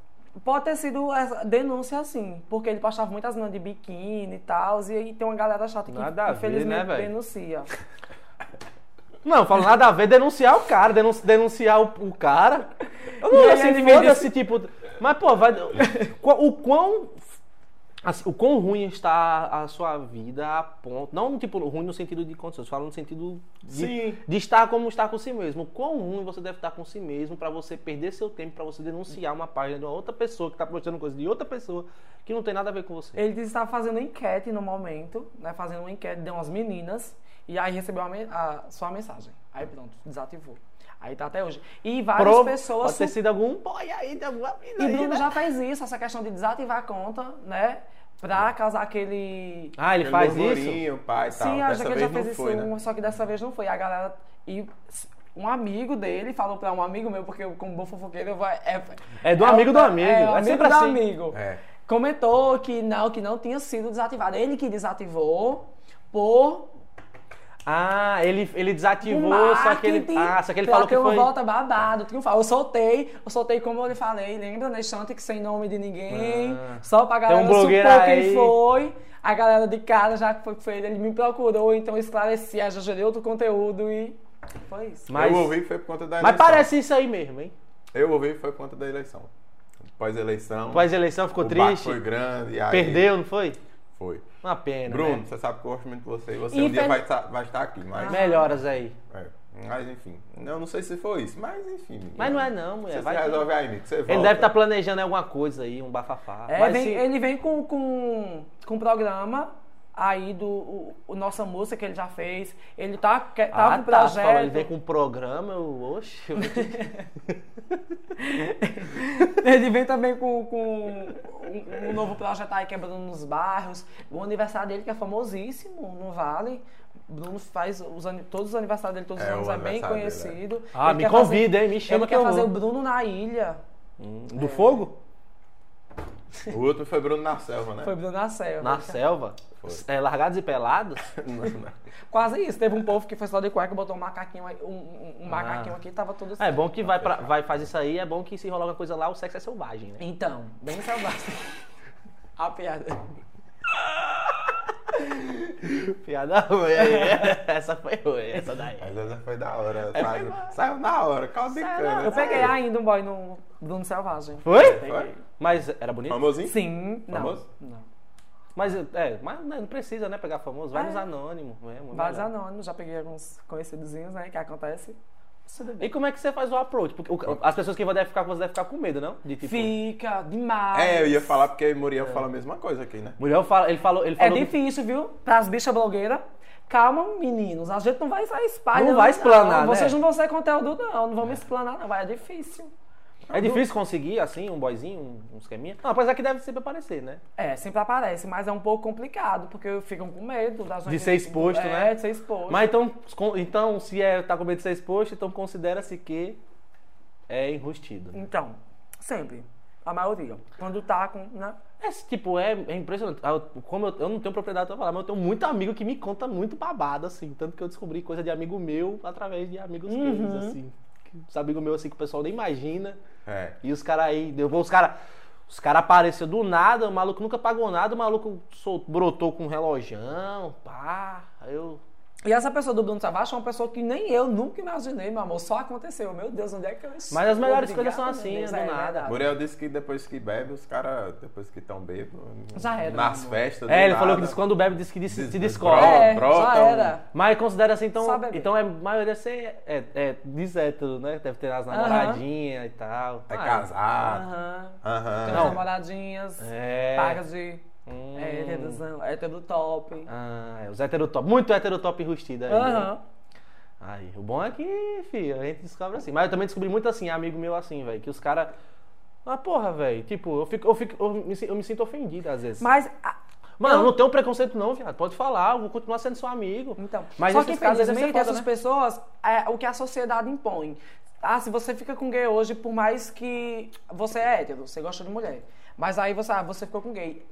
Pode ter sido essa denúncia, assim, porque ele postava muitas meninas de biquíni e tal, e aí tem uma galera chata que
Nada a ver,
infelizmente
né, velho?
denuncia.
Não, falo nada a ver denunciar o cara, denun- denunciar o, o cara. Eu
E
não
aí
assim,
ele me
foda-se, tipo. Mas, pô, vai. qu- O quão. assim, o quão ruim está a sua vida a ponto. Não, tipo, ruim no sentido de condições, falo no sentido de,
Sim.
de estar como está com si mesmo. O quão ruim você deve estar com si mesmo pra você perder seu tempo, pra você denunciar uma página de uma outra pessoa que tá postando coisa de outra pessoa que não tem nada a ver com você.
Ele disse que estava fazendo enquete no momento, né? Fazendo uma enquete de umas meninas. E aí recebeu a, me- a sua mensagem. Aí pronto, desativou. Aí tá até hoje. E várias
Pro-
pessoas.
Pode ter
su-
sido algum boy aí de alguma mina
E
aí,
Bruno
né?
já fez isso, essa questão de desativar a conta, né? Pra causar aquele.
Ah, ele
Aquele
faz isso?
burburinho, Pai, e tal.
Sim, a
Dessa
Jaqueline
vez
já
não
fez isso,
foi, né?
um, só que dessa vez não foi. A galera. E um amigo dele falou pra um amigo meu, porque eu, como bom fofoqueiro, eu vou. É,
É do amigo do amigo, é
o amigo
sempre
do
assim.
amigo.
É.
Comentou que não, que não tinha sido desativado. Ele que desativou por.
Ah, ele, ele
um
desativou, só que
marketing,
ele. Ah, só que ele
pra
falou que
ter uma
foi.
volta babado, triunfal. Eu soltei, eu soltei como eu lhe falei, lembra, né? Chante que sem nome de ninguém,
Ah.
só pra galera
um blogueiro
supor
aí.
quem foi. A galera de cara, já que foi, foi ele, ele me procurou, então eu esclareci, aí já gerei outro conteúdo e foi isso.
Mas,
Eu ouvi que foi por conta da eleição.
mas parece isso aí mesmo, hein?
Eu ouvi que foi por conta da eleição. Pós-eleição.
Pós-eleição ficou
o barco
triste.
foi grande. e aí
Perdeu, não foi?
Foi.
Uma pena.
Bruno,
né?
você sabe que eu gosto muito de você e você um
Infel-
dia vai, estar- vai estar aqui, mas.
Melhoras aí.
é, mas enfim. Eu não sei se foi isso, mas enfim.
Mas não é não, mulher.
Você
Vai
se
que-
resolve aí, Nico. Você volta.
Ele deve tá estar planejando alguma coisa aí, um bafafá.
É,
Mas
vem-
se-
Ele vem com, com, com um programa aí do o, o Nossa Música que ele já fez. Ele tá, que, tá
Ah,
com um
tá, você
projeto.
falou, ele vem com um programa, eu. Oxe, eu vou te-
<laughs> Ele vem também com, com um, um novo projeto aí quebrando nos bairros. O aniversário dele que é famosíssimo no Vale. Bruno faz os, ani- todos os aniversários dele, todos os
É,
anos
o
é bem
aniversário dele,
conhecido.
Ah,
<laughs> Ele
me
quer
convida, hein? Me
fazer-
chama
Ele
que
quer
eu
fazer
vou. Hum,
o Bruno na ilha.
Do fogo?
O último foi Bruno na selva, né?
Foi Bruno na Serra.
Na selva? É, largados
<laughs>
e pelados?
Não, não.
Quase isso. Teve um povo que foi só de cueca, botou um macaquinho, aí- um, um- um
Ah.
macaquinho aqui, tava tudo
Ah, é
certo.
bom que vai, pra, vai fazer isso aí, é bom que se rolar alguma coisa lá, o sexo é selvagem, né?
Então, bem selvagem. <laughs> A piada.
Piada <laughs> ruim aí. Essa foi ruim, essa daí.
Mas essa foi da hora.
É
saiu, saiu na hora, caldo de cana. né?
Eu peguei
saiu.
ainda um boy no Bruno Selvagem.
Foi?
Foi?
Mas era bonito?
Famosinho?
Sim, não.
Famoso?
Não.
Mas, é, mas né, não precisa, né, pegar famoso. Vai
É.
nos anônimos mesmo. né,
Vários
melhor.
anônimos, já peguei alguns conhecidozinhos, né? Que acontece. Mas tudo bem.
E como é que você faz o approach? Porque o- as pessoas que vão deve ficar com você devem ficar com medo, não? De tipo.
Fica
Ah,
demais.
É, eu ia falar porque Muriel
É.
fala a mesma coisa aqui, né?
Mulher fala, ele falou, ele
É
falou.
difícil, viu? Para as bichas blogueiras. Calma, meninos. A gente não vai sair espalhando.
Não vai explanar,
não. Vocês
né?
não vão ser conteúdo, não. Não vamos explanar, não. Vai, é difícil.
é difícil conseguir, assim, um boyzinho, um, um esqueminha. Não, apesar que deve sempre aparecer, né?
É, sempre aparece, mas é um pouco complicado, porque ficam com medo das
De ser exposto,
é,
né?
de ser exposto.
Mas então, con- então se é, tá com medo de ser exposto, então considera-se que é enrustido. né?
Então, sempre. A maioria. Quando tá com. Né?
É, tipo, é, é impressionante. Ah, eu- Como eu, eu não tenho propriedade pra falar, mas eu tenho muito amigo que me conta muito babado, assim. Tanto que eu descobri coisa de amigo meu através de amigos
Uhum.
gays, assim. Que- Os amigos meus, assim, que o pessoal nem imagina.
É.
E os caras aí, deu, os caras. Os caras apareceram do nada, o maluco nunca pagou nada, o maluco sol- brotou com um relojão, pá. Aí eu.
E essa pessoa do Bruno Savage é uma pessoa que nem eu nunca imaginei, meu amor. Só aconteceu. Meu Deus, onde é que eu estou?
Mas as melhores coisas são
Obrigada,
assim,
meu Deus,
né, do
é
nada.
verdade.
Muriel disse que depois que bebe, os caras, depois que estão bêbados,
Já era,
nas
meu amor.
festas.
É,
do
ele falou que
nada,
disse, quando bebe, disse que disse,
des-
se
brotam,
descola.
É, já
brotam.
era.
Mas considera-se então.
Só beber.
Então é maioria ser é, é, diz hétero, né? Deve ter as namoradinhas e tal.
É
Ah,
casado.
Aham.
Aham.
Tem
Não.
as namoradinhas,
É.
pagas de
Hum.
é, heterosão, hétero top.
Ah, é, os heterotop. Muito heterotop enrustido aí. né?
Aham.
Aí, o bom é que, filho, a gente descobre assim. Mas eu também descobri muito assim, amigo meu assim, velho, que os caras. Ah, porra, velho. Tipo, eu fico, eu fico, eu me, si- eu me sinto ofendido às vezes.
Mas, ah,
Mano, eu não tenho preconceito, não, viado. Pode falar, eu vou continuar sendo seu amigo.
então,
Mas
só que
esses caras, às vezes, é
infelizmente
foda,
essas
né?
pessoas, é o que a sociedade impõe. Ah, se você fica com gay hoje, por mais que você é hétero, você gosta de mulher, mas aí você, ah, você ficou com gay.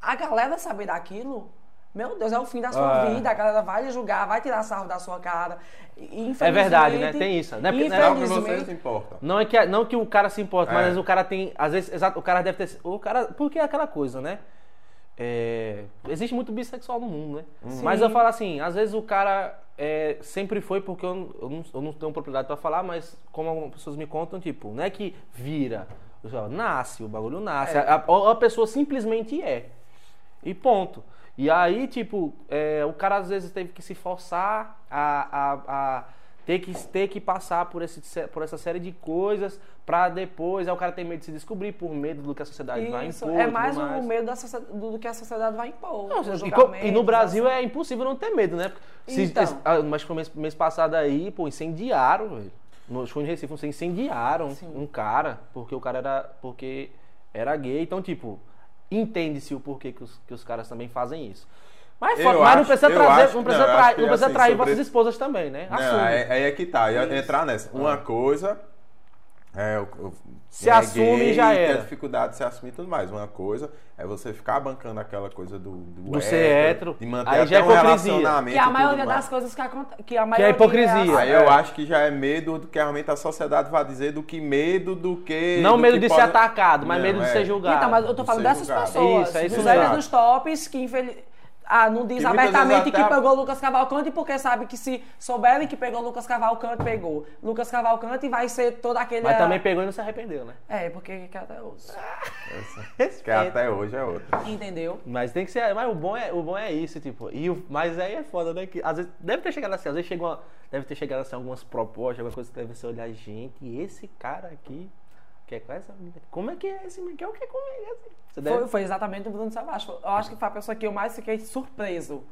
A galera saber daquilo Meu Deus, é o fim da sua
É.
vida, a galera vai lhe julgar, vai tirar sarro da sua cara. E,
É verdade, né?
infelizmente-
Tem isso, né? Porque-
Não É que você
infelizmente-
se importa.
Não é que, não que o cara se importa, mas
É.
às vezes o cara tem. Às vezes, exato, o cara deve ter. O cara. Porque é aquela coisa, né? É, existe muito bissexual no mundo, né?
Uhum.
Mas eu falo assim, às vezes o cara é, sempre foi, porque eu, não- eu não, eu não tenho propriedade pra falar, mas como algumas pessoas me contam, tipo, não é que vira. Eu falo, Nasce, o bagulho nasce.
É.
A, a- a pessoa simplesmente é. E ponto. E aí, tipo, é, o cara às vezes teve que se forçar a, a, a ter, que, ter que passar por, esse, sé- por essa série de coisas pra depois. Aí o cara tem medo de se descobrir por medo do que a sociedade vai
Isso,
impor.
é
tudo
mais o medo da socie- do do que a sociedade vai impor.
Não, e co-
os
e no
julgamentos,
Brasil é impossível não ter medo, né? Se,
assim. Então.
esse- ah, mas foi mês, mês passado aí, pô, incendiaram, velho. No show em Recife, você incendiaram
Sim.
um cara, porque o cara era. Porque era gay. Então, tipo, entende-se o porquê que os, que os caras também fazem isso. Mas,
Eu
foda, mas não
acho-
precisa
eu
trazer.
acho-
não precisa,
não, eu
tra-
acho que,
não precisa
assim,
trair
sobre-
vossas esposas também, né? Assume.
Não, é, aí é que tá, ia entrar nessa. Uma coisa. É, o- o-
Ah. Se
quem é
assume,
gay,
já
tem
era.
a dificuldade de se assumir e tudo mais. Uma coisa é você ficar bancando aquela coisa do. Do,
Do ser hétero.
De manter
Aí
até
já é
um
hipocrisia.
relacionamento.
Que a
e tudo
maioria
mais.
das coisas que acontece. Que a
Que é
maioria.
hipocrisia.
Aí eu
É.
acho que já é medo do que realmente a sociedade vai dizer do que medo do que.
Não
do
medo
que
de
pode-
ser atacado, mas
Não,
medo de
é.
ser julgado.
Então, mas eu tô
Não
falando
sei
dessas
julgar.
pessoas.
Isso, é isso
dos
mesmo.
héteros dos tops que infeliz... Ah, não diz
Que muitas
abertamente
vezes
que
até-
pegou Lucas Cavalcante, porque sabe que se souberem que pegou Lucas Cavalcante, pegou. Lucas Cavalcante vai ser todo aquele.
Mas também pegou e não se arrependeu, né?
É, porque que até hoje.
Que até hoje é outra.
Entendeu?
Mas tem que ser. Mas o bom é, o bom é isso, tipo. E o, mas aí é foda, né? Que às vezes deve ter chegado assim, às vezes chega uma- deve ter chegado assim algumas propostas, alguma coisa que deve ser olhar, gente, esse cara aqui. Que é com essa menina? Como é que é esse menino? Que é o que é como é esse? Você, deve-
Foi, foi exatamente o Bruno Sebastião. Eu acho que foi a pessoa que eu mais fiquei surpreso.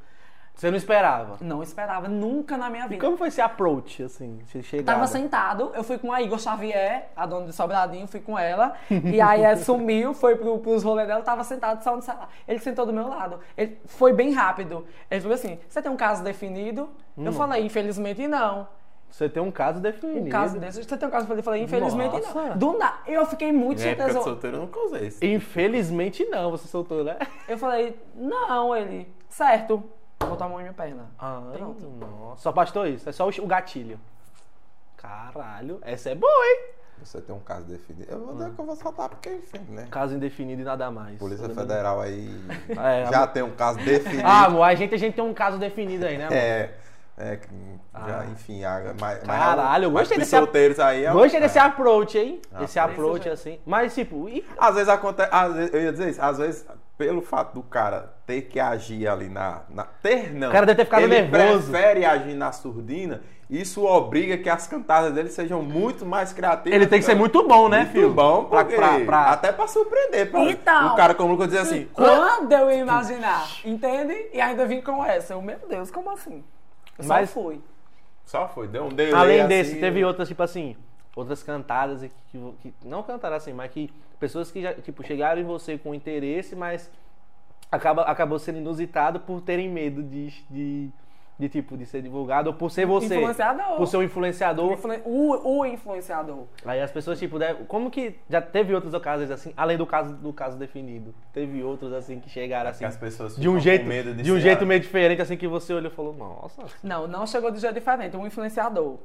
você não esperava.
Não esperava, nunca na minha
E
vida.
como foi esse approach, assim? Você chegada?
Tava sentado, eu fui com a Igor Xavier, a dona de Sobradinho, fui com ela. E aí ela sumiu, foi pro, pros rolê dela, tava sentado só no celular. Ele sentou do meu lado. Ele foi bem rápido. Ele falou assim: você tem um caso definido? Eu falei, infelizmente não.
Você tem um caso definido.
Um caso desse. Você tem um caso definido? Eu falei, infelizmente
Nossa.
não. Do na... Eu fiquei muito
Minha época de
surpresa.
solteiro eu não causei isso.
Infelizmente não, você soltou, né?
Eu falei, não, ele. Certo. Botou a mão em minha perna.
<laughs> Ai,
Ah, Pronto.
Nossa. Só bastou isso, é só o o gatilho. Caralho, essa é boa, hein?
Você tem um caso definido. Eu vou dizer que eu vou soltar porque, enfim, né?
Ah. Um Caso indefinido e nada mais.
Polícia
Tudo bem?
Federal aí
<laughs> É,
já tem um caso definido.
Ah, amor, a gente, a gente tem um caso definido aí, né, amor?
É. É, que já, enfim, a, mas,
Ah. Caralho, eu gostei desse-
desse solteiros aí. é-
Gostei desse approach, hein?
Ah,
Esse
tá.
approach, assim. Mas, tipo, e-
Às vezes acontece, às vezes- eu ia dizer isso, às vezes pelo fato do cara ter que agir ali na, na ter não.
O cara deve ter ficado
ele
nervoso.
prefere agir na surdina, isso obriga que as cantadas dele sejam muito mais criativas.
ele tem que ser muito bom, né,
muito
filho?
bom,
pra,
porque-
pra, pra-
até pra surpreender, pra
Então.
o cara como o Lucas dizer assim,
Quando eu ia imaginar, entende? E ainda vim com essa. Eu, meu Deus, como assim? Eu só
Mas-
fui.
só foi, deu um delay
Além
assim,
desse, teve outras, tipo assim, outras cantadas e que, que- Não cantadas assim, mas que. Pessoas que já, tipo, chegaram em você com interesse, mas acaba, acabou sendo inusitado por terem medo de. de de, tipo, de ser divulgado, ou por ser você.
Influenciador.
Por ser um influenciador.
Influen- O, o influenciador.
Aí as pessoas, tipo, deve- como que já teve outros ocasiões assim, além do caso do caso definido, teve outros assim que chegaram assim,
É que as pessoas
de um
ficam
jeito,
com medo
de,
de
um
ser-
jeito meio diferente assim que você olhou e falou, nossa,
Não, não chegou de jeito diferente. Um influenciador.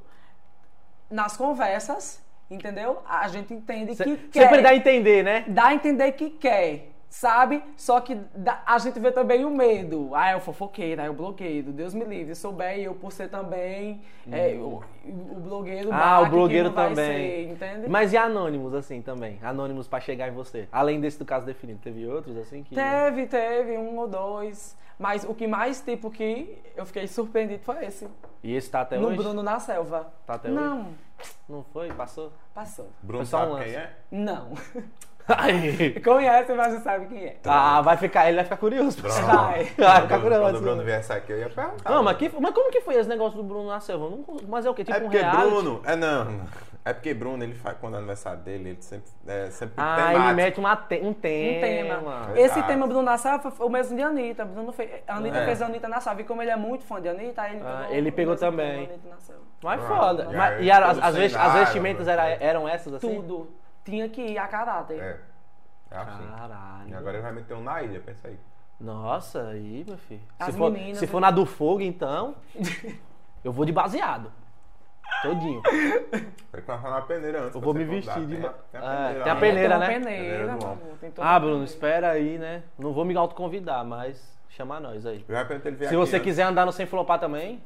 Nas conversas, entendeu? A gente entende
se-
que é?"
sempre
quer.
dá a entender, né?
Dá a entender que quer, sabe? Só que dá- a gente vê também o medo. Ah, eu fofoqueiro, ah, eu blogueiro. Deus me livre. Sou bem, eu por ser também. é, o, o blogueiro.
Uhum. Ah,
baque,
o
que
blogueiro
não vai
também.
ser, entende?
Mas e anônimos assim também, anônimos pra chegar em você. Além desse do caso definido, teve outros assim que
Teve, teve, um ou dois. Mas o que mais, tipo, que eu fiquei surpreendido foi esse.
e esse tá até
no
hoje,
Bruno na Selva.
tá até hoje.
Não,
Não foi, passou.
<laughs> passou.
Bruno
Foi só um
sabe quem
lance.
é?
Não. <laughs>
Aí.
Conhece, mas não sabe quem é.
Ah, vai ficar, ele vai ficar curioso.
Droga.
Vai.
Vai ficar
Quando, quando
curioso.
o Bruno viesse aqui, eu ia perguntar.
Não, mas, que- mas como que foi esse negócio do Bruno na selva? Eu não consigo- mas é o quê? Tipo
é
um
porque
reality?
Bruno. É não. É porque Bruno, ele faz quando é aniversário dele, ele sempre. É, sempre
Ah,
temático.
ele mete uma te- um tema.
Um tema.
Exato.
Esse tema Bruno na Selva foi o mesmo de Anitta. Bruno fe... A Anitta
É.
fez a Anitta na Selva. E como ele é muito fã de Anitta, aí ele
Ah,
pegou,
ele
o
pegou
mesmo
também.
tema, Anitta na Selva.
Mas
Ah,
foda.
e
Mas-
aí,
e era-
todo
as, as vesti- as
cenário,
vestimentas
né?
era- eram essas assim?
Tudo. Tinha que ir a caráter.
É. É assim.
Caralho.
E agora ele vai meter um na ilha, pensa aí.
Nossa, aí, meu filho.
As
se for,
meninas,
se
né?
for na do fogo, então. eu vou de baseado. Todinho.
Tem que
<laughs>
passar na peneira antes.
Eu
pra
vou
você
me
convidar.
vestir de
Tem a-
ma-
Tem
É,
a peneira.
tem a
lá. Peneira
peneira. né?
tem uma
é
peneira,
do
meu
homem.
amor. Tem toda
Ah,
uma
Bruno,
peneira.
espera aí, né? Não vou me autoconvidar, mas chama nós aí.
De repente ele vem
Se
aqui,
você
né?
quiser andar no sem flopar
<laughs>
também,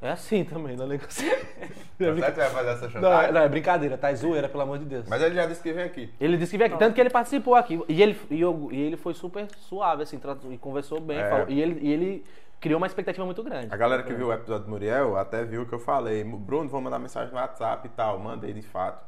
é assim também, não é negócio. É
Tá certo
brinca-
que vai fazer essa
Não,
chantagem?
não, é brincadeira, tá? É zoeira, pelo amor de Deus.
Mas ele já disse que vem aqui.
Ele disse que veio aqui, tanto que ele participou aqui. E ele, e eu- e ele foi super suave, assim, tratou- e conversou bem.
É.
falou- e, ele, e ele criou uma expectativa muito grande.
A galera que viu o episódio do Muriel até viu o que eu falei. Bruno, vou mandar mensagem no WhatsApp e tal. Mandei de fato.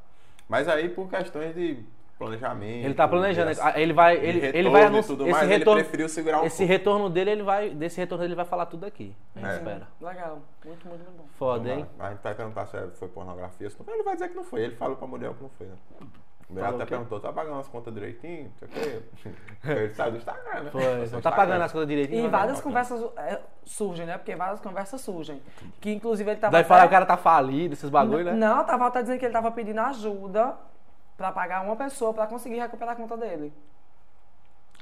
Mas aí por questões de planejamento.
Ele tá planejando,
de-
ele vai,
de
ele, ele
retorno
vai
e
anunciar
tudo
esse
mais,
retorno,
Ele preferiu segurar um
esse
pouco.
retorno dele, ele vai, desse retorno dele, ele vai falar tudo aqui. A gente
É.
espera.
Legal. Muito, muito, muito bom.
Foda, hein?
A gente vai perguntar se foi pornografia. se não foi. Ele vai dizer que não foi. Ele falou pra Muriel que não foi, né? O Muriel
Falou
até
o quê?
perguntou, tá pagando as contas direitinho? Não sei o quê. <laughs> Ele saiu do Instagram, né?
Foi. Não tá pagando as coisas direito.
E
não, né?
várias
não.
conversas é, surgem, né? Porque várias conversas surgem. Que inclusive ele tava.
Daí falar que o cara
até-
tá falido, esses bagulho, né?
Não, tava até dizendo que ele tava pedindo ajuda pra pagar uma pessoa pra conseguir recuperar a conta dele.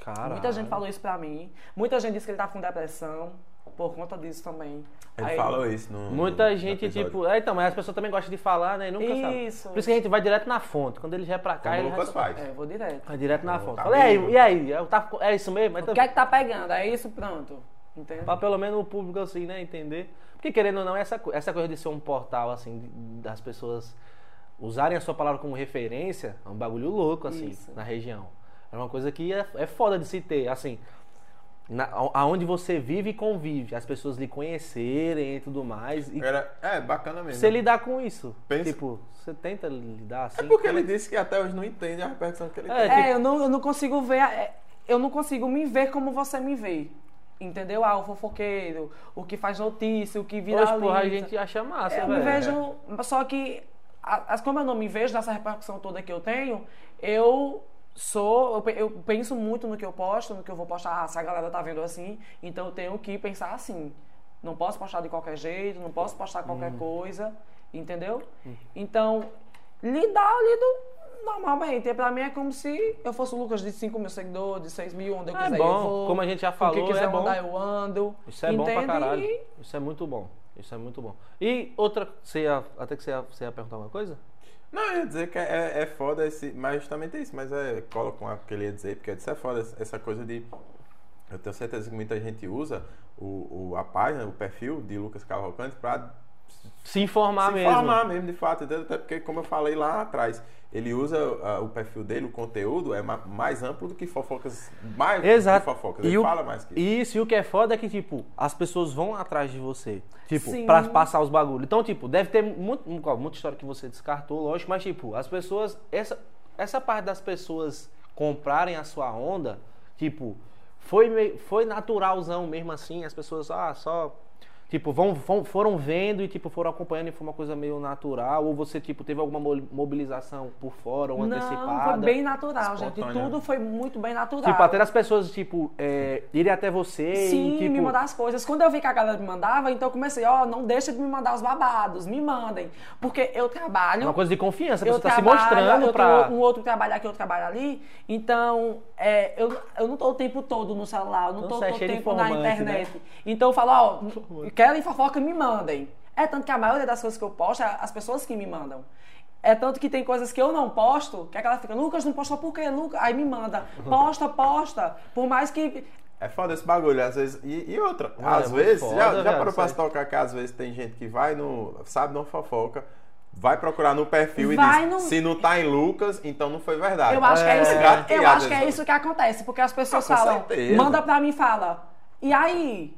Caralho.
Muita gente falou isso pra mim. Muita gente disse que ele tava com depressão por conta disso também.
Ele
Aí-
falou isso no.
Muita
no
gente,
episódio.
tipo. É, então, mas as pessoas também gostam de falar, né? E nunca sabe.
Isso.
Por isso que a gente vai direto na fonte. Quando ele já é pra cá,
Como o
ele
Lucas
já...
faz.
É, eu vou direto.
Vai direto na
Não,
fonte.
tá
Fala, e aí,
vivo.
e aí? Eu tava- É isso mesmo? Então,
O que é que tá pegando? É isso, pronto. Entendeu?
Pra pelo menos o público, assim, né, entender. Porque, querendo ou não, essa, co- essa coisa de ser um portal, assim, de- das pessoas usarem a sua palavra como referência, é um bagulho louco, assim,
Isso.
na região. É uma coisa que é, é foda de se ter, assim. na- a- aonde você vive e convive, as pessoas lhe conhecerem e tudo mais. E
Era, é, bacana mesmo.
você lidar com isso.
Pensa-
Tipo, você tenta lidar assim.
É porque ele disse que até hoje não entende a repercussão que ele
É,
tem.
tipo-
É, eu não, eu não consigo ver. a- é, Eu não consigo me ver como você me vê. Entendeu? Ah, o fofoqueiro, o que faz notícia, o que viraliza.
Hoje, porra, a gente acha massa,
É, Eu me
velho.
vejo. Só que, a- as- como eu não me vejo nessa repercussão toda que eu tenho, eu sou. Eu, pe- eu penso muito no que eu posto, no que eu vou postar. Ah, se a galera tá vendo assim, então eu tenho que pensar assim. Não posso postar de qualquer jeito, não posso postar qualquer
Uhum.
coisa, entendeu? Então, lidar, eu lido normalmente. E Pra mim é como se eu fosse o Lucas de 5 mil seguidores, de 6 mil, onde eu
Ah, é
quiser eu
bom.
vou.
Como a gente já
O
falou,
que quiser
é bom.
mandar eu ando.
Isso é bom pra
entende?
caralho.
E
Isso é muito bom. Isso é muito bom. E outra. Você ia, até que você ia, você ia perguntar alguma coisa?
Não, eu ia dizer que é, é foda esse. Mas justamente isso, mas é, cola com o que ele ia dizer, porque eu disse é foda essa- essa coisa de. Eu tenho certeza que muita gente usa o, o- a página, o perfil de Lucas Cavalcante pra
Se informar
se
mesmo.
informar mesmo, de fato. entendeu? Até porque, como eu falei lá atrás, ele usa ah, o perfil dele, o conteúdo é ma- mais amplo do que fofocas. Mais do
Exato.
que fofocas. Ele
o-
fala mais que isso.
Isso, e o que é foda é que, tipo, as pessoas vão atrás de você. Tipo,
Sim.
pra passar os bagulhos. Então, tipo, deve ter muito, mu- muita história que você descartou, lógico, mas, tipo, as pessoas. Essa, essa parte das pessoas comprarem a sua onda, tipo, foi, meio- foi naturalzão mesmo assim. As pessoas, ah, só. Tipo, vão, vão- foram vendo e, tipo, foram acompanhando e foi uma coisa meio natural. Ou você, tipo, teve alguma mo- mobilização por fora ou
Não,
antecipada.
foi bem natural, gente.
Espontânea.
Tudo foi muito bem natural.
Tipo, até as pessoas, tipo, é, irem até você
Sim,
e, tipo...
me mandar as coisas. Quando eu vi que a galera me mandava, então eu comecei, ó, não deixa de me mandar os babados, me mandem. Porque eu
É
trabalho.
uma coisa de confiança,
eu
você tá se
trabalho,
mostrando
eu
pra...
tenho um outro trabalho aqui, outro trabalho ali. Então, é, eu, eu não tô o tempo todo no celular, eu não
Então
tô
você é
todo o
cheio de
tempo na
informante, né?
internet. Então eu falo, ó, querem fofoca, me mandem. É tanto que a maioria das coisas que eu posto é as pessoas que me mandam. É tanto que tem coisas que eu não posto, que a galera fica, Lucas, não postou por quê, Lucas? Aí
<laughs>
me manda, posta, posta. Por mais que
É foda esse bagulho, às vezes. E, e outra,
Ah, é
às
muito
vezes,
foda,
já, já
velho,
parou pra
isso
se tocar que às vezes tem gente que vai no. sabe numa fofoca, vai procurar no perfil
Vai
e diz:
no-
se não tá em Lucas, então não foi verdade.
Eu acho que é isso,
Gatilhado,
eu acho que é
exato.
isso que acontece, porque as pessoas
Ah, com
falam,
certeza.
manda pra mim e fala. E aí?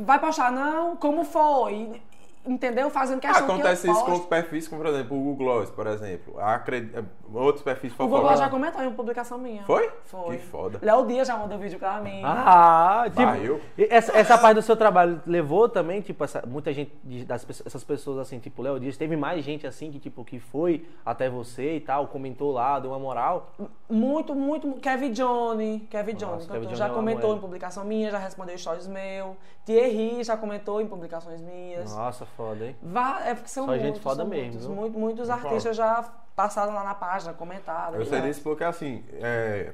Vai postar não? Como foi? Entendeu? Fazendo questão
Acontece
que eu
isso com
posto.
os perfis, como por exemplo o Google Gloss, por exemplo. Acred... Outros perfis
O Google já
fofoca.
comentou em uma publicação minha.
um. Foi?
Foi.
Que foda.
Léo Dias já mandou vídeo pra mim.
Ah, tipo,
Bah, eu-
e essa, essa parte do seu trabalho levou também, tipo, essa- muita gente, de- das, pessoas- essas pessoas assim, tipo, Léo Dias, teve mais gente assim que, tipo, que foi até você e tal, comentou lá, deu uma moral.
Muito, muito. mu- Kevin Johnny. Kevin Johnny.
Kevin
cantor,
Johnny
já
é
eu amo
comentou
ele.
em publicação minha, já respondeu stories meu. Thierry já comentou em publicações minhas.
Nossa, foda, hein?
Vá- é porque são
Só gente
muitos,
foda
são
mesmo,
muitos,
viu?
muito- muitos
Muito
artistas já passaram lá na página, comentaram.
Eu sei
já.
disso porque assim, é...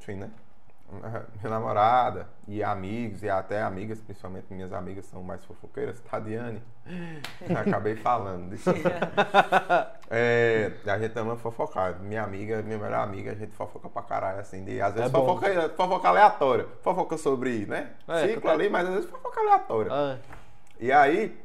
enfim, né? <laughs> minha namorada e amigos, e até amigas, principalmente minhas amigas são mais fofoqueiras, Tadiane, acabei falando disso. É, a gente ama fofocar. Minha amiga, minha melhor amiga, a gente fofoca pra caralho, assim, de, às vezes
É bom.
fofoca, fofoca aleatória, fofoca sobre, né,
É,
ciclo
qualquer-
ali, mas às vezes fofoca aleatória.
Ah,
E aí,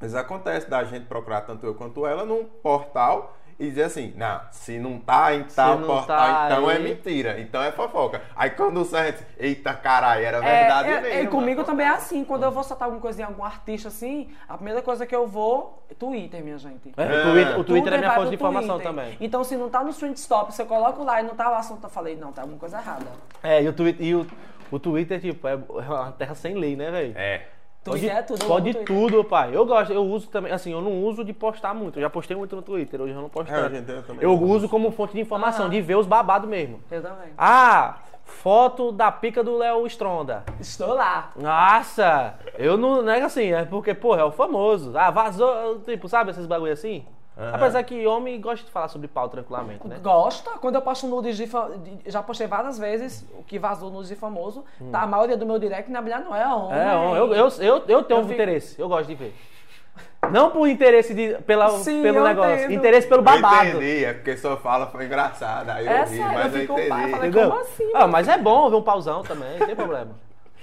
mas acontece da gente procurar tanto eu quanto ela num portal e dizer assim, não, se não tá em tal
não
portal,
tá
então é
aí."
mentira, então é fofoca. Aí quando sai, a gente, eita caralho, era verdade
É, é,
mesmo.
e comigo
mano."
também é assim. Quando eu vou soltar alguma coisa em algum artista assim, a primeira coisa que eu vou é Twitter, minha gente.
é,
É.
o Twitter, o Twitter é
Tudo
minha
vai
fonte
pro
de informação
Twitter.
também.
Então, se não tá no Trend Stop, você coloca lá e não tá o assunto, eu falei, não, tá alguma coisa errada.
É, e o Twitter, e o, o Twitter tipo, é uma terra sem lei, né, velho?
É.
Twitter é tudo. eu amo
Pode
Twitter.
tudo, pai. Eu gosto, eu uso também, assim, eu não uso de postar muito. Eu já postei muito no Twitter, hoje eu não posto
É,
tanto.
gente, eu também
Eu
não
uso como fonte de informação,
Aham.
de ver os babados mesmo.
Eu também.
Ah, foto da pica do Léo Stronda.
Estou lá.
Nossa, eu não nego assim, é porque, porra, é o famoso. Ah, vazou, tipo, sabe esses bagulho assim?
É.
Apesar que homem gosta de falar sobre pau tranquilamente, né?
Gosta. Quando eu posto nudes de. fa- de- Já postei várias vezes o que vazou nudes de famoso. Tá, a maioria do meu direct, na verdade, não é homem.
Hum. É, eu, eu, eu, eu tenho
Eu fico-
interesse, eu gosto de ver. Não por interesse de, pela,
Sim,
pelo
eu
negócio,
entendo.
interesse pelo
Eu
babado.
entendi, é porque sua fala foi engraçada, aí eu
É
ri,
sério,
mas eu,
eu fico pá,
entendi.
falei-
Entendeu?
Como assim,
Ah, mas é bom ver um pauzão também, não tem problema.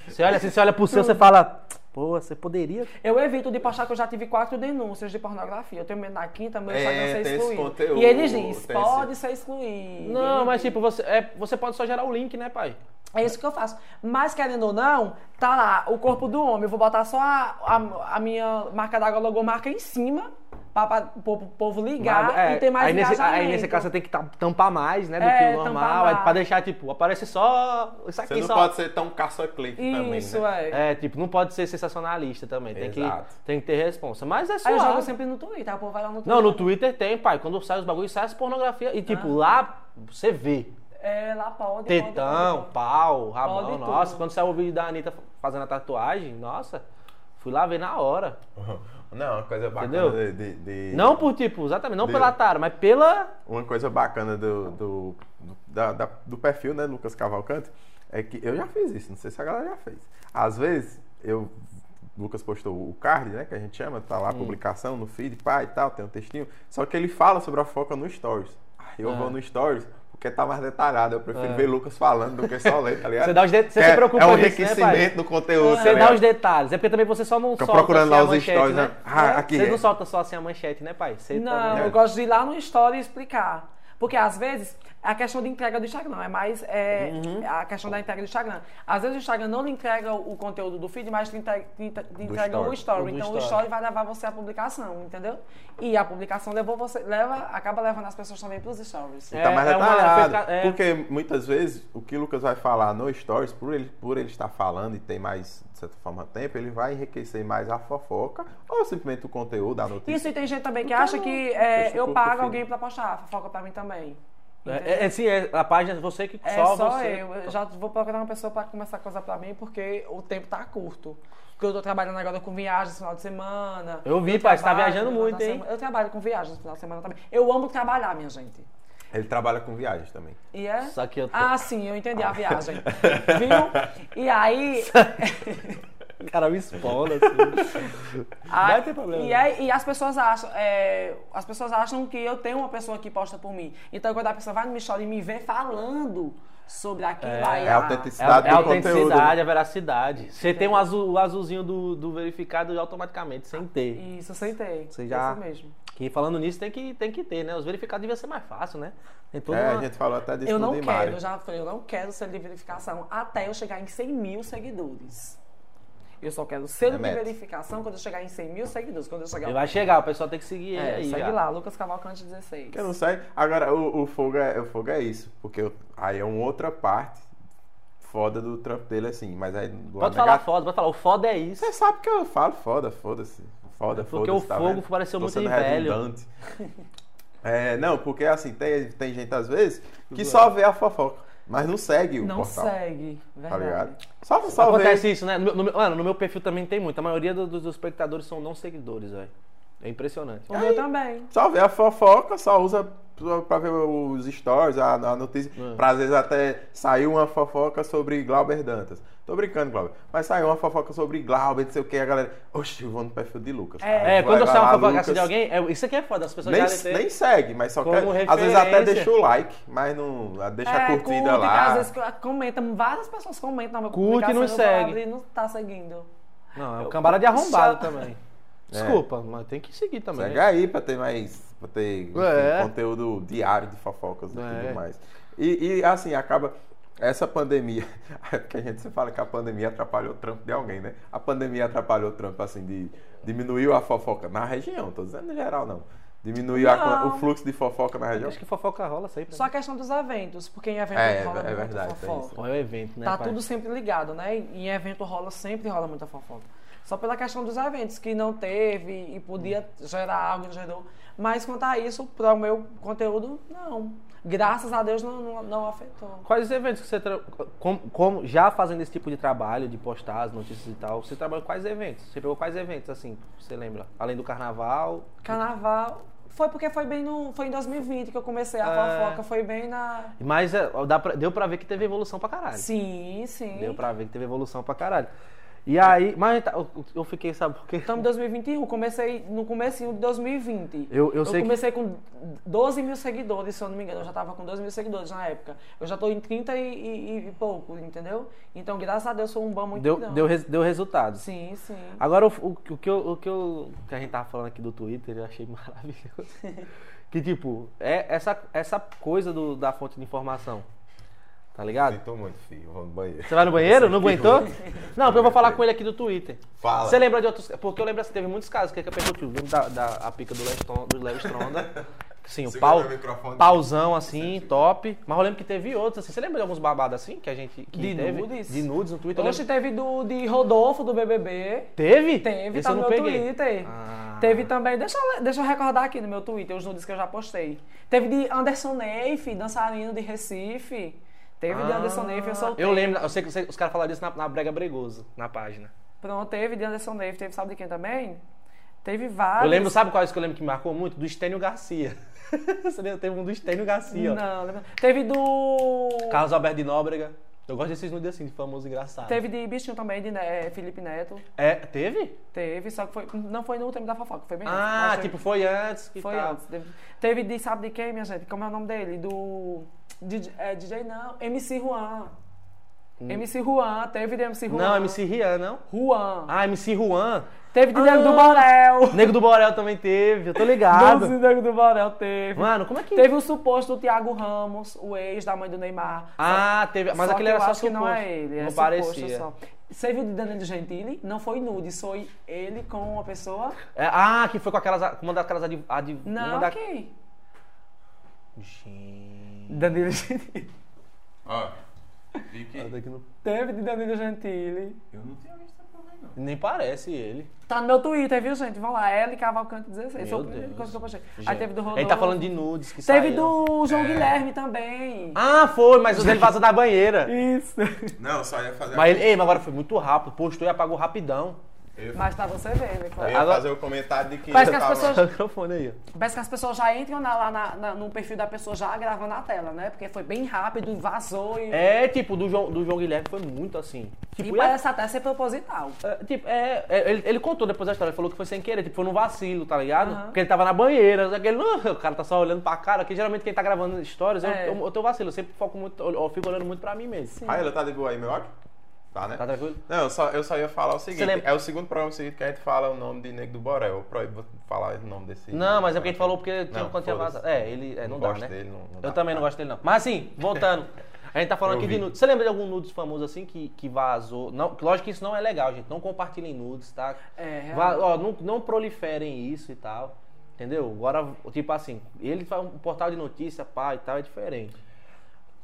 Você olha assim, você olha pro seu, você fala, pô, você poderia.
Eu evito de postar que eu já tive quatro denúncias de pornografia. Eu tenho medo na quinta, meu
É,
Instagram ser
tem esse
excluído.
conteúdo,
e eles dizem,
tem
pode ser excluído.
Não,
Ele
mas tipo, você, é, você pode só gerar o link, né, pai?
É isso que eu faço. Mas querendo ou não, tá lá o corpo do homem. Eu vou botar só a, a- a minha marca d'água logomarca em cima para o povo ligar
Mas, é,
e ter mais
aí nesse,
engajamento.
aí nesse caso você tem que tam- tampar mais, né, do
É,
que o normal,
tampar
é,
mais.
pra deixar tipo, aparece só isso aqui
Você não
só.
pode ser tão caça-clique também,
assim Isso,
né?
é.
É, tipo, não pode ser sensacionalista também, tem que
Exato.
tem que ter responsa. Mas é só
Aí eu jogo sempre no Twitter, aí o povo vai lá no Twitter.
Não, no Twitter tem, pai, quando sai os bagulhos, sai as pornografia e tipo, lá você vê
É, lá pode.
Tetão,
pode, pode.
pau, rabão,
Pode
nossa.
tudo.
Quando saiu o vídeo da Anitta fazendo a tatuagem, nossa, fui lá ver na hora.
<laughs> Não, uma coisa bacana de,
Entendeu?
de- de-
Não por tipo, exatamente, não
Deu.
pela tara, mas pela.
Uma coisa bacana do, do, do- da- da- do perfil, né, Lucas Cavalcante, é que eu já fiz isso, não sei se a galera já fez. Às vezes, eu. Lucas postou o card, né, que a gente chama, tá lá a publicação no feed, pá e tal, tem um textinho. Só que ele fala sobre a foca no Stories. Aí eu
Ah.
vou no Stories. Porque tá mais detalhado, eu prefiro
É.
ver Lucas falando do que só ler,
<laughs>
tá ligado?
Você dá os de- você
Que
se
é-
preocupa
É um
com isso, né, pai?
enriquecimento do conteúdo.
Você
tá
dá
ligado?
os detalhes. É porque também você só não
Fica
solta.
procurando
assim,
lá
a
os
manchete,
stories,
né?
né? Ah, aqui
Você
é.
não solta só assim a manchete, né, pai? Você
Não,
também-
É.
eu gosto de ir lá no story e explicar. Porque às vezes é a questão de entrega do Instagram é mais é,
Uhum.
a questão da entrega do Instagram. Às vezes o Instagram não lhe entrega o conteúdo do feed, mas lhe entrega, lhe entre- lhe entrega
story.
o story.
Do
Então o
story.
story vai levar você à publicação, entendeu? E a publicação levou você, leva, acaba levando as pessoas também para os stories.
E tá
É,
mais
é uma-
detalhado.
fica- é.
Porque muitas vezes o que o Lucas vai falar no Stories, por ele, por ele estar falando e tem mais, de certa forma, tempo, ele vai enriquecer mais a fofoca ou simplesmente o conteúdo, a notícia.
Isso e tem gente também que
Então,
acha que é,
deixa o
eu
corpo
pago
fino.
alguém para postar, fofoca para mim também.
É, é, é, sim, é a página, você que
É
só,
só,
você.
eu. Eu já vou procurar uma pessoa pra começar a coisa pra mim, porque o tempo tá curto. Porque eu tô trabalhando agora com viagens no final de semana.
Eu vi, pai, você tá
trabalho
viajando
no final
muito,
da
hein?
semana. Eu trabalho com viagens no final de semana também. Eu amo trabalhar, minha gente.
Ele trabalha com viagens também.
E é?
Só que eu tô-
Ah, sim, eu entendi
<laughs>
a viagem. Viu? E aí.
O cara me expola,
<laughs>
assim.
a-
ter problema. né?
Ah, E, é aí- e as pessoas acham. é, as pessoas acham que eu tenho uma pessoa que posta por mim. Então quando a pessoa vai no Michel e me vê falando sobre aquilo aí.
É a
É,
ah,
a-
autenticidade
é a
do conteúdo. né?
autenticidade, a veracidade. Você tem um azul, o azulzinho do, do verificado automaticamente, sem ter.
Isso, sentei.
Você já-
Isso mesmo.
Que falando nisso, tem que, tem que ter, né? Os verificados deviam ser mais fácil, né? Tem toda
É,
uma-
a gente falou até disso
Eu não
no
quero,
Dimari.
eu já falei, eu não quero ser de verificação até eu chegar em 100 mil seguidores. Eu só quero ser de
Remete.
verificação quando eu chegar em 100 mil seguidores. Quando eu chegar.
Ele vai chegar, o pessoal tem que seguir ele
É,
aí.
segue
já.
lá, Lucas Cavalcante 16.
Que eu não sei. Agora, o, o fogo é, o fogo é isso. Porque eu- aí é uma outra parte foda do trampo dele, assim. Mas aí... do lado
Pode falar
negativo-
foda, pode falar. O foda é isso.
Você sabe que eu falo foda, foda-se. Foda, foda-se.
Porque o
tá
fogo
vendo?
pareceu
Tô
muito
sendo
velho.
redundante. É, não, porque assim, tem, tem gente às vezes que só vê a fofoca, mas não segue o
Não
portal.
segue, é
Tá ligado?
verdade.
Só, só
Acontece
vê.
isso, né? No meu, no meu- mano, no meu perfil também tem muito. A maioria do- dos, dos espectadores são não seguidores, velho. É impressionante.
O meu também.
Só vê a fofoca, só usa pra ver os stories, a, a notícia.
É.
Pra às vezes até saiu uma fofoca sobre Glauber Dantas. Tô brincando, Glauber. Mas saiu uma fofoca sobre Glauber, não sei o que, a galera. Oxi, eu vou no perfil de Lucas. cara.
É,
Vai
quando eu
lá,
saio uma fofoca
Lucas.
assim de alguém, é- isso aqui é foda, as pessoas
Nem,
já devem ter-
nem segue, mas só
Como
quer. Às vezes até
referência.
deixa o like, mas não. ah, Deixa a curtida
É, curte,
lá.
que Às vezes comenta, várias pessoas comentam na minha
Curte e não
publicação, eu
segue.
abro E não tá seguindo.
Não, é um cambada de arrombado
Só-
também. Desculpa, mas tem que seguir também.
né?
Segue aí pra ter mais. pra ter enfim,
É.
conteúdo diário de fofocas e
É.
tudo mais. E, e, assim, acaba. Essa pandemia. <laughs> é Porque a gente sempre fala que a pandemia atrapalhou o trampo de alguém, né? A pandemia atrapalhou o trampo, assim, de. Diminuiu a fofoca na região, tô dizendo em geral, não. Diminuiu a quan-
Não.
o fluxo de fofoca na região.
Acho que fofoca rola sempre. né?
Só a questão dos eventos, porque em evento
É,
rola
é
muita
verdade, tem
fofoca.
isso.
Olha o evento, né?
Tá
pai?
tudo sempre ligado, né? Em evento rola, sempre rola muita fofoca. Só pela questão dos eventos, que não teve e podia gerar algo, não gerou. Mas quanto a isso, para o meu conteúdo, não. Graças a Deus não, não, não afetou.
Quais os eventos que você. Tra... Como, como- já fazendo esse tipo de trabalho, de postar as notícias e tal, você trabalhou quais eventos? Você pegou quais eventos, assim, você lembra? Além do carnaval.
Carnaval foi porque foi bem no. Foi em 2020 que eu comecei a
É.
fofoca, foi bem na.
Mas é, dá pra- deu pra ver que teve evolução pra caralho.
Sim, sim.
Deu pra ver que teve evolução pra caralho. E aí. Mas tá, eu, eu fiquei, sabe por quê?
Estamos em 2021, comecei no comecinho de 2020.
Eu- eu sei que-
comecei com 12 mil seguidores, se eu não me engano. Eu já estava com 12 mil seguidores na época. Eu já estou em 30 e, e- e pouco, entendeu? Então, graças a Deus, sou um bom muito
Deu,
grande.
deu, res- deu resultado.
Sim, sim.
Agora, o, o, o que eu, o que eu- o que a gente tava falando aqui do Twitter, eu achei <laughs> maravilhoso.
<laughs>
que, tipo, é essa, essa coisa do- da fonte de informação. Tá ligado?
Sinto muito, filho. Vou no banheiro.
Você vai no banheiro? Não aguentou? Não, porque eu vou falar
aguentei.
com ele aqui do Twitter.
é Fala.
Você lembra de outros. Porque eu lembro assim, teve muitos casos que ele percutiu. Lembro da, da a pica do Leston- do Léo Stronda. Sim, o
Segura
pau.
meu microfone.
Pauzão assim, top. Mas eu lembro que teve outros, assim. Você lembra de alguns babados assim que a gente. Que
De
teve?
nudes?
De nudes no Twitter. eu
Hoje
lembro-
teve do, de Rodolfo, do BBB.
Teve?
Teve,
Esse
tá
eu
no
não
meu
peguei.
Twitter.
Ah.
Teve também, deixa eu, deixa eu recordar aqui no meu Twitter os nudes que eu já postei. Teve de Anderson Neif, dançarino de Recife. Teve de
Ah,
Anderson Neif, eu soltei.
Eu lembro, eu sei que você- os caras falaram isso na, na Brega Bregoso, na página.
Pronto, teve de Anderson Neif, teve sabe de quem também? Teve vários.
Eu lembro, sabe qual é que eu lembro que me marcou muito? Do Estênio Garcia. <laughs> Você lembra? Teve um do Estênio Garcia, ó.
Não, lembro. Teve do.
Carlos Alberto de Nóbrega. Eu gosto desses nudes assim, de famoso e engraçado.
Teve de bichinho também, de né, Felipe Neto.
É, teve?
Teve, só que foi. Não foi no tempo da fofoca, foi bem antes.
Ah,
mas
tipo, tá. foi antes que
É, Foi
tal.
antes. Teve, teve de, sabe de quem, minha gente? Como é o nome dele? Do. DJ, é, DJ não, MC Juan. MC Juan, teve de MC Juan.
Hum. Não, MC Rian, não?
Juan.
Ah, MC Juan.
Teve de
Ah.
Nego do Borel.
Nego do Borel também teve, eu tô
Doze
ligado.
Nego do Borel teve.
Mano, como é que...
Teve o suposto do Thiago Ramos, o ex da mãe do Neymar.
Ah, teve, mas
Só
aquele
que
era
eu
só
acho que não
suposto.
é ele, é
não
suposto
parecia.
só. Você viu de Danilo Gentili? Não foi nude, foi ele com uma pessoa?
É, ah, que foi com aquelas, com uma daquelas adi, adi,
Não,
uma da...
quem?
Gente... <laughs>
Danilo Gentili.
Ó, fique.
Teve de Danilo Gentili.
Eu não tinha visto essa porra aí, não.
Nem parece ele.
Tá no meu Twitter, viu, gente? Vão lá, L Cavalcante 16. Foi a
Meu
primeira
Deus.
coisa que eu postei. Aí
Gente,
teve do Rodolfo.
Ele tá falando de nudes que
Teve
saíram.
do João Guilherme também.
Ah, foi, mas os dele vazou na banheira.
Isso. <laughs>
Não, só ia fazer.
Mas ele, ei, mas agora foi muito rápido, postou e apagou rapidão.
Eu ia-
Mas pra você ver, né?
eu
claro.
ia
Agora-
fazer o comentário de que.
Parece que
eu
as
tava-
pessoas-
O microfone aí, ó.
Parece que as pessoas já entram na- lá na- na- no perfil da pessoa já gravando a tela, né? Porque foi bem rápido e vazou. E,
É, tipo, do João, do João Guilherme foi muito assim.
e
Tipo, e a-
parece até ser proposital.
é, tipo, é, é, ele, ele contou depois da história, ele falou que foi sem querer, tipo, foi num vacilo, tá ligado?
Aham.
Porque ele tava na banheira, só que ele, não, o cara tá só olhando pra cara, que geralmente quem tá gravando histórias, eu-
É.
eu, eu, tô vacilo, eu sempre foco muito, eu, eu fico olhando muito pra mim mesmo.
Ah, ela tá de boa aí, meu ódio? Tá, né?
Tá tranquilo?
Não, eu só, eu só ia falar o seguinte.
lembra-
É o segundo programa seguido que a gente fala o nome de Nego do Borel. Eu proíbo falar o nome desse.
Não, mas é porque a gente falou porque tinha
Não,
quando tinha
foda-se.
vazado. É, ele é, não,
Não
dá,
gosto
né?
dele, não- não
eu
dá.
também não gosto dele, não. Mas assim, voltando. A gente tá falando
Eu
aqui de
vi.
nudes. Você lembra de algum nudes famoso assim que, que vazou? Não, que lógico que isso não é legal, gente. Não compartilhem nudes, tá?
É, realmente.
Va- ó, não, não proliferem isso e tal. Entendeu? Agora, tipo assim, ele faz um portal de notícia, pá, e tal, é diferente.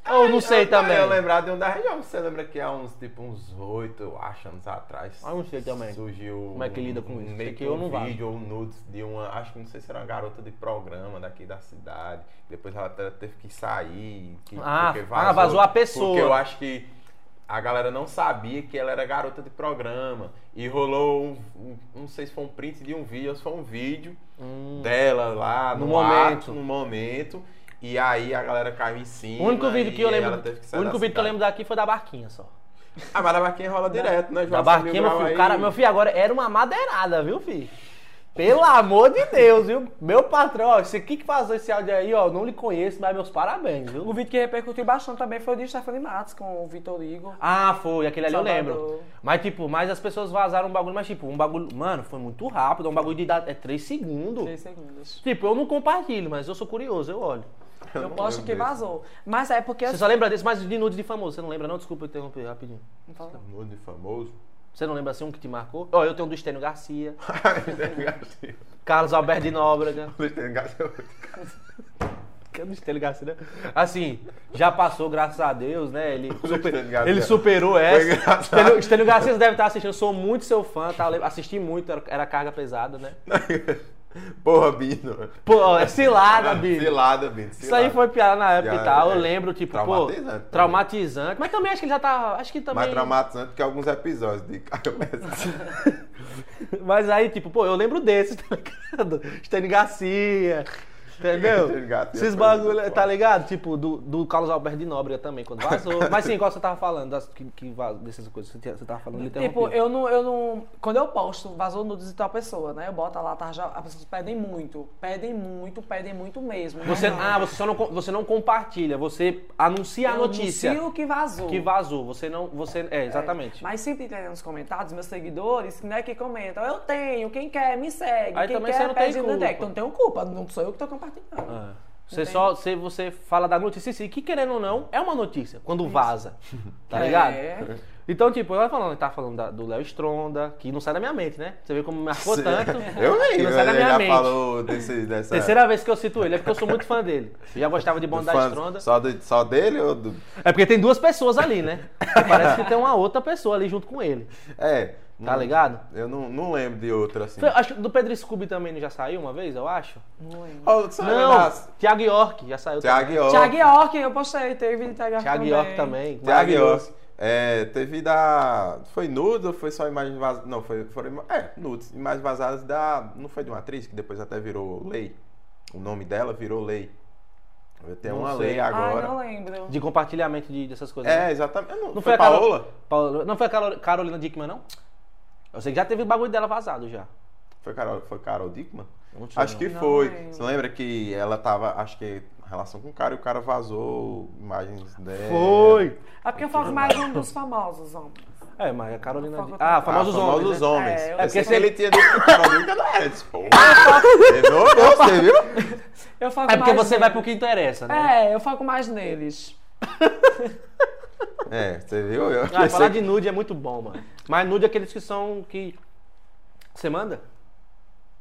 Ou não sei
eu,
também.
Eu lembrar de um da região. Você lembra que há uns, tipo, uns oito, eu acho, anos atrás.
Ah, não sei também.
Surgiu.
Como é que lida com
um-
isso?
Meio
Sei
que
que eu
um
não vazo.
vídeo ou um nudes de uma. Acho que não sei se era uma garota de programa daqui da cidade. Depois ela até teve que sair. que-
Ah,
porque
ah, vazou a pessoa.
Porque eu acho que. a galera não sabia que ela era garota de programa. E rolou um, um- um- não sei se foi um print de um vídeo, ou se foi um vídeo dela lá
Hum. No
no,
momento.
momento. no momento. E aí a galera caiu em cima.
O único vídeo que eu
e ela
lembro.
teve que
o
sair
único
da
vídeo que eu
cidade.
lembro daqui foi da barquinha só.
Ah, mas a barquinha rola direto, né, João?
Da barquinha, meu filho. O cara,
<laughs>
é meu filho, agora era uma madeirada, viu, filho? Pelo amor de Deus, viu? Meu patrão, ó, esse aqui que passou esse áudio aí, ó, não lhe conheço, mas meus parabéns, viu?
O vídeo que repercutiu bastante também foi o de Stephanie Matos com o Vitor Igor.
Ah, foi, aquele ali eu
Salvador.
lembro. Mas, tipo, mas as pessoas vazaram um bagulho, mas, tipo, um bagulho. Mano, foi muito rápido, é um bagulho de. dar- É 3 segundos.
Três segundos.
Tipo, eu não compartilho, mas eu sou curioso, eu olho.
Eu
Eu
não
posto
lembro
que
desse.
vazou. Mas é porque.
Você só lembra desse, mas de nudes de famoso, você não lembra, não? Desculpa eu interromper rapidinho.
Não assim, fala não.
Nude famoso. <laughs>
Você não lembra assim um que te marcou? Ó, eu tenho um do Estênio Garcia, <laughs>
Luiz
Carlos Alberto de Nóbrega.
Tênis Garcia.
Que é do Estênio Garcia, né? Assim, já passou, graças a Deus,
<laughs>
né? Ele, super-
Estênio Garcia.
ele superou essa.
engraçado.
Estênio, Estênio Garcia você deve estar assistindo, eu sou muito seu fã, tá? Eu lembro- Assisti muito, era, era carga pesada, né?
Porra, Bino.
Pô,
<laughs>
é cilada, Bino.
Cilada, Bino.
Isso aí foi piada na época
Já
e tal,
é
eu lembro, tipo,
traumatizante. né?
pô, traumatizante. Mas também acho que ele já tá, acho que também...
Mais traumatizante que alguns episódios de Caio Pesado.
<laughs> Mas aí, tipo, pô, eu lembro desse, tá ligado? Estênio Garcia, entendeu?
Estênio Garcia
Esses
foi
bagulho,
muito
tá
bom.
ligado? Tipo, do, do Carlos Alberto de Nóbrega também, quando vazou.
<laughs>
Mas sim, igual você tava falando, das, que, que vaz- dessas coisas, você, tinha- você tava falando literalmente.
Tipo, eu não, eu não. Quando eu posto, vazou nudes de tal pessoa, né? Eu boto lá, tá, já, as pessoas pedem muito. Pedem muito, pedem muito mesmo.
Você,
Não, não.
ah, você só não, com- você não compartilha, você anuncia a
Eu
notícia
anuncio que vazou.
que vazou, você não, você, é, exatamente.
Mas sempre tem nos comentários, meus seguidores, né, que comentam, eu tenho, quem quer, me segue,
Aí
quem
também
quer,
você não tem
pede no
culpa.
deck. Então não tenho culpa, não sou eu que tô compartilhando.
É. Você
Entende?
só você, você fala da notícia em si, que querendo ou não, é uma notícia quando vaza.
<laughs>
Tá ligado?
É.
Então, tipo, eu tava falando, tava falando da- do Léo Stronda, que não sai da minha mente, né? Você vê como me marcou
Cê-
tanto.
<laughs> Eu nem.
que não
Ele
sai da minha
já
mente.
falou desse, dessa.
Terceira vez que eu cito ele, é porque eu sou muito fã dele. Eu já gostava de
do
Bonde da
fã-
Stronda.
Só, do- só dele ou do.
É porque tem duas pessoas ali, né? Parece que tem uma outra pessoa ali junto com ele.
É.
Tá
não-
ligado?
Eu não, não lembro de outra assim.
Foi- acho que do Pedro Scooby também não já saiu uma vez, eu acho.
Não lembro.
Oh, só
Não,
lembrar-
Tiago York já saiu.
Thiago York.
Thiago York, eu postei, teve de Thiago York
Thiago
também.
York também.
Thiago
maravilhoso.
York. É, teve da. Foi nudes ou foi só imagens vazadas? Não, foi, foram. ima- É, nudes. Imagens vazadas da. Não foi de uma atriz que depois até virou lei. O nome dela virou lei. Eu tenho
Não
uma
sei.
lei
Ai, não
agora.
lembro.
De compartilhamento de, dessas coisas. né?
é, exatamente. Não,
Não
foi,
foi a Carol-
Paola?
Paulo- não foi a Carol- Carolina Dickman, não? Eu sei que já teve o bagulho dela vazado já.
Foi Carol, foi Carol Dickman?
Eu não sei,
Acho
não.
que
Não
foi.
lembro.
Você lembra que ela tava, acho que, em relação com o cara e o cara vazou imagens dela.
É porque eu foco mais um dos famosos homens.
É, mas a Carolina
Foca-
Dickman. Ah, famosos
ah,
homens.
famosos
né?
homens.
É,
eu
eu sei
sei
que
que ele
ele
tinha dito que Carol Dickman não era. Disse,
<laughs>
Pô, Renovou, você viu?
Eu foco
É porque
mais
você vai
neles.
pro que interessa, né?
É, eu foco mais neles.
É, você viu? Eu
Ah, falar
pensei
de nude é muito bom, mano. Mas nude é aqueles que são que. Você manda?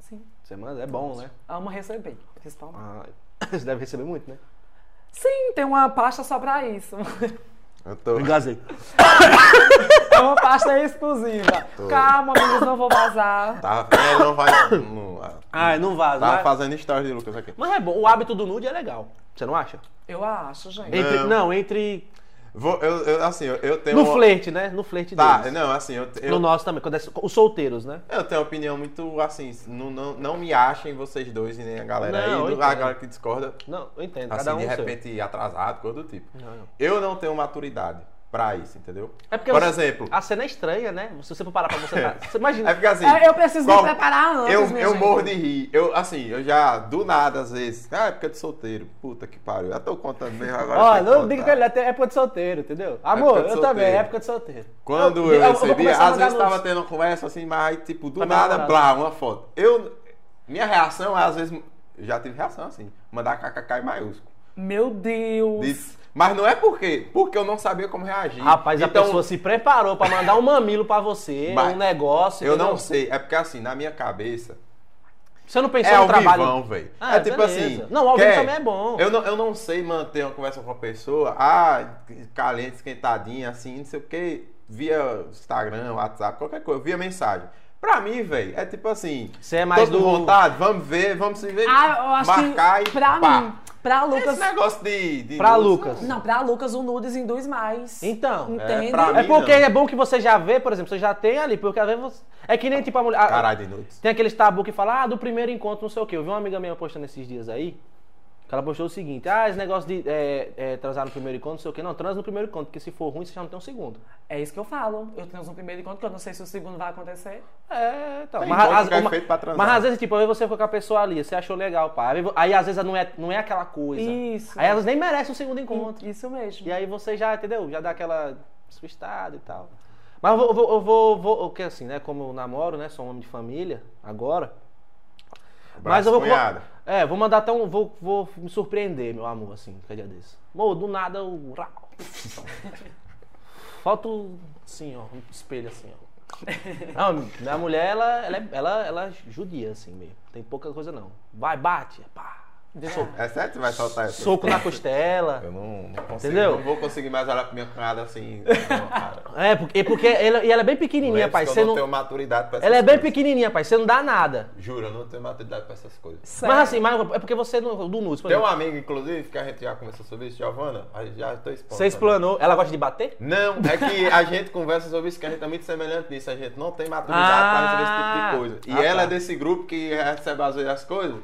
Sim.
Você manda? É bom, né?
Amo receber, principalmente.
Ah, <coughs> você deve receber muito, né?
Sim, tem uma pasta só pra isso. <laughs>
Eu tô...
Engasei.
É uma pasta exclusiva. Calma, amigos, não vou vazar.
Tava, ele não vai... Não, ah,
Ah, não vaza.
tava
Mas...
fazendo história de Lucas aqui.
mas é bom, o hábito do nude é legal. Você não acha?
Eu acho, gente.
Entre, não, entre.
Vou, eu, eu, assim, eu, eu tenho...
No
uma-
flerte, né? No flerte
Tá,
deles.
não, assim, eu, eu,
No nosso também, quando é, os solteiros, né?
eu tenho uma opinião muito, assim, não, não, não me achem vocês dois e nem a galera
Não, eu
aí,
entendo.
a galera que discorda,
Não, eu entendo.
assim,
cada um
de
o seu.
repente atrasado, coisa do tipo.
Não, não.
Eu não tenho maturidade pra isso, entendeu?
É porque
Por
você-
exemplo,
A cena é estranha, né? Se você for parar pra
<laughs>
você. tá- Você imagina.
é porque assim...
É, eu preciso
qual-
me preparar antes,
Eu,
minha
eu
gente.
morro de rir. Eu, assim, eu já, do nada, às vezes. Ah, é porque eu tô solteiro. Puta que pariu. Já tô contando mesmo agora.
Ó,
tem que
não diga que
contar.
ele é- até época de solteiro, entendeu? Amor, eu
de
também,
solteiro.
época de solteiro.
Quando eu,
eu vou
recebia,
começar a
às
mandar
vezes tava
nudes. Tá
tendo uma conversa assim, mas tipo, do
Pra minha
nada,
namorada.
blá, uma foto. Eu, minha reação, é, às vezes, já tive reação assim, mandar kkk em maiúsculo.
Meu Deus.
Diz- Mas não é porque, porque eu não sabia como reagir.
Rapaz,
então,
a pessoa se preparou pra mandar um mamilo pra você,
Mas
um negócio.
Eu
entendeu?
não sei, é porque assim, na minha cabeça,
Você não pensou
é
no
ao
um trabalho.
vivão, velho.
Ah,
é tipo
beleza.
assim.
Não, ao vivo
quer-
também é bom.
Eu não, eu não sei manter uma conversa com a pessoa, ah, calente, esquentadinha, assim, não sei o quê, via Instagram, WhatsApp, qualquer coisa, via mensagem. Pra mim, velho, é tipo assim.
Você é mais
tô com
do-
vontade, vamos ver, vamos se ver.
Ah, eu acho
marcar
que
e
pra
pá.
mim, pra Lucas.
Esse negócio de. de
Pra
nudes,
Lucas.
não.
Não, pra Lucas o nudes induz mais.
Então.
É,
Entende?
pra
É
mim,
porque
não.
é bom que você já vê, por exemplo, você já tem ali, porque às vezes você... É que nem tipo a mulher. a-
Caralho, de nudes.
Tem aqueles tabu que fala, ah, do primeiro encontro, não sei o quê. Eu vi uma amiga minha postando esses dias aí, que ela postou o seguinte, ah, esse negócio de é, é, transar no primeiro encontro, não sei o quê. Não, transa no primeiro encontro, porque se for ruim, você já não tem um segundo.
É isso que eu falo. Eu tenho um primeiro encontro que eu não sei se o segundo vai acontecer.
É, então.
Tem
Mas,
encontro
as-
que é
uma-
feito pra transar.
mas às vezes, tipo, aí você foi com a pessoa ali, você achou legal, pá. Aí, vo- aí, às vezes não é, não é aquela coisa.
Isso.
Aí elas nem merecem o segundo encontro.
Isso mesmo.
E aí você já, entendeu? Já dá aquela assustada e tal. Mas eu vou, eu vou, eu vou, vou- porque assim, né? Como eu namoro, né? Sou um homem de família agora. Mas eu vou.
Cunhada.
É, vou mandar até um. Vou, vou me surpreender, meu amor, assim, cada dia desse. Mô, do nada o. Falta o- assim, ó, um espelho assim, ó. Não, minha mulher, ela, ela, é- ela, ela judia, assim mesmo. Tem pouca coisa não. Vai, bate, pá. Soco,
É certo? Você vai soltar essa?
soco na costela.
Eu não, não consigo.
Entendeu?
Não vou conseguir mais olhar pra minha cunhada assim.
<laughs>
não, cara.
É, porque, porque ela, e ela é bem pequenininha,
Lembra-se
pai.
que
Você
eu não
não,
tenho maturidade pra essas
ela é bem
coisas.
pequenininha, pai. Você não dá nada.
Juro, eu não tenho maturidade pra essas coisas.
Sério.
Mas assim, mas é porque você não, do nudes. por
Tem um
exemplo.
amigo, inclusive, que a gente já conversou sobre isso, Giovana. Aí já tô expondo.
Você explanou. Ela gosta de bater?
Não, é
<laughs>
que a gente conversa sobre isso, que a gente é muito semelhante nisso. A gente não tem maturidade pra receber esse tipo de
Ah.
coisa. E
Ah, tá.
ela é desse grupo que recebe às vezes as coisas.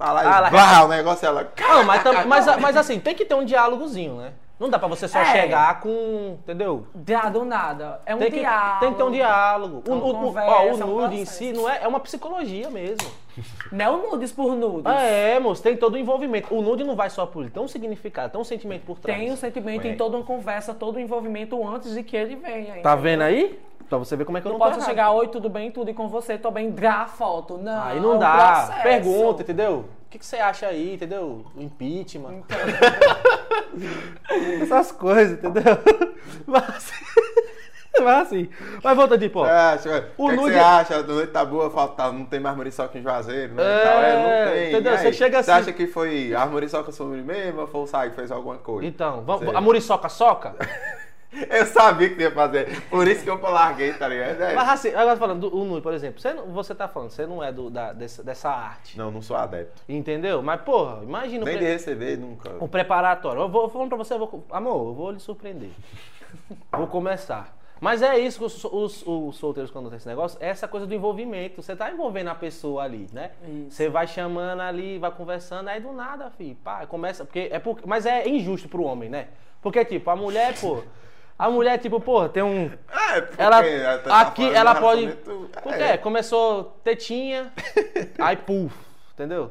Tá lá e
Ah, ela
vá, o negócio ela.
Não, mas,
<laughs>
tam- mas, mas assim, tem que ter um diálogozinho, né? Não dá pra você só
É.
chegar com. Entendeu?
Dá do nada. É um
Tem que,
diálogo.
tem que ter um diálogo. O,
Uma
o- o-
conversa,
ó, o
um
nude em
processo.
si não é, é uma psicologia mesmo.
Não é o nudes por nudes.
É, moço, tem todo o envolvimento. O nude não vai só por ele, tem um significado, tem um sentimento por trás.
Tem o sentimento
Ué.
em toda uma conversa, todo o envolvimento antes de que ele venha.
Tá vendo aí? Pra você ver como é que eu
Não
não,
posso
tô
chegar, oi, tudo bem, tudo e com você, tô bem, dá a foto. Não,
Aí não
é um
dá.
processo.
Pergunta, entendeu? O que, que você acha aí, entendeu? O impeachment. Então. <laughs> Essas coisas, entendeu? <laughs> Mas, assim, mas assim. Mas voltando tipo, ó.
É, tipo,
O
o que, que
nude-
você aça? A noite tá boa, falta, não tem mais muriçoca em Juazeiro, né?
É,
e tal. É, não tem.
entendeu?
E aí?
Você chega
Você
assim-
acha que foi a muriçoca sobre mesmo ou foi o Sai que fez alguma coisa?
Então, vamos.
Sei.
A muriçoca soca?
Eu sabia que tu ia fazer, por isso que eu larguei, tá ligado? É.
Mas assim, agora falando, do, o nude, por exemplo, você, não- você tá falando, você não é do, da, dessa, dessa arte.
Não, não sou adepto.
Entendeu? Mas, porra, imagina o
Nem
pre-
de receber nunca.
O Um preparatório. Eu vou falando pra você, eu vou, amor, eu vou lhe surpreender. vou começar. Mas é isso que os, os- os solteiros, quando tem esse negócio, é essa coisa do envolvimento. Você tá envolvendo a pessoa ali, né?
Isso.
Você vai chamando ali, vai conversando, aí do nada, filho, pá, começa. Porque é por, mas é injusto pro homem, né? Porque, tipo, a mulher, pô. A mulher, tipo, pô, tem um.
É, porque
Ela,
tá
aqui,
falando
ela
de
pode.
relacionamento,
Porque
é.
começou
<laughs>
tetinha, aí puf, entendeu?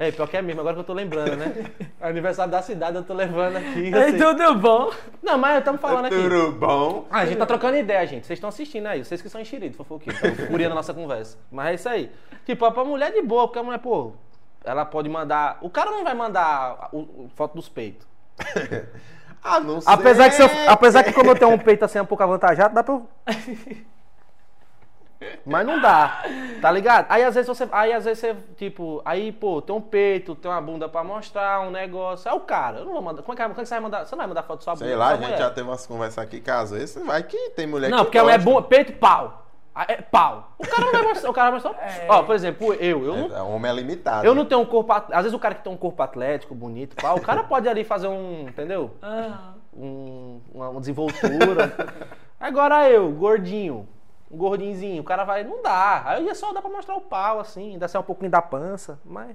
É, pior que é mesmo, agora que eu tô
<laughs>
lembrando, né? Aniversário da cidade, eu tô levando aqui.
É,
Ei,
então-
assim.
tudo bom?
Não, mas estamos falando aqui.
Tudo bom?
Ah, a gente tá trocando ideia, gente. Vocês estão assistindo aí, vocês que são enxeridos, Tá fofoqueiros, estão curiando a nossa conversa. Mas é isso aí. Tipo, a pra mulher de boa, porque a mulher, pô, ela pode mandar. O cara não vai mandar o- o- foto dos peitos.
Ah, não sei.
Apesar que, se eu, apesar que como eu tenho um peito assim um pouco avantajado, dá pra eu... Mas não dá, tá ligado? Aí às vezes você, aí às vezes você, tipo, aí, pô, tem um peito, tem uma bunda pra mostrar, um negócio. É o cara, eu não vou mandar. Como é que, como é que você vai mandar? Você não vai mandar foto só
Sei lá, a gente já teve umas conversas aqui que às vezes vai que tem mulher
Não,
que
porque é
gosta.
bom, peito, pau. Ah, É pau. É. O cara não vai mostrar, o cara vai mostrar. Ó, por exemplo, eu, eu não
É, o homem é limitado.
eu não tenho um corpo, at- às vezes o cara que tem um corpo atlético, bonito, pau, o cara pode ali fazer um, entendeu?
Ah,
um- uma, uma desenvoltura. <laughs> Agora eu, gordinho, um gordinzinho, o cara vai, não dá. Aí eu ia só dar pra mostrar o pau, assim, ainda sai um pouquinho da pança, mas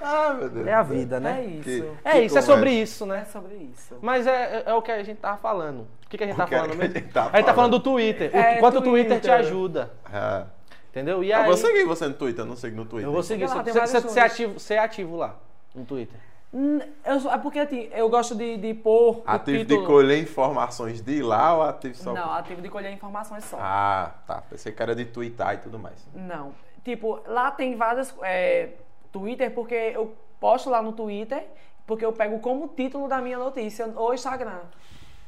Ah, meu Deus.
é a vida,
é
né?
isso.
Que-
É isso, é
conversa.
sobre isso,
É
né?
sobre isso.
Mas é, é- é o que a gente tava falando. O que, que a gente tá
que é
falando
que a
mesmo?
gente tá
a gente tá
falando?
falando do Twitter. O,
É,
quanto o Twitter te
Twitter.
ajuda,
Ah.
entendeu? E
Eu
É aí,
vou seguir você no Twitter, eu não sigo no Twitter.
eu vou seguir.
Porque lá tem vários
Você é
números.
ativo, você é ativo lá, no Twitter.
N- Eu, sou- é porque assim, eu gosto de, de pôr o
Ativo de
título.
colher informações de lá ou ativo só...
Não, ativo de colher é informações só.
Ah, tá. Pensei que era de twittar e tudo mais.
Não. Tipo, lá tem várias. É, Twitter, porque eu posto lá no Twitter, porque eu pego como título da minha notícia, ou Instagram.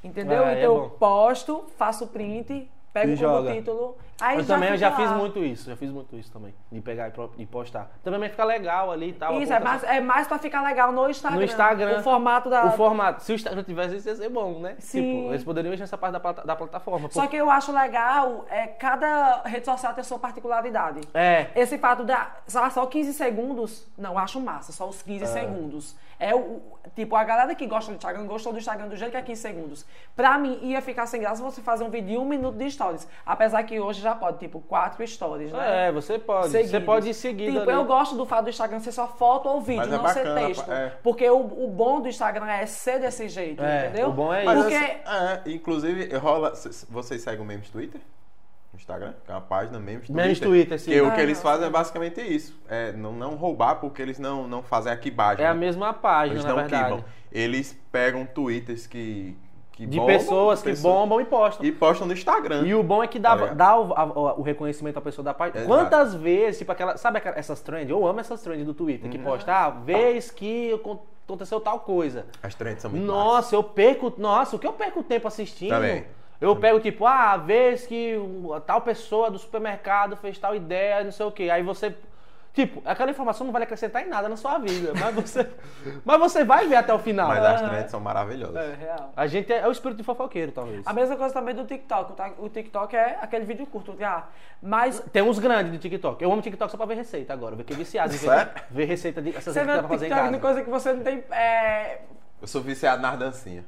Entendeu?
Ah, é
então
bom.
eu posto, faço print, Pega
E
o como
joga.
título. Aí
Mas também eu já
fica
fiz
lá.
muito isso, já fiz muito isso também. De pegar e pro- e postar. Também vai ficar legal ali e tal. a
Isso, é
conta-
mais, é mais pra ficar legal no Instagram.
tá? No Instagram.
O formato da.
O formato. Se o Instagram tivesse isso, ia ser bom, né?
Sim.
Tipo, eles poderiam mexer nessa parte da, plata- da plataforma.
Só
pô.
que eu acho legal, é, cada rede social tem sua particularidade.
É.
Esse fato da. Só, só 15 segundos, não, eu acho massa, só os 15 segundos. É o- o. Tipo, a galera que gosta do Instagram gostou do Instagram do jeito que é 15 segundos. Pra mim, ia ficar sem graça você fazer um vídeo de um minuto de stories. Apesar que hoje já pode, tipo, quatro stories, né?
É, você pode. Você
Seguidos.
pode ir seguindo
Tipo,
ali.
eu gosto do fato do Instagram ser só foto ou vídeo,
Mas é
não
bacana,
ser texto.
é.
Porque o, o bom do Instagram é ser desse jeito,
É,
entendeu?
o bom é
Mas
Porque
assim, é, inclusive, rola. c- c- Vocês seguem o Memes Twitter? No Instagram? Que é uma página Memes Twitter.
Memes Twitter, sim.
Que o
Ah,
que eles
não,
fazem é basicamente isso. É não, não roubar, porque eles não, não fazem aquibagem.
É a
né?
mesma página,
Eles
na
não
verdade.
quibam. Eles pegam tweets que, que
De
bombam,
pessoas que
pessoa-
bombam e postam.
E postam no Instagram.
E o bom é que dá,
Tá ligado?
dá o, a- o- o reconhecimento à pessoa da página.
Exato.
Quantas vezes, tipo aquela. Sabe aquela- essas trends? Eu amo essas trends do Twitter,
Uhum.
que posta, ah, vez que acon- aconteceu tal coisa.
As trends são muito massas.
Nossa, eu perco. Nossa, o que eu perco tempo assistindo?
Também.
Eu pego, tipo, ah, a vez que o- tal pessoa do supermercado fez tal ideia, não sei o quê. Aí você. Tipo, aquela informação não vai lhe acrescentar em nada na sua vida. <laughs> Mas você, mas você vai ver até o final.
Mas as
Aham.
trends são maravilhosas.
É real.
A gente é, é o espírito de fofoqueiro, talvez.
Ah,
A mesma coisa também do TikTok. tá? O TikTok é aquele vídeo curto, tá? Mas
Tem uns grandes de TikTok. Eu amo TikTok só pra ver receita agora. Ver que é viciado. em Ver,
Sério?
ver receita de essas
você
receitas
vê
pra
o
fazer em
TikTok de
casa.
coisa que você não tem. é,
Eu sou viciado nas dancinhas.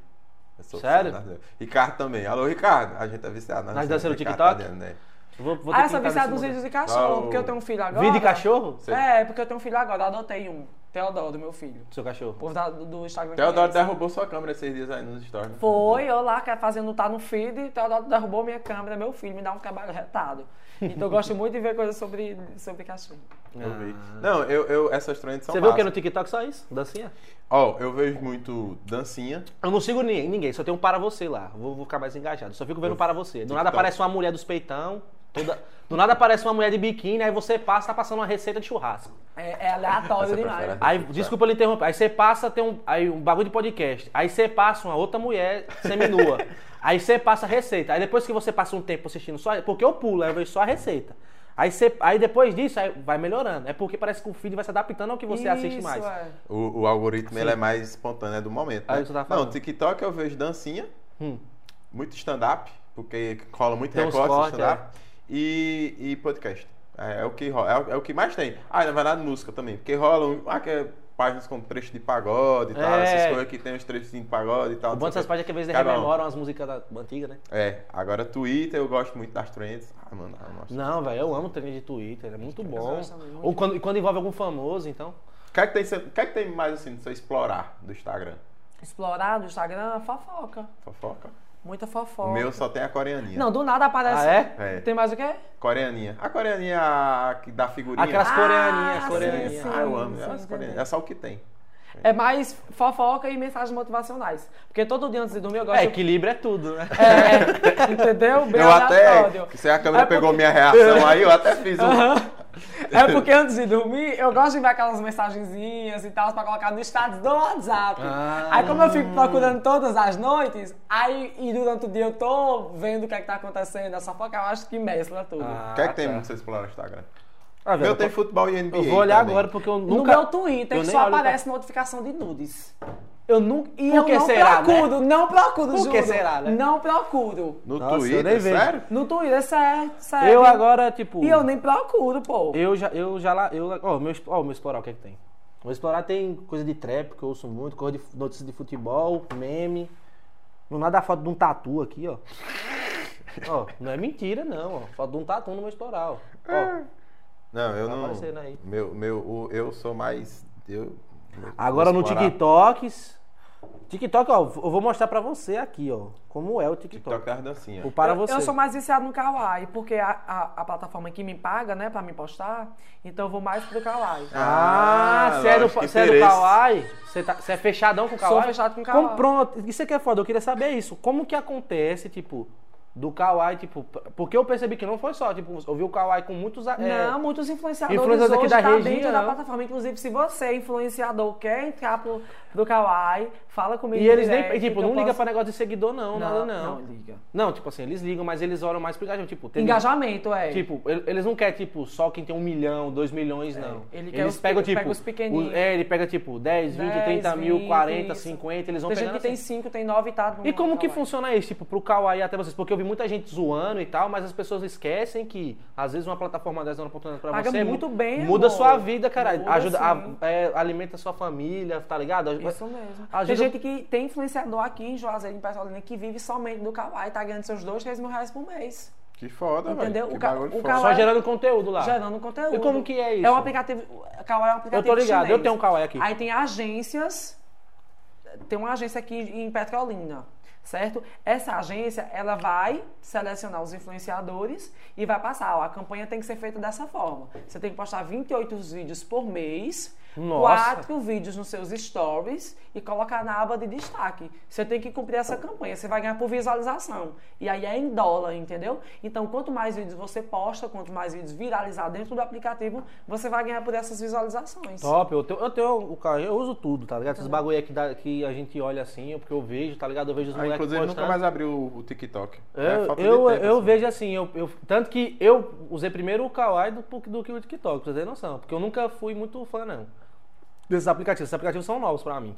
Eu sou
Sério?
viciado nas dancinhas. Ricardo também. Alô, Ricardo. A gente é viciado nas,
Nas dancinhas do
Ricardo
TikTok?
Tá dentro, né?
Vou, vou ter
Ah,
que
essa
entrar nesse
viciada dos
mundo.
vídeos de cachorro,
Ah, o-
porque eu tenho um filho agora.
Vídeo de cachorro?
Sim.
É, porque eu tenho um filho agora, adotei um. Teodoro, meu filho.
Seu cachorro.
O povo da- do, do Instagram.
Teodoro
conhece.
derrubou sua câmera esses dias aí nos stories.
Foi, eu lá que- fazendo tá no feed, Teodoro derrubou minha câmera, meu filho, me dá um trabalho retado. Então eu gosto muito de ver coisas sobre, sobre cachorro.
Eu vi. Não, eu, eu, essas trends são
Você viu o que é no
massas.
TikTok só isso? Dancinha?
Ó, eu vejo muito dancinha.
Eu não sigo ninguém, ninguém, só tem um para você lá. Vou, vou ficar mais engajado. Só fico vendo um para você. Do nada
TikTok.
aparece uma mulher dos peitão. toda- Do nada aparece uma mulher de biquíni, aí você passa, tá passando uma receita de churrasco.
É, é aleatório
Essa
demais.
prefere?
Aí,
Tá.
desculpa lhe interromper. Aí você passa, tem um, aí um bagulho de podcast. Aí você passa uma outra mulher seminua. aí você passa a receita. Aí depois que você passa um tempo assistindo só. Porque eu pulo, aí eu vejo só a receita. Aí, você, aí depois disso, aí vai melhorando. É porque parece que o feed vai se adaptando ao que Ah, você assiste
Isso,
mais.
é.
O, o algoritmo ele é mais espontâneo, é do momento.
Aí
né?
você tá falando. Hum.
Não, TikTok eu vejo dancinha, muito stand-up, porque cola muito
Tem uns
recorte
cortes, é.
stand-up, e, e podcast. É, é o que rola, é, o- é o que mais tem. Ah, na verdade, música também, porque rola um- ah, que é páginas com trecho de pagode e tal,
É.
essas coisas que tem os trechos de pagode e tal.
O
não
bom
sei o
dessas
quê.
páginas é que às vezes
Cada um.
rememoram as músicas da- antigas, né?
É, agora Twitter eu gosto muito das trends. Ah, mano, ah, nossa.
Não, velho, eu amo treino de Twitter, é muito bom.
gosto também, muito
Ou quando, e quando envolve algum famoso, então.
O que, é que, tem, o que é que tem mais assim no seu explorar do Instagram?
Explorar no Instagram, fofoca.
Fofoca?
Muita
O
fofoca.
meu só tem a coreaninha.
Não, do nada aparece.
Ah, é?
É.
Tem mais o quê?
Coreaninha. A coreaninha é a que dá figurinha.
Aquelas
Ah,
coreaninhas,
sim,
coreaninhas.
sim.
Ah, eu amo. Elas
sim,
coreaninhas.
entendi.
É só o que tem.
É mais fofoca e mensagens motivacionais. Porque todo dia antes de dormir eu gosto
É,
de-
equilíbrio é tudo, né?
<laughs> É, entendeu? Bem
eu
aleatório.
até. Se a câmera
É porque-
pegou minha reação
<laughs>
aí, eu até fiz um.
É porque antes de dormir, eu gosto de ver aquelas mensagenzinhas e tal pra colocar no status do WhatsApp.
Ah.
Aí como eu fico procurando todas as noites, aí e durante o dia eu tô vendo o que é que tá acontecendo, essa fofoca eu acho que mescla tudo.
Ah,
O que é que tem
tá.
no seu explorar no Instagram?
Ah, velho,
meu tem
eu,
futebol e NBA.
eu vou olhar
também.
agora porque eu
No
nunca.
meu Twitter
eu nem
só
olho pra-
aparece notificação de nudes.
Eu nunca.
E
Por que
eu não
será, né?
procuro, não procuro,
Por
juro.
que será, né?
Não procuro.
No
Nossa, eu
Twitter,
nem vejo.
sério?
No Twitter, certo, certo.
Eu agora, tipo.
E eu nem procuro, pô.
Eu já, eu já lá, eu, ó, meu, ó, o meu explorar, o que é que tem? O meu explorar tem coisa de trap, que eu ouço muito, coisa de notícias de futebol, meme. Não nada a foto de um tatu aqui, ó. ó, não é mentira, não, ó. Foto de um tatu no meu explorar, ó. Ó,
Não, eu
Tá
não.
aparecendo aí.
Meu, meu, o- eu sou mais. Eu, meu-
Agora no
explorar.
TikTok. TikTok, ó, eu vou mostrar pra você aqui, ó, como é o TikTok.
TikTok das dancinhas.
O para
eu,
você.
eu sou mais viciado no Kawaii, porque a, a, a plataforma que me paga, né, pra me postar, então eu vou mais pro Kawaii.
Ah,
Ah,
você é do,
lógico, que
você é do
interesse.
Kawaii? Você tá- você é fechadão com o
Sou
Kawaii?
fechado com o
Como-
Kawaii.
pronto, isso aqui é foda, eu queria saber isso. Como que acontece, tipo, Do Kawhi, tipo, porque eu percebi que não foi só, tipo, eu vi o Kawhi com muitos. é,
Não, muitos influenciadores
influenciadores aqui
hoje
da
tá
região.
dentro da plataforma. Inclusive, se você, influenciador, quer entrar pro, pro Kawaii, fala comigo.
E eles
direto,
nem, tipo,
é que eu
não liga
posso-
pra negócio de seguidor, não, nada não.
Não, liga.
Não, tipo assim, eles ligam, mas eles olham mais pro engajamento. Tipo, tem-
Engajamento, é.
Tipo, el- eles não querem, tipo, só quem tem um milhão, dois milhões, não.
É. ele quer
eles
os
pegam,
pe-
tipo.
pega os pequenininhos.
os- é, ele pega, tipo, 10, 20,
10,
30 mil,
20,
40,
isso.
50, eles vão
tem gente
pegando
que tem
assim.
cinco, tem nove, tá? no-
E como
no
que
Kawaii.
funciona isso, tipo, pro Kawaii até vocês? Porque eu vi muita gente zoando e tal, mas as pessoas esquecem que, às vezes, uma plataforma dessa dá uma oportunidade pra
Paga
você. mu-
muito bem,
Muda
amor.
sua vida, caralho.
Muda,
Ajuda, a-
sim.
é, alimenta sua família, tá ligado? Aj-
Isso mesmo.
Ajuda-
Tem gente que tem influenciador aqui em Juazeiro, em Petrolina, que vive somente do Kawaii, tá ganhando seus dois, três mil reais por mês.
Que foda, velho.
Entendeu?
Que
O ca-
bagulho
o
foda.
ca-
Só gerando conteúdo lá.
Gerando um conteúdo.
E como que é isso?
É um aplicativo. o Kawaii é um
Eu
aplicativo.
tô ligado,
chinês.
eu tenho um Kawaii aqui.
Aí tem agências. Tem uma agência aqui em Petrolina, certo? Essa agência, ela vai selecionar os influenciadores e vai passar. Ó, a campanha tem que ser feita dessa forma. Você tem que postar 28 vídeos por mês,
Nossa.
quatro vídeos nos seus stories e colocar na aba de destaque. Você tem que cumprir essa campanha. Você vai ganhar por visualização. E aí é em dólar, entendeu? Então, quanto mais vídeos você posta, quanto mais vídeos viralizar dentro do aplicativo, você vai ganhar por essas visualizações.
Top, eu tenho, eu tenho o carro, eu uso tudo, tá ligado? Esses
É.
bagulho aí que, dá- que a gente olha assim, porque eu vejo, tá ligado? Eu vejo os
Ah,
moleques
inclusive, nunca
postando.
mais abriu o, o TikTok. É
Eu,
falta de
eu,
tempo,
eu
assim.
vejo assim, eu, eu- tanto que eu usei primeiro o Kawaii do, do que o TikTok, pra vocês terem noção, porque eu nunca fui muito fã, não, desses aplicativos. Esses aplicativos são novos pra mim.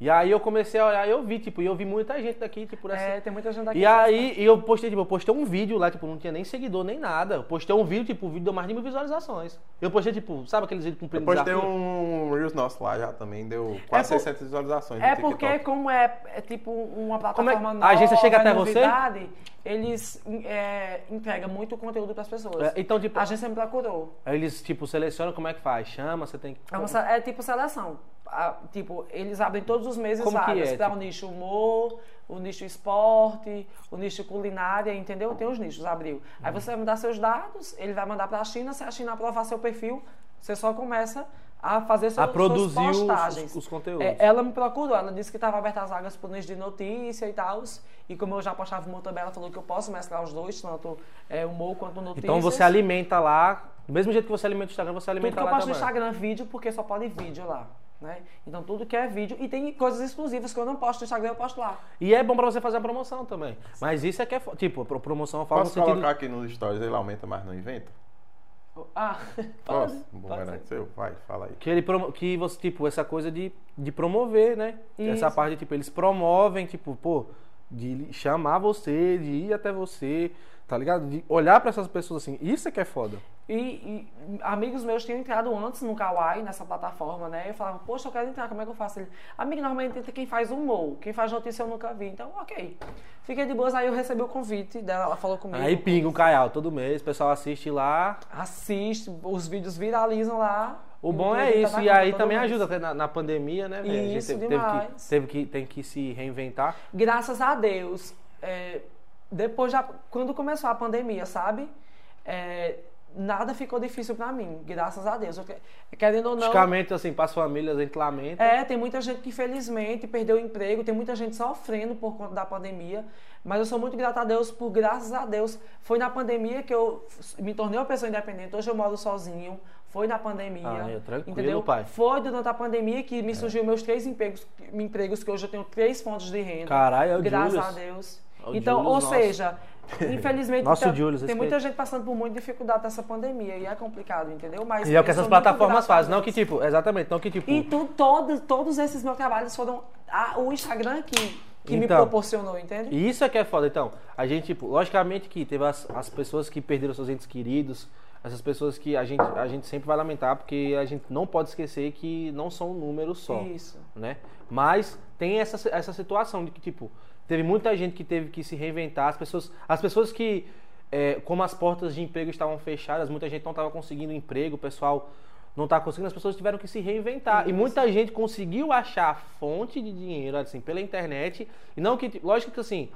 E aí eu comecei a olhar, eu vi, tipo, e eu vi muita gente daqui, tipo, nessa,
É, tem muita gente aqui.
E aí e eu postei, tipo, eu postei um vídeo lá, tipo, não tinha nem seguidor, nem nada. Eu postei um vídeo, tipo, o vídeo deu mais de mil visualizações. Eu postei, tipo, sabe aqueles vídeos com
Eu
prêmio
postei
desafio?
um Reels nosso lá já também, deu quase
É por-
600 visualizações. no
É porque,
TikTok.
como é, é tipo uma plataforma
Como é- a
nova,
agência chega
é
até você?
novidade, eles é, entregam muito conteúdo para as pessoas.
É, então, tipo,
A agência me procurou.
aí eles, tipo, selecionam como é que faz. Chama, você tem que.
É, uma se- é tipo seleção. Ah, tipo, eles abrem todos os meses
Como que
vagas
é,
para
tipo?
o nicho humor, o nicho esporte, o nicho culinária, entendeu? Tem os nichos, abriu. Aí
Uhum.
você vai mandar seus dados, ele vai mandar para a China, se a China aprovar seu perfil, você só começa a fazer seu,
A produzir
suas
os-
postagens.
os- os conteúdos.
É, ela me procurou, ela disse que estava aberta as vagas por nicho de notícia e tal. E como eu já postava humor também, ela falou que eu posso mesclar os dois, tanto é, humor quanto notícias.
Então você alimenta lá. Do mesmo jeito que você alimenta o Instagram, você
Tudo
alimenta
que eu
lá
posto no
também.
Instagram é vídeo, porque só pode vídeo lá. Né? Então tudo que é vídeo. E tem coisas exclusivas que eu não posto no Instagram, eu posto lá.
E é bom pra você fazer a promoção também. Mas isso é que é. fo- Tipo, pro- promoção eu falo
Posso
no sentido.
colocar aqui nos stories, ele aumenta, mas não inventa?
Ah, <laughs>
Posso? Bom,
pode
era seu, vai, fala aí.
Que, ele promo- que você, tipo, essa coisa de, de promover, né? Essa
Isso.
parte, tipo, eles promovem, tipo, pô, de chamar você, de ir até você, tá ligado? De olhar pra essas pessoas assim. Isso é que é foda.
e, e amigos meus tinham entrado antes no Kawaii, nessa plataforma, né? Eu falava, poxa, eu quero entrar, como é que eu faço? Ele, amigo, normalmente entra quem faz humor, quem faz notícia eu nunca vi. Então, ok. Fiquei de boas, aí eu recebi o convite dela, ela falou comigo.
Aí pinga um caial todo mês, o pessoal assiste lá.
Assiste, os vídeos viralizam lá.
O
E
bom é
vídeo tá
isso,
na
e
conta
aí
todo
também
mês.
ajuda até na, na pandemia, né? velho?
Isso,
teve, teve que,
demais.
teve que tem que se reinventar.
graças a Deus, é, depois já, quando começou a pandemia, sabe? É, nada ficou difícil pra mim, graças a Deus. Eu que- Querendo ou não,
Praticamente assim, para as famílias, a gente lamenta.
é, tem muita gente que infelizmente perdeu o emprego, tem muita gente sofrendo por conta da pandemia, mas eu sou muito grata a Deus por graças a Deus. Foi na pandemia que eu f- me tornei uma pessoa independente, hoje eu moro sozinho. Foi na pandemia.
Ah, eu tranquilo,
entendeu?
pai. É.
Foi durante a pandemia que me surgiu meus três empregos, empregos que hoje eu tenho três fontes de renda.
Caralho, é o
Graças
Julius.
a Deus.
É o
então,
Julius
ou
nosso.
seja,
<laughs>
infelizmente
Nosso
tá-
Julius,
tem
respeito.
muita gente passando por muita dificuldade nessa pandemia e é complicado, entendeu? Mas
E é o que
eu sou
essas
muito
plataformas
grata a Então-
fazem. Não
Deus.
que tipo, exatamente, não que tipo.
E tu, todo, todos esses meus trabalhos foram a- o Instagram que, que me
Então.
proporcionou, entende?
E isso é que é foda, então. A gente, tipo, logicamente que teve as, as pessoas que perderam seus entes queridos, essas pessoas que a gente, a gente sempre vai lamentar, porque a gente não pode esquecer que não são um número só,
Isso.
né? Mas tem essa, essa situação de que, tipo, teve muita gente que teve que se reinventar, as pessoas, as pessoas que, é, como as portas de emprego estavam fechadas, muita gente não estava conseguindo emprego, o pessoal não estava conseguindo, as pessoas tiveram que se reinventar. E muita gente conseguiu achar fonte de dinheiro, assim, pela internet, e não que, lógico que assim,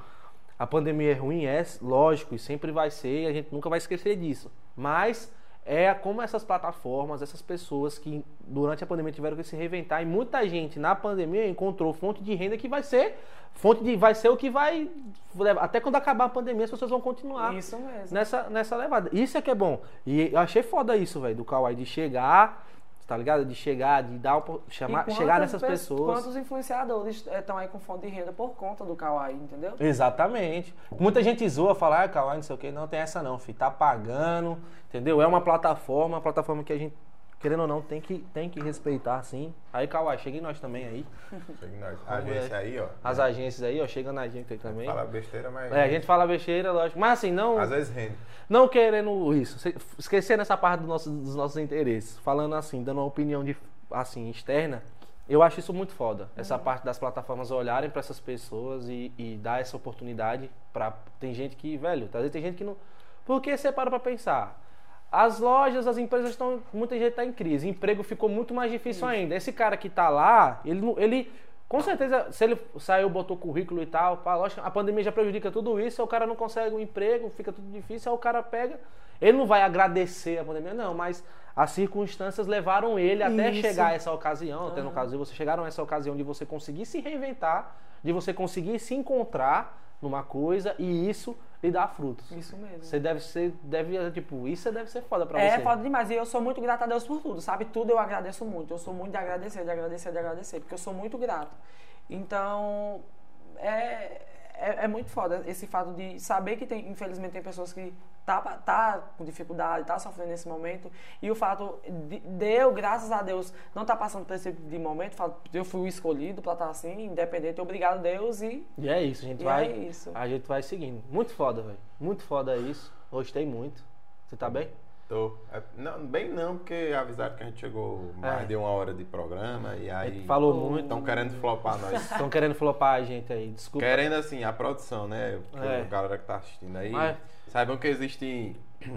a pandemia é ruim, é lógico, e sempre vai ser, e a gente nunca vai esquecer disso. Mas é como essas plataformas, essas pessoas que durante a pandemia tiveram que se reinventar e muita gente na pandemia encontrou fonte de renda que vai ser fonte de vai ser o que vai levar. até quando acabar a pandemia as pessoas vão continuar
Isso mesmo.
nessa nessa levada. Isso é que é bom. E eu achei foda isso, velho, do Kawaii de chegar, tá ligado? De chegar, de dar opor-
E
chamar,
quantas
chegar nessas
pe-
pessoas.
Quantos influenciadores estão aí com fonte de renda por conta do Kawaii, entendeu?
Exatamente. Muita gente zoa, fala, ah, Kawaii, não sei o quê. Não tem essa não, filho. Tá pagando, entendeu? É uma plataforma, uma plataforma que a gente, querendo ou não, tem que, tem que respeitar, sim. Aí, Kawaii, chega em nós também aí.
Chega nós. A agência aí, ó.
As agências aí, ó, chega na gente aí também.
Fala besteira, mas.
É, a gente fala besteira, lógico. Mas assim, não...
Às vezes rende.
Não querendo isso, se- esquecendo essa parte do nosso- dos nossos interesses, falando assim, dando uma opinião de, assim, externa, eu acho isso muito foda. Essa parte das plataformas olharem pra essas pessoas e, e dar essa oportunidade pra. Tem gente que, velho, às vezes tem gente que não. Porque você para pra pensar. As lojas, as empresas estão. Muita gente tá em crise. Emprego ficou muito mais difícil ainda. Esse cara que tá lá, ele. não- ele com certeza, se ele saiu, botou currículo e tal, pá, lógico, a pandemia já prejudica tudo isso, aí o cara não consegue um emprego, fica tudo difícil, aí o cara pega. Ele não vai agradecer a pandemia, não, mas as circunstâncias levaram ele até
Isso.
chegar a essa ocasião, até no caso de você chegaram a essa ocasião de você conseguir se reinventar, de você conseguir se encontrar numa coisa e isso lhe dá frutos.
Isso mesmo.
Você deve ser, deve, tipo, isso deve ser foda pra
é,
você.
foda demais. E eu sou muito grata a Deus por tudo, sabe? Tudo eu agradeço muito. Eu sou muito de agradecer, de agradecer, de agradecer, porque eu sou muito grata. Então, é, é, é muito foda esse fato de saber que tem, infelizmente, tem pessoas que tá, pa- tá com dificuldade, tá sofrendo nesse momento. E o fato de, de eu, graças a Deus, não tá passando por esse tipo de momento. falo, Eu fui o escolhido pra estar assim, independente. Obrigado, Deus, e
E é isso, a gente
E
vai.
é isso.
A gente vai seguindo. Muito foda, velho. Muito foda isso. Gostei muito. Você tá
<laughs>
bem?
Tô. É, não, bem não, porque avisaram que a gente chegou mais
É.
de uma hora de programa e aí.
Falou muito.
Estão querendo flopar nós.
Estão querendo flopar a gente aí, desculpa.
Querendo assim, a produção, né?
É.
A galera que tá assistindo aí.
Mas-
Saibam que existem. <clears throat>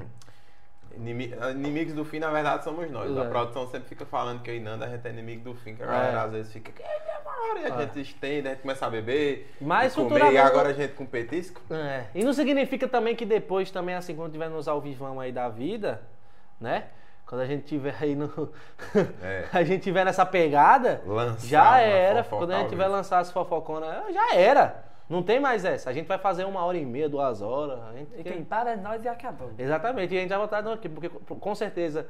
inimi- Inimigos do fim, na verdade, somos nós. A
É.
produção sempre fica falando que eu e Nanda a gente é inimigo do fim, que a galera
É.
às vezes fica. "Que é uma hora", E a gente estende, a gente começa a beber,
Mas
e comer, e
futuramente-
agora a gente com petisco.
É. E não significa também que depois, também, assim, quando tiver nos ao vivão aí da vida, né? Quando a gente tiver aí no. <laughs>
É.
a gente tiver nessa pegada,
Lançar uma
já era.
fofoca
Quando a
ao
gente tiver
vivo.
lançar as fofoconas, já era. Não tem mais essa. A gente vai fazer uma hora e meia, duas horas. A gente
e quem para é nós e acabou.
Exatamente, e a gente vai voltar aqui, porque com certeza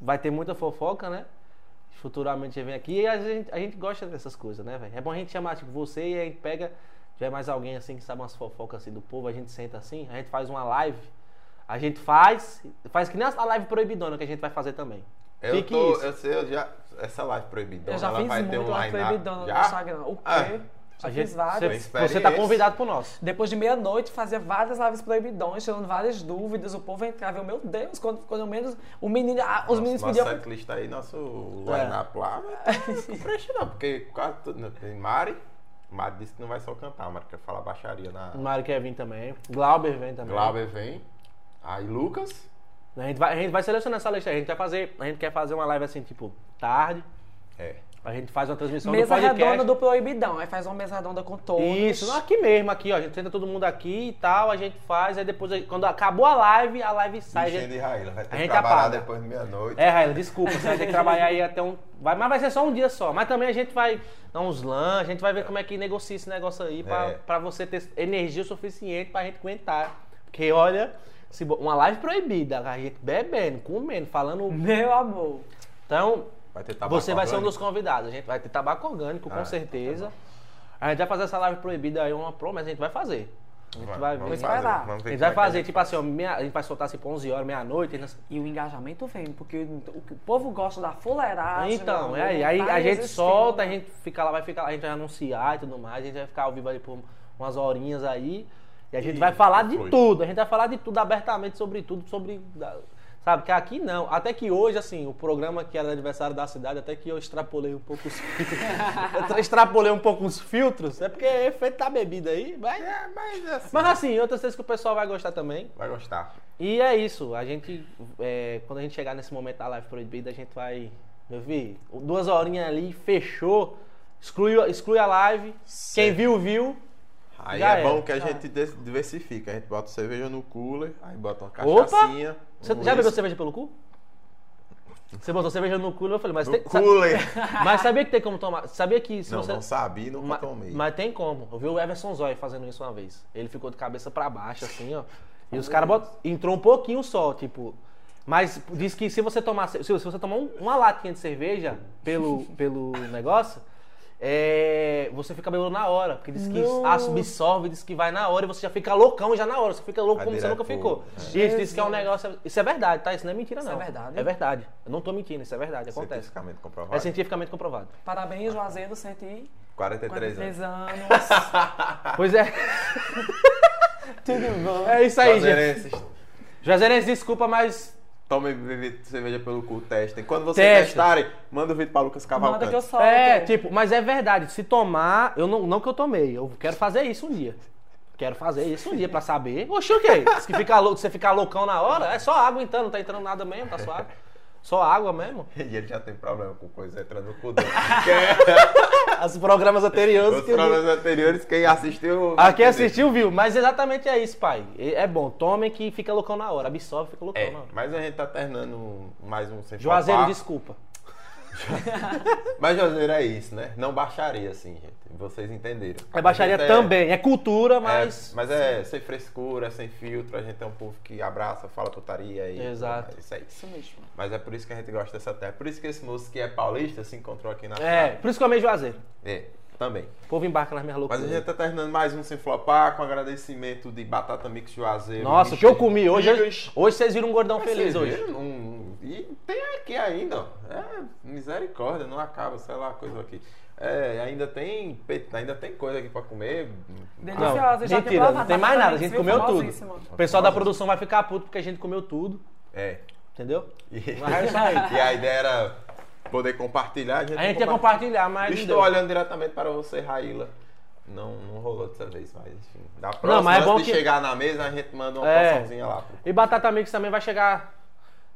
vai ter muita fofoca, né? Futuramente vem aqui e a gente, a gente gosta dessas coisas, né, velho? É bom a gente chamar, tipo, você e a gente pega, tiver mais alguém assim que sabe umas fofocas assim do povo, a gente senta assim, a gente faz uma live, a gente faz, faz que nem a live proibidona que a gente vai fazer também.
Eu
Fique
tô.
é isso.
Eu sei, eu já. Essa live proibidona,
Eu já
ela
fiz
vai ter
muito
um
lá
line-up.
proibidona no
Já?
Instagram. O quê?
Ah.
já
A
fiz várias.
gente, você, você tá
Experiência.
convidado pro nosso.
Depois de meia-noite, fazia várias lives proibidões, tirando várias dúvidas, o povo entrava. Eu, meu Deus, quando, quando menos o menino, ah, os
Nosso-
meninos
nosso
é
pediam.
setlist aí, nosso line-up lá, <laughs> mas não preste não, porque quase tudo. né? Tem Mari. Mari disse que não vai só cantar, Mari quer falar baixaria na.
O Mário quer vir também, Glauber vem também.
Glauber vem. Aí Lucas.
A gente vai, a gente vai selecionar essa lista, aí, a gente vai fazer, a gente quer fazer uma live assim, tipo, tarde,
É.
a gente faz uma transmissão do
Mesa
podcast.
redonda do proibidão. Aí faz uma mesa redonda com todos. Ah,
Isso, aqui mesmo, aqui, ó. A gente senta todo mundo aqui e tal, a gente faz, aí depois, aí, quando acabou a live, a live sai. a
Enchendo
Tá, gente-
e Raíla. Vai ter
a
que
gente
trabalhar
apaga.
depois de meia-noite.
É, Raila, desculpa, você vai ter que trabalhar aí até um. Vai, mas vai ser só um dia só. Mas também a gente vai dar uns lanches, a gente vai ver como é que negocia esse negócio aí pra,
É.
pra você ter energia suficiente pra gente aguentar. Porque olha, se bo- uma live proibida, a gente bebendo, comendo, falando.
Meu amor.
Então,
Vai ter tabaco
você vai ser um dos
orgânico.
convidados. A gente vai ter tabaco orgânico, com
Ah,
certeza. A gente vai fazer essa live proibida aí, uma promessa, a gente vai fazer. A gente vai,
Vamos
ver.
fazer,
esperar.
vamos ver
A
como é
gente vai
que a
fazer,
gente
tipo assim, ó, meia- a gente vai soltar assim pra 11 horas, meia-noite. nessa-
E o engajamento vem, porque o, o que o povo gosta da fuleiragem.
Então,
meu
é
amor,
aí. Aí
tá
a gente
resistindo.
solta, a gente fica lá, vai ficar lá, a gente vai anunciar e tudo mais. A gente vai ficar ao vivo ali por umas horinhas aí. E a gente
E
vai falar de
foi.
tudo. A gente vai falar de tudo abertamente, sobre tudo, sobre. da- Sabe, que aqui não. Até que hoje, assim, o programa que era aniversário da cidade, até que eu extrapolei um pouco os filtros. eu extrapolei um pouco os filtros. É porque é efeito da bebida aí. Mas,
É, mas assim.
mas assim, outras coisas que o pessoal vai gostar também.
Vai gostar.
E é isso, a gente, é, quando a gente chegar nesse momento da live proibida, a gente vai, meu filho, duas horinhas ali, fechou, exclui, exclui a live, quem viu, viu,
Aí
Já
é
era,
bom que a
já
gente des- diversifica. A gente bota cerveja no cooler, aí bota uma
Opa!
cachaçinha.
Você
um
já bebeu
uísque.
cerveja pelo cu? Você botou cerveja no cu e eu falei, mas
No
tem. sa-
cooler!
Mas sabia que tem como tomar. Sabia que se
não,
você.
não sabia e nunca
Ma-
tomei.
Mas tem como. Eu vi o Everson Zoy fazendo isso uma vez. Ele ficou de cabeça pra baixo, assim, ó. E os caras bot... entrou um pouquinho só, tipo. Mas diz que se você tomar, ce- se você tomar um- uma latinha de cerveja
<laughs>
pelo, pelo negócio, é, você fica bebendo na hora. Porque diz que
Nossa.
absorve, diz que vai na hora e você já fica loucão já na hora. Você fica louco
Vai
como você
direto
nunca ficou.
pro-
Isso, diz que é um
Jesus.
negócio. Isso é verdade, tá? Isso não é mentira,
Isso
não.
é verdade?
É verdade. Eu não tô mentindo, isso é verdade, acontece.
Cientificamente comprovado.
É cientificamente comprovado.
Parabéns, Juazeiro, senti
43 anos.
43
<laughs>
anos.
Pois é.
Tudo bom?
É isso aí, gente.
Cruzeirenses,
Juazeirense, desculpa, mas.
Tomem bebida- cerveja pelo cu, testem. Quando vocês
Testa.
testarem, manda o vídeo pra Lucas
Manda
Cavalcante.
que eu solto.
É, tipo, mas é verdade. Se tomar, eu não, não que eu tomei, eu quero fazer isso um dia. Quero fazer isso um dia pra saber. Oxi, o quê? Se ficar louco, você ficar loucão na hora, é só água então, não tá entrando nada mesmo, tá suave. Só água mesmo.
<laughs> E ele já tem problema com coisa entrando no cu
<laughs>
dele. Porque
Os programas anteriores
Os
que eu vi.
programas anteriores, quem assistiu.
Ah, quem assistiu viu, mas exatamente é isso, pai. E- É bom, tomem que fica loucão na hora, absorve, fica loucão
É,
na hora.
mas a gente tá terminando mais um sem
Juazeiro,
Papar.
desculpa.
Mas Juazeiro é isso, né? Não baixaria assim, gente. Vocês entenderam.
É baixaria
A gente é-
também, é cultura, mas.
É, mas é sem frescura, sem filtro. A gente é um povo que abraça, fala putaria e.
Exato.
Mas Isso é isso.
Isso mesmo.
Mas é por isso que a gente gosta dessa terra. Por isso que esse moço que é paulista se encontrou aqui na
É,
cidade.
por isso que eu amei Juazeiro.
É, também.
O povo embarca nas minhas
Mas
loucuras.
a gente tá terminando mais um sem flopar, com agradecimento de Batata Mix Juazeiro.
Nossa, o que eu comi hoje. Hoje, hoje vocês viram um gordão
Mas
feliz
você
hoje.
vê, não- e tem aqui ainda, ó. É, misericórdia, não acaba, sei lá, coisa aqui. É, ainda tem, pe- ainda tem coisa aqui pra comer.
Deliciosa, já
mentira, não
provado,
tem mais nada, a
Mix,
gente
viu?
comeu tudo.
Famosíssima.
O pessoal da produção vai ficar puto porque a gente comeu tudo,
É.
entendeu?
E,
Mas vai sair.
<laughs> e a ideia era poder compartilhar.
A gente ia compartilhar, mas. não
Estou
deu.
olhando diretamente para você, Raíla. Não, não rolou dessa vez, mas enfim. Da próxima,
mas é
antes
bom
de
que-
chegar na mesa, a gente manda uma
É.
porçãozinha lá. pro-
E Batata Mix também vai chegar.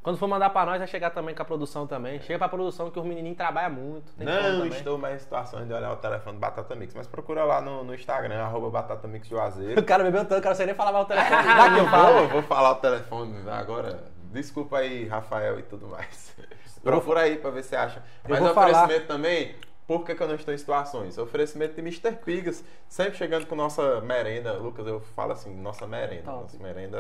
Quando for mandar pra nós, vai chegar também com a produção também. Chega pra produção que os menininhos trabalham muito. tem como
Não tá-
também.
estou mais em situações de olhar o telefone do Batata Mix, mas procura lá no, no Instagram, arroba Batata Mix
<laughs>
Juazeiro.
O cara bebeu tanto, o cara não sei nem falar
<laughs>
mais o telefone. Dá Tá que eu falo.
Vou, Tá vou falar o telefone agora. Desculpa aí, Rafael e tudo
<laughs>
mais. Procura aí pra ver se acha. Mas
vou
oferecimento também, por que, que eu não estou em situações? Oferecimento de Mr. Pigas, sempre chegando com nossa merenda. Lucas, eu falo assim, nossa merenda.
Top.
Nossa merenda.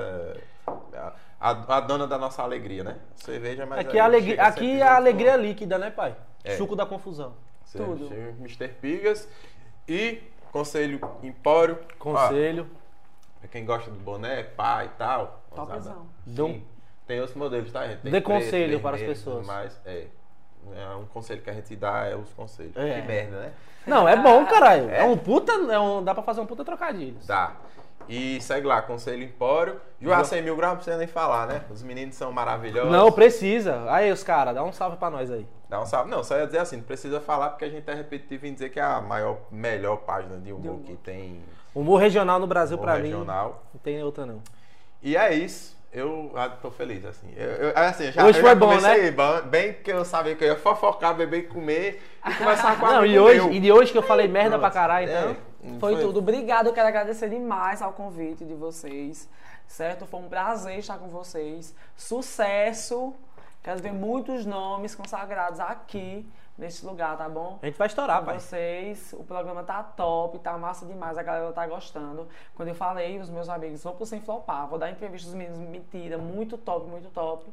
é A, a- a dona da nossa alegria, né? Cerveja, mas.
Aqui,
aí
a alegria,
chega
aqui
sempre
é a
junto
alegria é líquida, né, pai?
É.
Suco da confusão.
com-
tudo.
sempre Mr. Pigas. E Conselho Empório.
Conselho.
Ó, pra quem gosta do boné, pá e tal.
Topzão.
Dê um-
Sim. Tem outros modelos, tá, gente? Tem
Dê conselho para as
vermelho,
pessoas.
Mas é. É um conselho que a gente dá, é os conselhos.
É.
Que merda, né?
Não, é bom, caralho. É um puta. É um, dá pra fazer um puta trocadilho.
Dá. E segue lá, Conselho Empório. Juá 100 mil graus, não precisa nem falar, né? Os meninos são maravilhosos.
Não, precisa. Aí, os caras, dá um salve pra nós aí.
Dá um salve. Não, só ia dizer assim, não precisa falar porque a gente é repetitivo em dizer que é a maior, melhor página de humor
humor.
que tem
Humor regional no Brasil,
humor
pra mim,
regional.
não tem outra não.
E é isso. Eu ah, tô feliz, assim. Eu, eu- assim, eu já,
Hoje
eu
foi
já
bom, né?
comecei bom- bem porque eu sabia que eu ia fofocar, beber e comer e começar com a
<laughs> Não, e
amigo
hoje,
meu.
e de hoje que eu falei merda pra caralho,
É,
então.
Foi tudo. Obrigado, eu quero agradecer demais ao convite de vocês, certo? Foi um prazer estar com vocês. Sucesso! Quero ver muitos nomes consagrados aqui neste lugar, tá bom?
A gente vai estourar,
Com
pai.
vocês, o programa tá top, tá massa demais, a galera tá gostando. Quando eu falei, os meus amigos, vou pro Sem Flopar, vou dar entrevista aos meninos, mentira, muito top, muito top.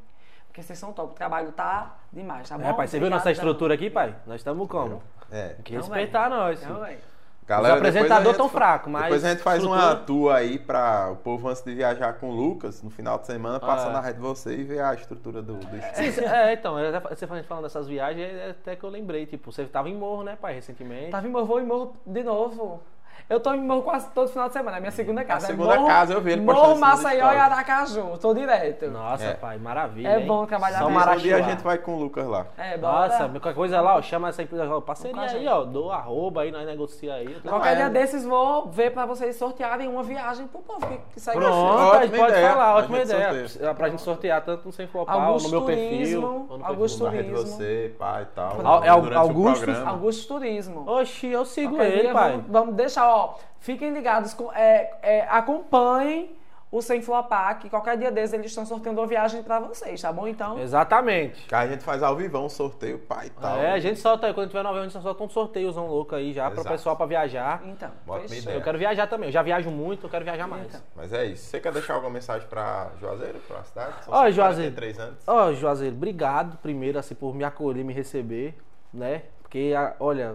Porque vocês são top, o trabalho tá demais, tá bom?
É, pai, você viu nossa
Obrigadão.
estrutura aqui, pai? Nós estamos como?
É.
Tem que
Então,
respeitar nós.
Então,
filho.
é.
Galera,
Os
depois a
apresentador
gente
tão
fa-
fraco, mas
Depois a gente faz uma
estrutura-
tour aí para o povo antes de viajar com o Lucas, no final de semana, passa
Ah.
na rede você e vê a estrutura do, do
Sim,
estúdio.
cê- é, então, eu até fa- você falando- falando dessas viagens, é até que eu lembrei, tipo, você tava em morro, né, pai, recentemente.
Tava em Morro, vou em Morro de novo. Eu tô em Morro quase todo final de semana, é minha segunda casa. É
segunda
Morro-
casa, eu vi ele postando
Morro,
isso nas
Maceió e
stories.
Aracaju, tô direto.
Nossa,
É.
pai, maravilha.
É
hein?
bom trabalhar
Só
mesmo.
Um dia
Marachuá.
a gente vai com o Lucas lá.
É, bora.
Nossa, qualquer coisa lá, ó, chama essa empresa, ó, parceria
Com a
aí,
gente.
ó, do arroba aí, nós negocia aí. eu tô-
Não,
Qualquer
é-
dia desses vou ver pra vocês sortearem uma viagem pro povo que, que segue
Pronto,
Ótima
aí pode
ideia.
falar,
A
ótima
gente
ideia.
sorteia.
Pra gente sortear tanto no Sem Flopar, ou
Augusto
no meu perfil.
Turismo,
ou no
Augusto
Na
perfil.
rede
Turismo.
você, pai e tal.
Al- é o-
durante
Augusto?
o programa.
Augusto Turismo.
Oxi, eu sigo
Qualquer
ele,
dia
pai.
Vamos, vamos deixar ó, fiquem ligados, com- é, é, acompanhem o Sem Flopar, que qualquer dia desses eles estão sorteando uma viagem pra vocês, tá bom? Então,
Exatamente.
Que a gente faz ao vivão, sorteio, pai e tal.
É, a gente solta aí, quando tiver novembro, a gente solta um sorteiozão louco aí já pro
Exato.
pessoal pra viajar.
então
Bota minha
fechou.
ideia.
Eu quero viajar também, eu já viajo muito, eu quero viajar mais.
Então.
Mas é isso. Você quer deixar alguma mensagem pra Juazeiro, pra cidade? São
Ó, Juazeiro.
43 anos.
Ó, Juazeiro, obrigado primeiro, assim, por me acolher, me receber, né? Porque, a- olha,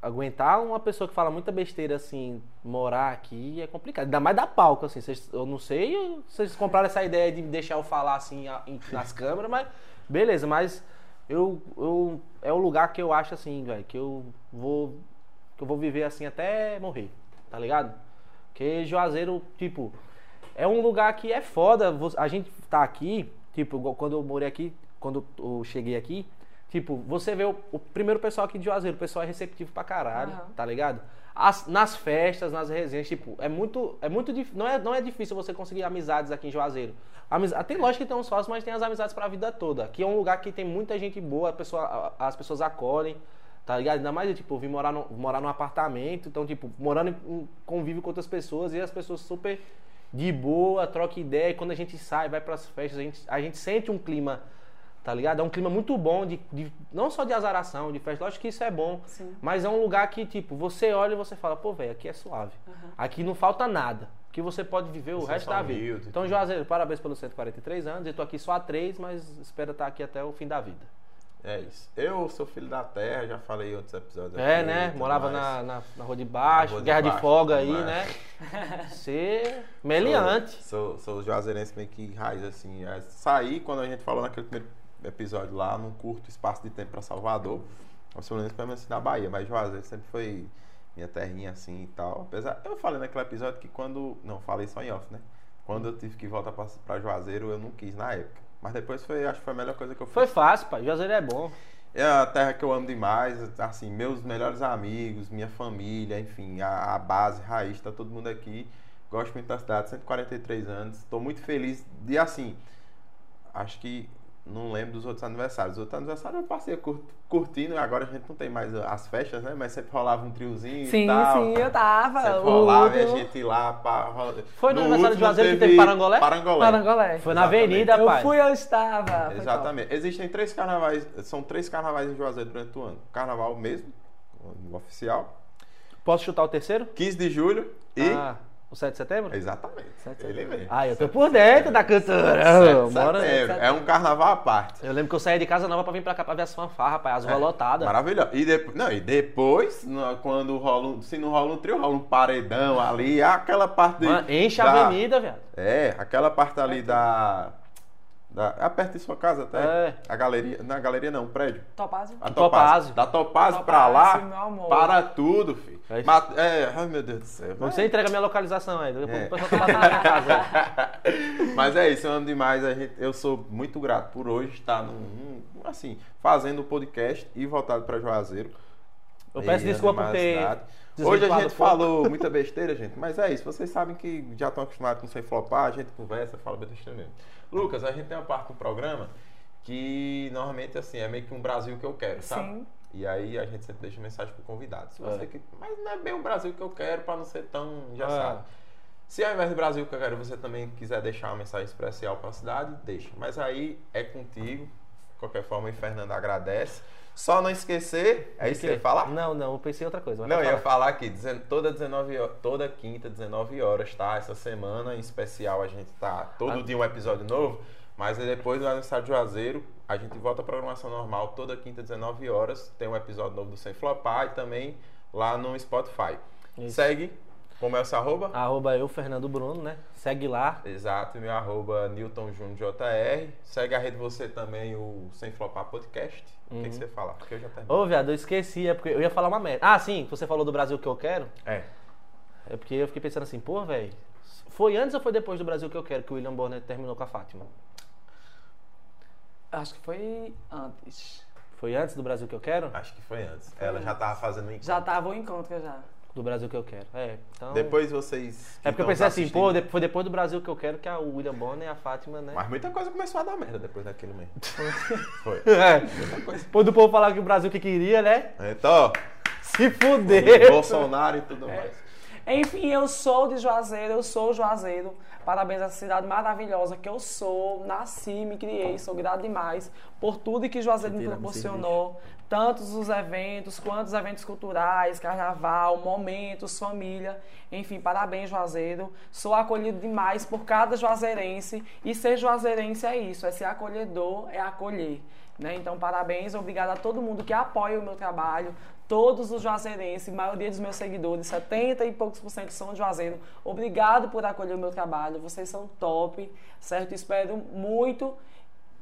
aguentar uma pessoa que fala muita besteira, assim, morar aqui é complicado. Ainda mais da palco, assim. Vocês, eu não sei, vocês compraram essa ideia de me deixar eu falar, assim, a- em- nas câmeras, mas beleza, mas eu, eu, é o lugar que eu acho, assim, velho, que eu vou, que eu vou viver, assim, até morrer, tá ligado? Porque Juazeiro, tipo, é um lugar que é foda. Vo- A gente tá aqui, tipo, igual quando eu morei aqui, quando eu cheguei aqui, tipo, você vê o, o primeiro pessoal aqui de Juazeiro, o pessoal é receptivo pra caralho,
Aham.
tá ligado? As- nas festas, nas resenhas, tipo, é muito, é muito dif- não é, não é difícil você conseguir amizades aqui em Juazeiro. Amiz, ah, tem lógico que tem uns falsos, mas tem as amizades pra vida toda. Aqui é um lugar que tem muita gente boa, a pessoa- a- as pessoas acolhem, Tá ligado? Ainda mais, eu, tipo, eu vim morar, no, morar num apartamento, então, tipo, morando em em convívio com outras pessoas e as pessoas super de boa, troca ideia. E quando a gente sai, vai pras festas, a gente, a gente sente um clima, tá ligado? É um clima muito bom, de, de- não só de azaração, de festa, lógico que isso é bom,
Sim.
mas é um lugar que, tipo, você olha e você fala, pô, velho, aqui é suave. Aqui não falta nada, que você pode viver o
Vocês
resto
são
da vida.
humildes e
Então,
é tudo.
Juazeiro, parabéns pelos 143 anos, eu tô aqui só há três, mas espero estar aqui até o fim da vida.
É isso. Eu sou filho da terra, já falei em outros episódios
É,
aqui,
né?
tudo
Morava
mais.
na, na, na Rua de Baixo,
Na Rua de
Guerra de,
Baixo,
Folga
tudo
aí,
mais.
né?
<laughs>
Você. Meliante.
Sou, sou, sou juazeirense meio que raiz, assim. É, Saí quando a gente falou naquele primeiro episódio lá, num curto espaço de tempo pra Salvador. Eu sou pelo menos assim, da Bahia, mas Juazeiro sempre foi minha terrinha assim e tal. Apesar, eu falei naquele episódio que quando. Não, falei só em off, né? Quando eu tive que voltar pra, pra Juazeiro, eu não quis na época. Mas depois foi, acho que foi a melhor coisa que eu fiz.
Foi fácil, pai. Juazeiro é bom.
É a terra que eu amo demais, assim, meus melhores amigos, minha família, enfim, a, a base, raiz, tá todo mundo aqui. Gosto muito da cidade, 143 anos. Tô muito feliz de, assim, acho que não lembro dos outros aniversários. Os outros aniversários eu passei cur- curtindo, agora a gente não tem mais as festas, né? Mas sempre rolava um triozinho e
Sim,
tal.
sim, eu tava.
Sempre
o
rolava e a
último-
gente lá... Pá, rola-
Foi no aniversário de
último
Juazeiro que teve Parangolé?
Parangolé.
Parangolé.
Foi na
Exatamente.
avenida,
Eu
pai.
fui, eu estava. Foi
Exatamente. Existem três carnavais, são três carnavais em Juazeiro durante o ano. Carnaval mesmo, o oficial.
Posso chutar o terceiro?
15 de julho e.
Ah, o 7 de setembro?
Exatamente.
Sete de
Ele mesmo.
Ah, eu tô por dentro da cantora.
Sete de
Bora.
setembro. É um carnaval à parte.
Eu lembro que eu saí de casa nova pra vir pra cá pra ver as fanfarras, pai. As
É,
ruas lotadas.
Maravilhoso. E depois, não, e depois na- quando rola, um- se não rola um trio, rola um paredão ali, É aquela parte de,
Mano, enche
da-
a avenida, velho.
É, aquela parte ali da, da é perto de sua casa até.
É.
A galeria, na galeria não, o prédio.
Topazio?
A
Topázio.
Topázio. Da Topázio
Topázio,
pra
meu
lá,
amor.
para tudo, filho.
É isso.
Mat- É, ai meu Deus do céu. Mas,
Você entrega a minha localização aí. Depois
É.
o pessoal tá batendo na minha casa.
<laughs> mas é isso, eu amo demais. a gente- eu sou muito grato por hoje estar num, num- assim, fazendo o podcast e voltado pra Juazeiro. <laughs>
Eu peço
E
desculpa por
animar a
ter. um
cidade. Hoje
desvirtuado
a
o
gente
foco. <laughs>
falou muita besteira, gente, mas é isso. Vocês sabem que já estão acostumados com sem flopar, a gente conversa, fala besteira mesmo. Lucas, a gente tem uma parte do programa que normalmente assim, é meio que um Brasil que eu quero, sabe?
Sim.
E aí a gente sempre deixa mensagem pro convidado. Se
É.
você que- Mas não é bem o Brasil que eu quero pra não ser tão. Já
É.
sabe. Se ao invés do Brasil que eu quero, você também quiser deixar uma mensagem especial pra cidade, deixa. Mas aí é contigo. De qualquer forma, o Fernando agradece. Só não esquecer, é isso que você fala?
Não, não, eu pensei em outra coisa. mas
Não, eu
pode
ia
falar.
falar aqui, dezen- toda, 19 ho- toda quinta, 19 horas, tá? Essa semana em especial a gente tá todo dia um episódio novo, mas aí depois lá no Estádio Juazeiro a gente volta à programação normal, toda quinta, 19 horas, tem um episódio novo do Sem Flopar e também lá no Spotify.
Isso.
Segue, como é o seu arroba?
Arroba eu, Fernando Bruno, né? Segue lá.
Exato, meu arroba Newton Júnior JR. Segue a rede você também, o Sem Flopar Podcast. O que, que você fala? Porque eu já
Ô,
terminei.
viado, eu esqueci, é porque eu ia falar uma merda. Ah, sim, você falou do Brasil que eu quero.
É.
É porque eu fiquei pensando assim, pô, velho, foi antes ou foi depois do Brasil que eu quero que o William Bonner terminou com a Fátima?
top. Acho que foi antes.
Foi antes do Brasil que eu quero?
Acho que foi antes. Ela já tava fazendo um
Já tava o encontro já.
Do Brasil que eu quero. É, então.
Depois vocês. que
É porque eu
estão
pensei assim,
assistindo-
pô, de- foi depois do Brasil que eu quero que a o William Bonner e a Fátima, né?
Mas muita coisa começou a dar merda depois daquilo mesmo. Foi.
<laughs> É. Pô, do povo falar que o Brasil que queria, né?
Então,
Se fuder. É.
Bolsonaro e tudo mais.
Enfim, eu sou de Juazeiro, eu sou Juazeiro. Parabéns a essa cidade maravilhosa que eu sou, nasci, me criei, sou grato demais por tudo que Juazeiro me
Tira, me
proporcionou. Tantos os eventos, quantos eventos culturais, carnaval, momentos, família. Enfim, parabéns, Juazeiro. Sou acolhido demais por cada juazeirense. E ser juazeirense é isso, é ser acolhedor, é acolher. Né? Então, parabéns, obrigado a todo mundo que apoia o meu trabalho, todos os juazeirenses, maioria dos meus seguidores, 70 e poucos por cento são de Juazeiro. Obrigado por acolher o meu trabalho, vocês são top, certo? Espero muito.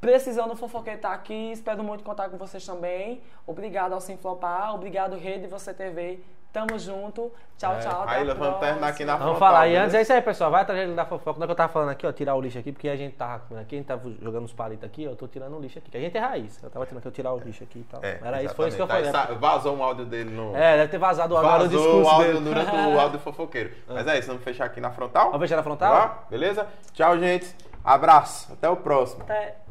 Precisando do fofoqueiro tá aqui, espero muito contar com vocês também. Obrigado ao Simflopar, obrigado Rede Você TV. Tamo junto. Tchau,
É,
tchau. até a
Aí vamos terminar aqui na
próxima.
Vamos
frontal,
falar. E
né?
antes é isso aí, pessoal. Vai atrás da fofoca. Não é que eu tava falando aqui, ó, tirar o lixo aqui, porque a gente tava comendo aqui, a gente tava jogando os palitos aqui, ó, eu tô tirando o lixo aqui. Que a gente é raiz. Eu tava tirando que eu tirar o lixo aqui e tal.
É,
Era isso, foi isso que eu falei. né?
exatamente. Aí sa- Vazou um áudio dele no.
É, deve ter vazado o áudio
Vazou
era o discurso
o áudio
dele.
durante
<laughs>
o áudio fofoqueiro. Mas é isso, vamos fechar aqui na frontal.
Vamos fechar na frontal?
Tá? Beleza? Tchau, gente. Abraço. Até o próximo.
Até.